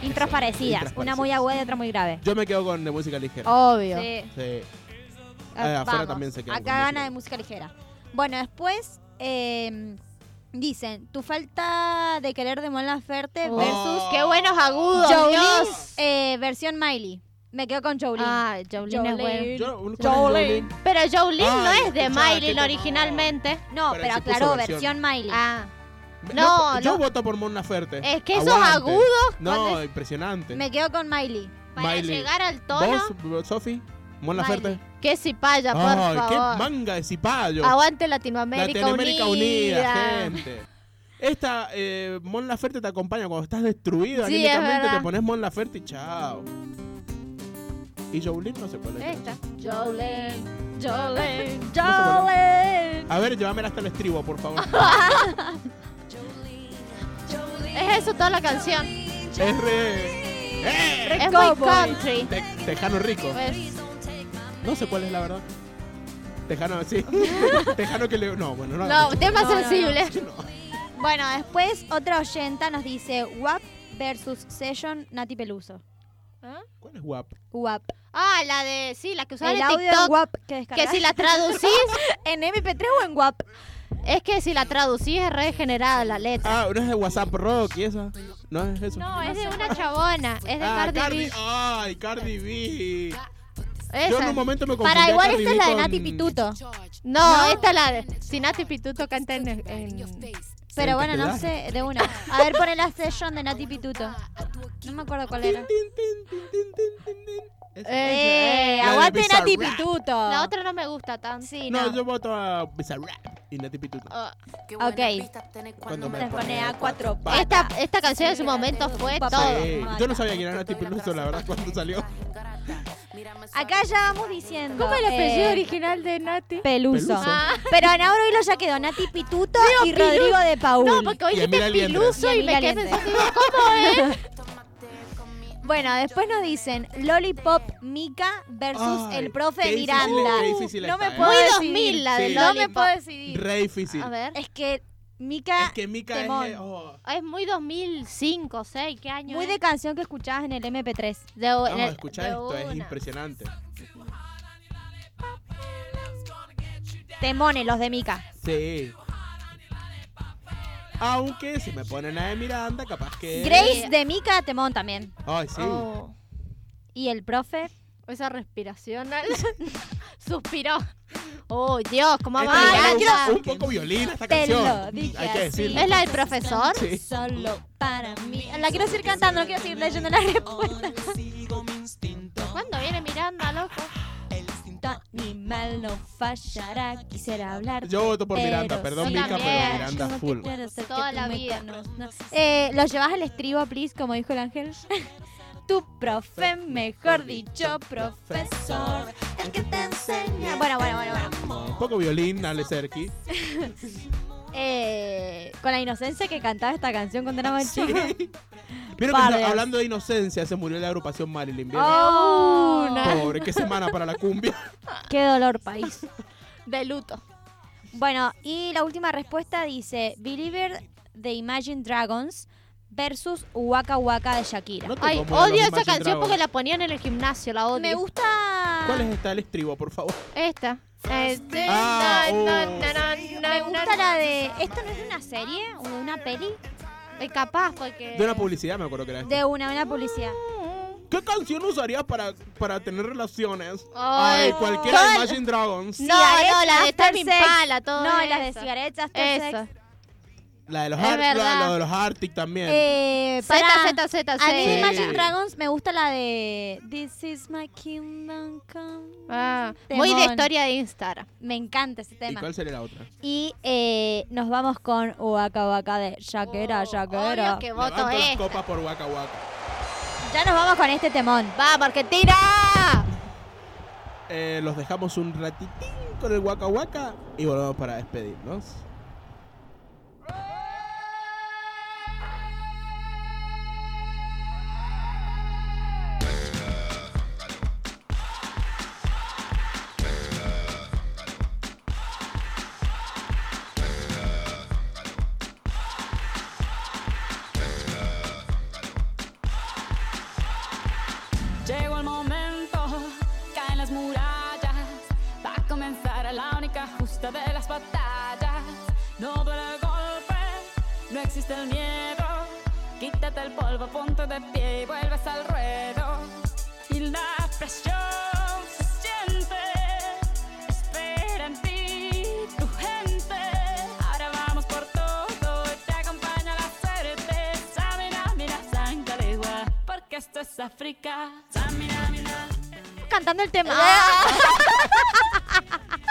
Speaker 3: Intros
Speaker 4: eso,
Speaker 3: parecidas.
Speaker 4: intros
Speaker 3: Una muy
Speaker 4: parecidas.
Speaker 3: aguda y otra muy grave.
Speaker 4: Yo me quedo con de música ligera.
Speaker 3: Obvio.
Speaker 1: Sí.
Speaker 4: Sí.
Speaker 3: Ah,
Speaker 4: Eh, afuera
Speaker 3: vamos.
Speaker 4: también se quedan
Speaker 3: Acá
Speaker 4: con
Speaker 3: gana de música ligera. Bueno, después eh, Dicen, tu falta Ah, de querer de Mon Laferte
Speaker 1: Oh.
Speaker 3: versus
Speaker 4: Oh.
Speaker 1: ¡Qué buenos agudos!
Speaker 3: Jolene,
Speaker 1: Dios!
Speaker 3: eh, versión Miley. Me quedo con Jolene.
Speaker 1: Ah, Jolene, es buena.
Speaker 4: Yo- ¿cuál es
Speaker 9: Jolene.
Speaker 1: Pero Jolene no
Speaker 4: Ay,
Speaker 1: es de
Speaker 4: escuchá, qué
Speaker 1: Marilyn
Speaker 4: temón.
Speaker 1: originalmente.
Speaker 3: no, pero,
Speaker 4: pero se puso
Speaker 3: aclaró,
Speaker 4: versión.
Speaker 3: versión Miley.
Speaker 1: Ah,
Speaker 4: Jolene?
Speaker 1: No,
Speaker 4: yo
Speaker 1: no.
Speaker 4: voto por Mon Laferte.
Speaker 1: es que esos
Speaker 4: Aguante.
Speaker 1: agudos cuando
Speaker 4: No,
Speaker 1: es-
Speaker 4: impresionante.
Speaker 3: Me quedo con Miley.
Speaker 1: para
Speaker 4: Miley.
Speaker 1: llegar al tono.
Speaker 4: ¿Vos, Sofi? Mon
Speaker 3: Miley.
Speaker 4: Laferte.
Speaker 1: ¡Qué cipaya, por
Speaker 4: Ay,
Speaker 1: favor!
Speaker 4: qué manga de cipallo.
Speaker 1: Aguante Latinoamérica,
Speaker 4: Latinoamérica
Speaker 1: Unida.
Speaker 4: unida, gente. Esta eh, Mon Laferte te acompaña cuando estás destruido
Speaker 1: Sí, es
Speaker 4: anímicamente,
Speaker 1: verdad.
Speaker 4: te pones Mon Laferte y chao. Y Jolene no sé cuál es.
Speaker 1: Esta. Jolene, Jolene.
Speaker 3: Jolene.
Speaker 4: A ver, llévamela hasta el estribo, por favor.
Speaker 1: Es eso toda la canción.
Speaker 4: es re... ¡Eh!
Speaker 1: Es muy
Speaker 9: Cowboy.
Speaker 1: country.
Speaker 4: Te- tejano rico.
Speaker 1: Pues,
Speaker 4: No sé cuál es la verdad. Tejano, sí. Tejano que le... No, bueno, no.
Speaker 1: no, tema
Speaker 3: No, no, no.
Speaker 1: sensible.
Speaker 3: Bueno, después otra oyenta nos dice WAP versus Session Nati Peluso.
Speaker 4: ¿Cuál es guap?
Speaker 3: WAP.
Speaker 1: Ah, la de. Sí, la que usaba
Speaker 3: El
Speaker 1: en
Speaker 3: audio de
Speaker 1: TikTok.
Speaker 3: WAP que
Speaker 1: Que
Speaker 3: descargas
Speaker 1: si la traducís,
Speaker 3: en MP3 o en WAP.
Speaker 1: es que si la traducís es re degenerada la letra.
Speaker 4: Ah, no es de WhatsApp Rock y esa. No es eso.
Speaker 1: No, es de una chabona. Es de
Speaker 4: ah,
Speaker 1: Cardi B.
Speaker 4: Ay, Cardi B. Yo en
Speaker 1: Esa.
Speaker 4: un momento me confundí.
Speaker 3: Ah, Para
Speaker 4: a
Speaker 3: igual
Speaker 4: Cardi
Speaker 3: esta es
Speaker 4: B
Speaker 3: la de
Speaker 4: con-
Speaker 3: Nati Pituto.
Speaker 1: No, esta es la de. Si Nati Pituto canta en. en-
Speaker 3: Pero
Speaker 4: En
Speaker 3: bueno, no
Speaker 4: castellano.
Speaker 3: sé, de una. A ver, poné la Session de Nati Pituto. No me acuerdo cuál era.
Speaker 4: Tin, tin, tin, tin, tin, tin, tin. Esa.
Speaker 1: Eh,
Speaker 3: ¡Eh!
Speaker 4: La de
Speaker 3: ¡Aguante
Speaker 4: Bizarrap.
Speaker 3: Nati Pituto!
Speaker 1: La
Speaker 6: Ah.
Speaker 1: otra no me gusta tanto.
Speaker 3: Sí,
Speaker 4: no,
Speaker 3: no.
Speaker 4: yo voto a Bizarrap y Nati Pituto.
Speaker 1: Ah,
Speaker 3: Ok.
Speaker 4: Cuando me
Speaker 3: Les pone a cuatro
Speaker 4: Bata.
Speaker 1: esta, esta canción en su momento fue
Speaker 3: Papá.
Speaker 1: todo.
Speaker 4: Sí,
Speaker 3: Mata.
Speaker 4: Yo no sabía que era Nati Pituto, la verdad, cuando salió.
Speaker 3: Acá ya vamos diciendo.
Speaker 1: ¿Cómo es el apellido
Speaker 3: eh,
Speaker 1: original de Nati?
Speaker 3: Peluso.
Speaker 4: Peluso.
Speaker 1: Ah,
Speaker 3: Pero en Auro ya quedó Nati Pituto y
Speaker 1: Pilu-
Speaker 3: Rodrigo de Paul.
Speaker 1: no, porque hoy
Speaker 4: Y Emilia
Speaker 1: dijiste
Speaker 4: Liendre.
Speaker 1: piluso
Speaker 3: Y
Speaker 1: y me
Speaker 3: Emilia
Speaker 1: quedé
Speaker 3: Liendre.
Speaker 1: pensando, digo, ¿cómo es?
Speaker 3: Bueno, después nos dicen Lollipop Mika versus
Speaker 4: Ay,
Speaker 3: el profe
Speaker 4: qué
Speaker 3: de
Speaker 4: difícil,
Speaker 3: Miranda.
Speaker 4: qué difícil
Speaker 9: no
Speaker 4: está,
Speaker 9: me
Speaker 4: eh.
Speaker 9: puedo
Speaker 1: Muy
Speaker 9: decidir.
Speaker 1: 2000 la de
Speaker 4: Sí.
Speaker 9: No me
Speaker 1: Lollipop.
Speaker 9: puedo decidir.
Speaker 4: Re difícil.
Speaker 1: A ver,
Speaker 3: Es que Mika
Speaker 4: Es que Mika
Speaker 3: Temón.
Speaker 4: es... oh.
Speaker 1: Ah, es muy 2005, 6, ¿qué año
Speaker 3: muy
Speaker 1: es?
Speaker 3: de canción que escuchabas en el MP3.
Speaker 1: De- en
Speaker 4: Vamos a
Speaker 1: el-
Speaker 4: escuchar
Speaker 1: de
Speaker 4: esto, es
Speaker 1: una.
Speaker 4: impresionante.
Speaker 3: Temones los de Mika.
Speaker 4: Sí. Aunque si me ponen la de Miranda, capaz que...
Speaker 3: Grace de Mika, Temón también.
Speaker 4: Ay, sí.
Speaker 1: Oh,
Speaker 3: Y el profe.
Speaker 1: esa respiración. Suspiró. Oh, Dios, cómo
Speaker 4: Esta
Speaker 1: va.
Speaker 4: igual
Speaker 3: la
Speaker 4: Este es
Speaker 3: quiero-
Speaker 4: un, un poco violina esta
Speaker 3: Te lo
Speaker 4: canción.
Speaker 3: dije
Speaker 4: Hay que
Speaker 3: así.
Speaker 4: decirlo.
Speaker 1: ¿Es la del profesor?
Speaker 4: Sí.
Speaker 3: Solo para mí. La quiero seguir cantando, no quiero seguir leyendo la respuesta.
Speaker 1: ¿Cuándo viene Miranda, loco?
Speaker 3: Ni mal no fallará. Quisiera hablar.
Speaker 4: Yo voto por Miranda, perdón,
Speaker 1: yo
Speaker 4: Mika, pero
Speaker 1: también.
Speaker 4: Miranda full.
Speaker 1: Toda la vida.
Speaker 3: Eh, ¿Lo llevas al estribo, please, como dijo el ángel? tu profe, mejor dicho, profesor. El que te enseña. Bueno, bueno, bueno, bueno.
Speaker 4: Un poco violín, Ale Serki.
Speaker 3: Eh, con la inocencia que cantaba esta canción cuando era más
Speaker 4: Sí.
Speaker 3: chica.
Speaker 4: Vieron que
Speaker 3: Bardeas.
Speaker 4: está- hablando de inocencia, se murió la agrupación Marilyn. ¿vieron?
Speaker 3: Oh,
Speaker 4: Pobre, qué semana para la cumbia.
Speaker 3: ¡Qué dolor, país!
Speaker 1: De luto.
Speaker 3: Bueno, y la última respuesta dice: Believer de Imagine Dragons versus Waka Waka de Shakira.
Speaker 4: No te
Speaker 1: Ay,
Speaker 4: incomodan
Speaker 1: odio
Speaker 4: los
Speaker 1: esa
Speaker 4: Imagine
Speaker 1: canción
Speaker 4: Dragons.
Speaker 1: porque la ponían en el gimnasio, la odio.
Speaker 3: Me gusta.
Speaker 4: ¿Cuál es esta? El estribo, por favor.
Speaker 1: Esta. Este,
Speaker 4: Ah,
Speaker 1: na, na,
Speaker 4: oh.
Speaker 1: na, na, na,
Speaker 3: Me
Speaker 1: na.
Speaker 3: gusta la de. ¿Esto no es de una serie? ¿O de una peli?
Speaker 1: Eh, capaz porque.
Speaker 4: De una publicidad me acuerdo que era esta.
Speaker 3: De una, una publicidad.
Speaker 4: ¿Qué canción usarías para, para tener relaciones?
Speaker 1: Ay,
Speaker 4: Ay, cualquiera de
Speaker 1: ¿cuál?
Speaker 4: Imagine Dragons.
Speaker 1: No, no, la de
Speaker 3: After
Speaker 1: Tame
Speaker 3: Sex.
Speaker 1: Impala, todo
Speaker 3: No,
Speaker 1: eso.
Speaker 3: las de cigarettes, After
Speaker 1: Eso.
Speaker 3: Sex.
Speaker 4: La de los,
Speaker 1: Es
Speaker 4: Ar- la-
Speaker 1: verdad.
Speaker 4: la de los Arctic también.
Speaker 3: Eh,
Speaker 1: Z, Z,
Speaker 3: pará.
Speaker 1: Z,
Speaker 3: A mí de
Speaker 4: Sí.
Speaker 3: Imagine Dragons me gusta la de This is my kingdom come.
Speaker 1: Ah,
Speaker 3: Temón.
Speaker 1: muy de historia de Instagram.
Speaker 3: Me encanta
Speaker 6: este
Speaker 3: ese
Speaker 4: ¿Y
Speaker 3: tema.
Speaker 4: cuál sería la otra?
Speaker 3: Y eh, nos vamos con Waka Waka de Shakira,
Speaker 1: Oh,
Speaker 3: Shakira.
Speaker 1: obvio que voto
Speaker 4: Levanto las
Speaker 3: eh.
Speaker 1: es.
Speaker 4: copas por Waka Waka.
Speaker 3: Ya nos vamos con este temón.
Speaker 1: ¡Vamos, Argentina!
Speaker 4: Eh, los dejamos un ratitín con el Waka Waka y volvemos para despedirnos.
Speaker 10: Llegó el momento, caen las murallas, va a comenzar la única justa de las batallas. No duele el golpe, No existe el miedo. Quítate el polvo, ponte de pie y vuelves al ruedo. Y la presión se siente. Espera en ti tu gente. Ahora vamos por todo. y Te acompaña la suerte. Samina, mira, sangalegua. Porque esto es África. Samina, mira.
Speaker 6: Cantando el tema.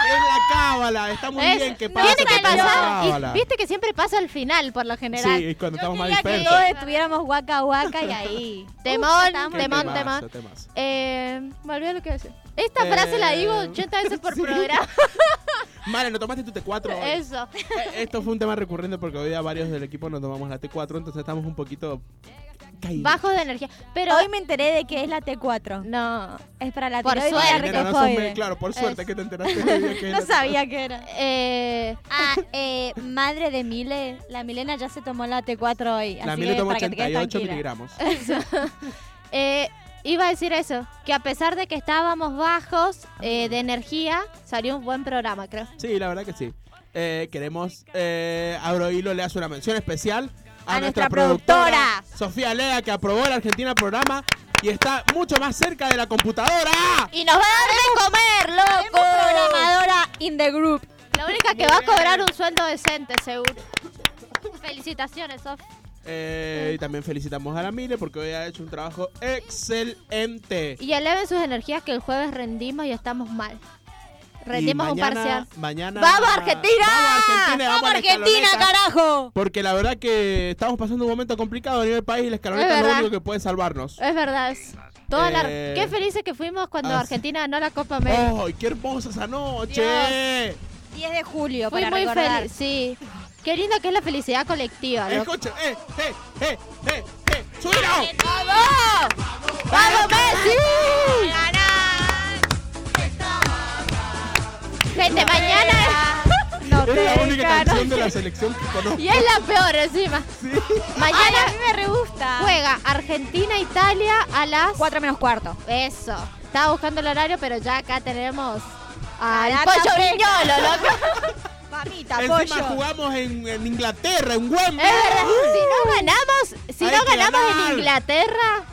Speaker 4: Es la cábala, está muy
Speaker 3: Es-
Speaker 4: bien que
Speaker 3: no,
Speaker 4: pasa.
Speaker 3: Ah, tiene
Speaker 4: que
Speaker 3: que
Speaker 4: tenga
Speaker 3: pasar.
Speaker 4: cábala.
Speaker 3: Y viste que siempre pasa al final, por lo general.
Speaker 4: Sí, y cuando
Speaker 3: Yo
Speaker 4: estamos más
Speaker 3: quería que
Speaker 4: dispersos.
Speaker 3: todo
Speaker 6: Todos estuviéramos guaca guaca y ahí.
Speaker 3: Temón,
Speaker 4: Qué
Speaker 3: temón,
Speaker 4: temazo,
Speaker 3: temón.
Speaker 4: temazo.
Speaker 3: Eh, me olvidé lo que iba a decir. Esta
Speaker 4: Eh,
Speaker 3: frase la digo 80 veces por
Speaker 4: sí.
Speaker 3: programa.
Speaker 4: Vale, no tomaste tu T4 hoy.
Speaker 3: Eso.
Speaker 4: Eh, Esto fue un tema recurrente porque hoy a varios del equipo nos tomamos la T4, entonces estamos un poquito caídos.
Speaker 3: Bajos de energía. Pero.
Speaker 6: Pero hoy me enteré de que es la T4.
Speaker 3: No.
Speaker 6: Es para la
Speaker 3: Por
Speaker 6: tiroides y
Speaker 3: suerte.
Speaker 6: la
Speaker 4: Nena, no sos
Speaker 6: retrofoide.
Speaker 4: me- claro, por suerte
Speaker 3: Es-
Speaker 4: que te enteraste. de que
Speaker 6: No sabía que era.
Speaker 3: Eh,
Speaker 6: Ah, eh, madre de Mile, la Milena ya se tomó la T4 hoy.
Speaker 4: La
Speaker 6: así
Speaker 4: mía le
Speaker 6: que
Speaker 4: toma
Speaker 6: para que te quedes
Speaker 4: 88
Speaker 6: tranquila.
Speaker 4: miligramos.
Speaker 3: eh, iba a decir eso. Que a pesar de que estábamos bajos eh, de energía, salió un buen programa, creo.
Speaker 4: Sí, la verdad que sí. Eh, queremos, eh, Abro Hilo le hace una mención especial a,
Speaker 6: A
Speaker 4: nuestra,
Speaker 6: nuestra
Speaker 4: productora,
Speaker 6: productora.
Speaker 4: Sofía Lea, que aprobó el Argentina programa y está mucho más cerca de la computadora.
Speaker 6: Y nos va a dar de comer, loco. programadora in the group.
Speaker 3: La única que va a cobrar un sueldo decente, seguro. Felicitaciones, Sof.
Speaker 4: Eh, y también felicitamos a la Mile porque hoy ha hecho un trabajo excelente.
Speaker 3: Y eleven sus energías que el jueves rendimos y estamos mal. Rendimos
Speaker 4: Y
Speaker 3: un
Speaker 4: mañana-
Speaker 3: parcial.
Speaker 4: Mañana.
Speaker 6: ¡Vamos, Argentina!
Speaker 4: ¡Vamos, Argentina! y
Speaker 6: ¡Vamos,
Speaker 4: vamos a la
Speaker 6: Argentina,
Speaker 4: escaloneta!
Speaker 6: carajo!
Speaker 4: Porque la verdad que estamos pasando un momento complicado a nivel país y la escaloneta
Speaker 3: Es
Speaker 4: es, lo
Speaker 3: verdad.
Speaker 4: único que puede salvarnos.
Speaker 3: Es verdad. es- Toda la-
Speaker 4: Eh,
Speaker 3: Qué felices que fuimos cuando
Speaker 4: ah, sí.
Speaker 3: Argentina ganó la Copa América.
Speaker 4: ¡Oh, qué hermosa esa noche! Eh,
Speaker 6: 10 de
Speaker 4: ah.
Speaker 6: julio,
Speaker 3: Fui
Speaker 6: para
Speaker 3: muy
Speaker 6: recordar.
Speaker 3: feliz, sí. Qué lindo que es la felicidad colectiva. loco.
Speaker 4: Escuchen, eh, eh, eh, eh, eh, ¡subilo!
Speaker 3: ¡Vamos, Messi! Gente, mañana
Speaker 6: No
Speaker 4: Es la
Speaker 6: te
Speaker 4: única
Speaker 6: gano.
Speaker 4: canción de la selección que conozco.
Speaker 3: y es la peor encima.
Speaker 6: Ay,
Speaker 4: Ah,
Speaker 3: Mañana
Speaker 6: a mí me re gusta.
Speaker 3: juega Argentina-Italia a las
Speaker 6: 4 menos cuarto.
Speaker 3: Eso. Estaba buscando el horario, pero ya acá tenemos al
Speaker 6: Caraca,
Speaker 3: pollo
Speaker 6: fresca.
Speaker 3: viñolo, loco.
Speaker 6: Mamita,
Speaker 4: Encima
Speaker 6: pollo.
Speaker 4: jugamos en, en Inglaterra, en Wembley.
Speaker 3: Es verdad, si no ganamos, si
Speaker 4: Hay
Speaker 3: no
Speaker 4: que
Speaker 3: ganamos
Speaker 4: ganar.
Speaker 3: en Inglaterra,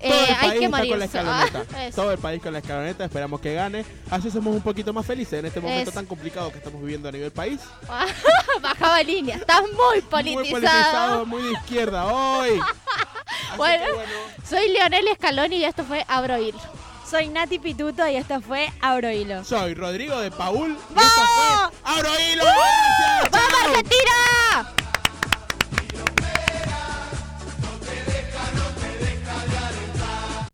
Speaker 3: eh,
Speaker 4: Todo el país
Speaker 3: hay que
Speaker 4: está con la
Speaker 3: morirse.
Speaker 4: escaloneta.
Speaker 3: Ah, eso.
Speaker 4: Todo el país con la escaloneta, esperamos que gane. Así somos un poquito más felices en este momento
Speaker 3: Eso.
Speaker 4: tan complicado que estamos viviendo a nivel país.
Speaker 3: Bajaba línea, estás muy politizado.
Speaker 4: Muy politizado, muy de izquierda hoy. Así
Speaker 3: Bueno.
Speaker 4: que, bueno.
Speaker 3: Soy Leonel Scaloni y esto fue Abroil.
Speaker 6: Soy Nati Pituto y esto fue Abro Hilo.
Speaker 4: Soy Rodrigo de Paul. Y esto
Speaker 6: ¡Vamos!
Speaker 3: ¡Uh!
Speaker 4: fue Abro Hilo. Gracias,
Speaker 6: ¡Vamos,
Speaker 4: chao.
Speaker 6: Argentina!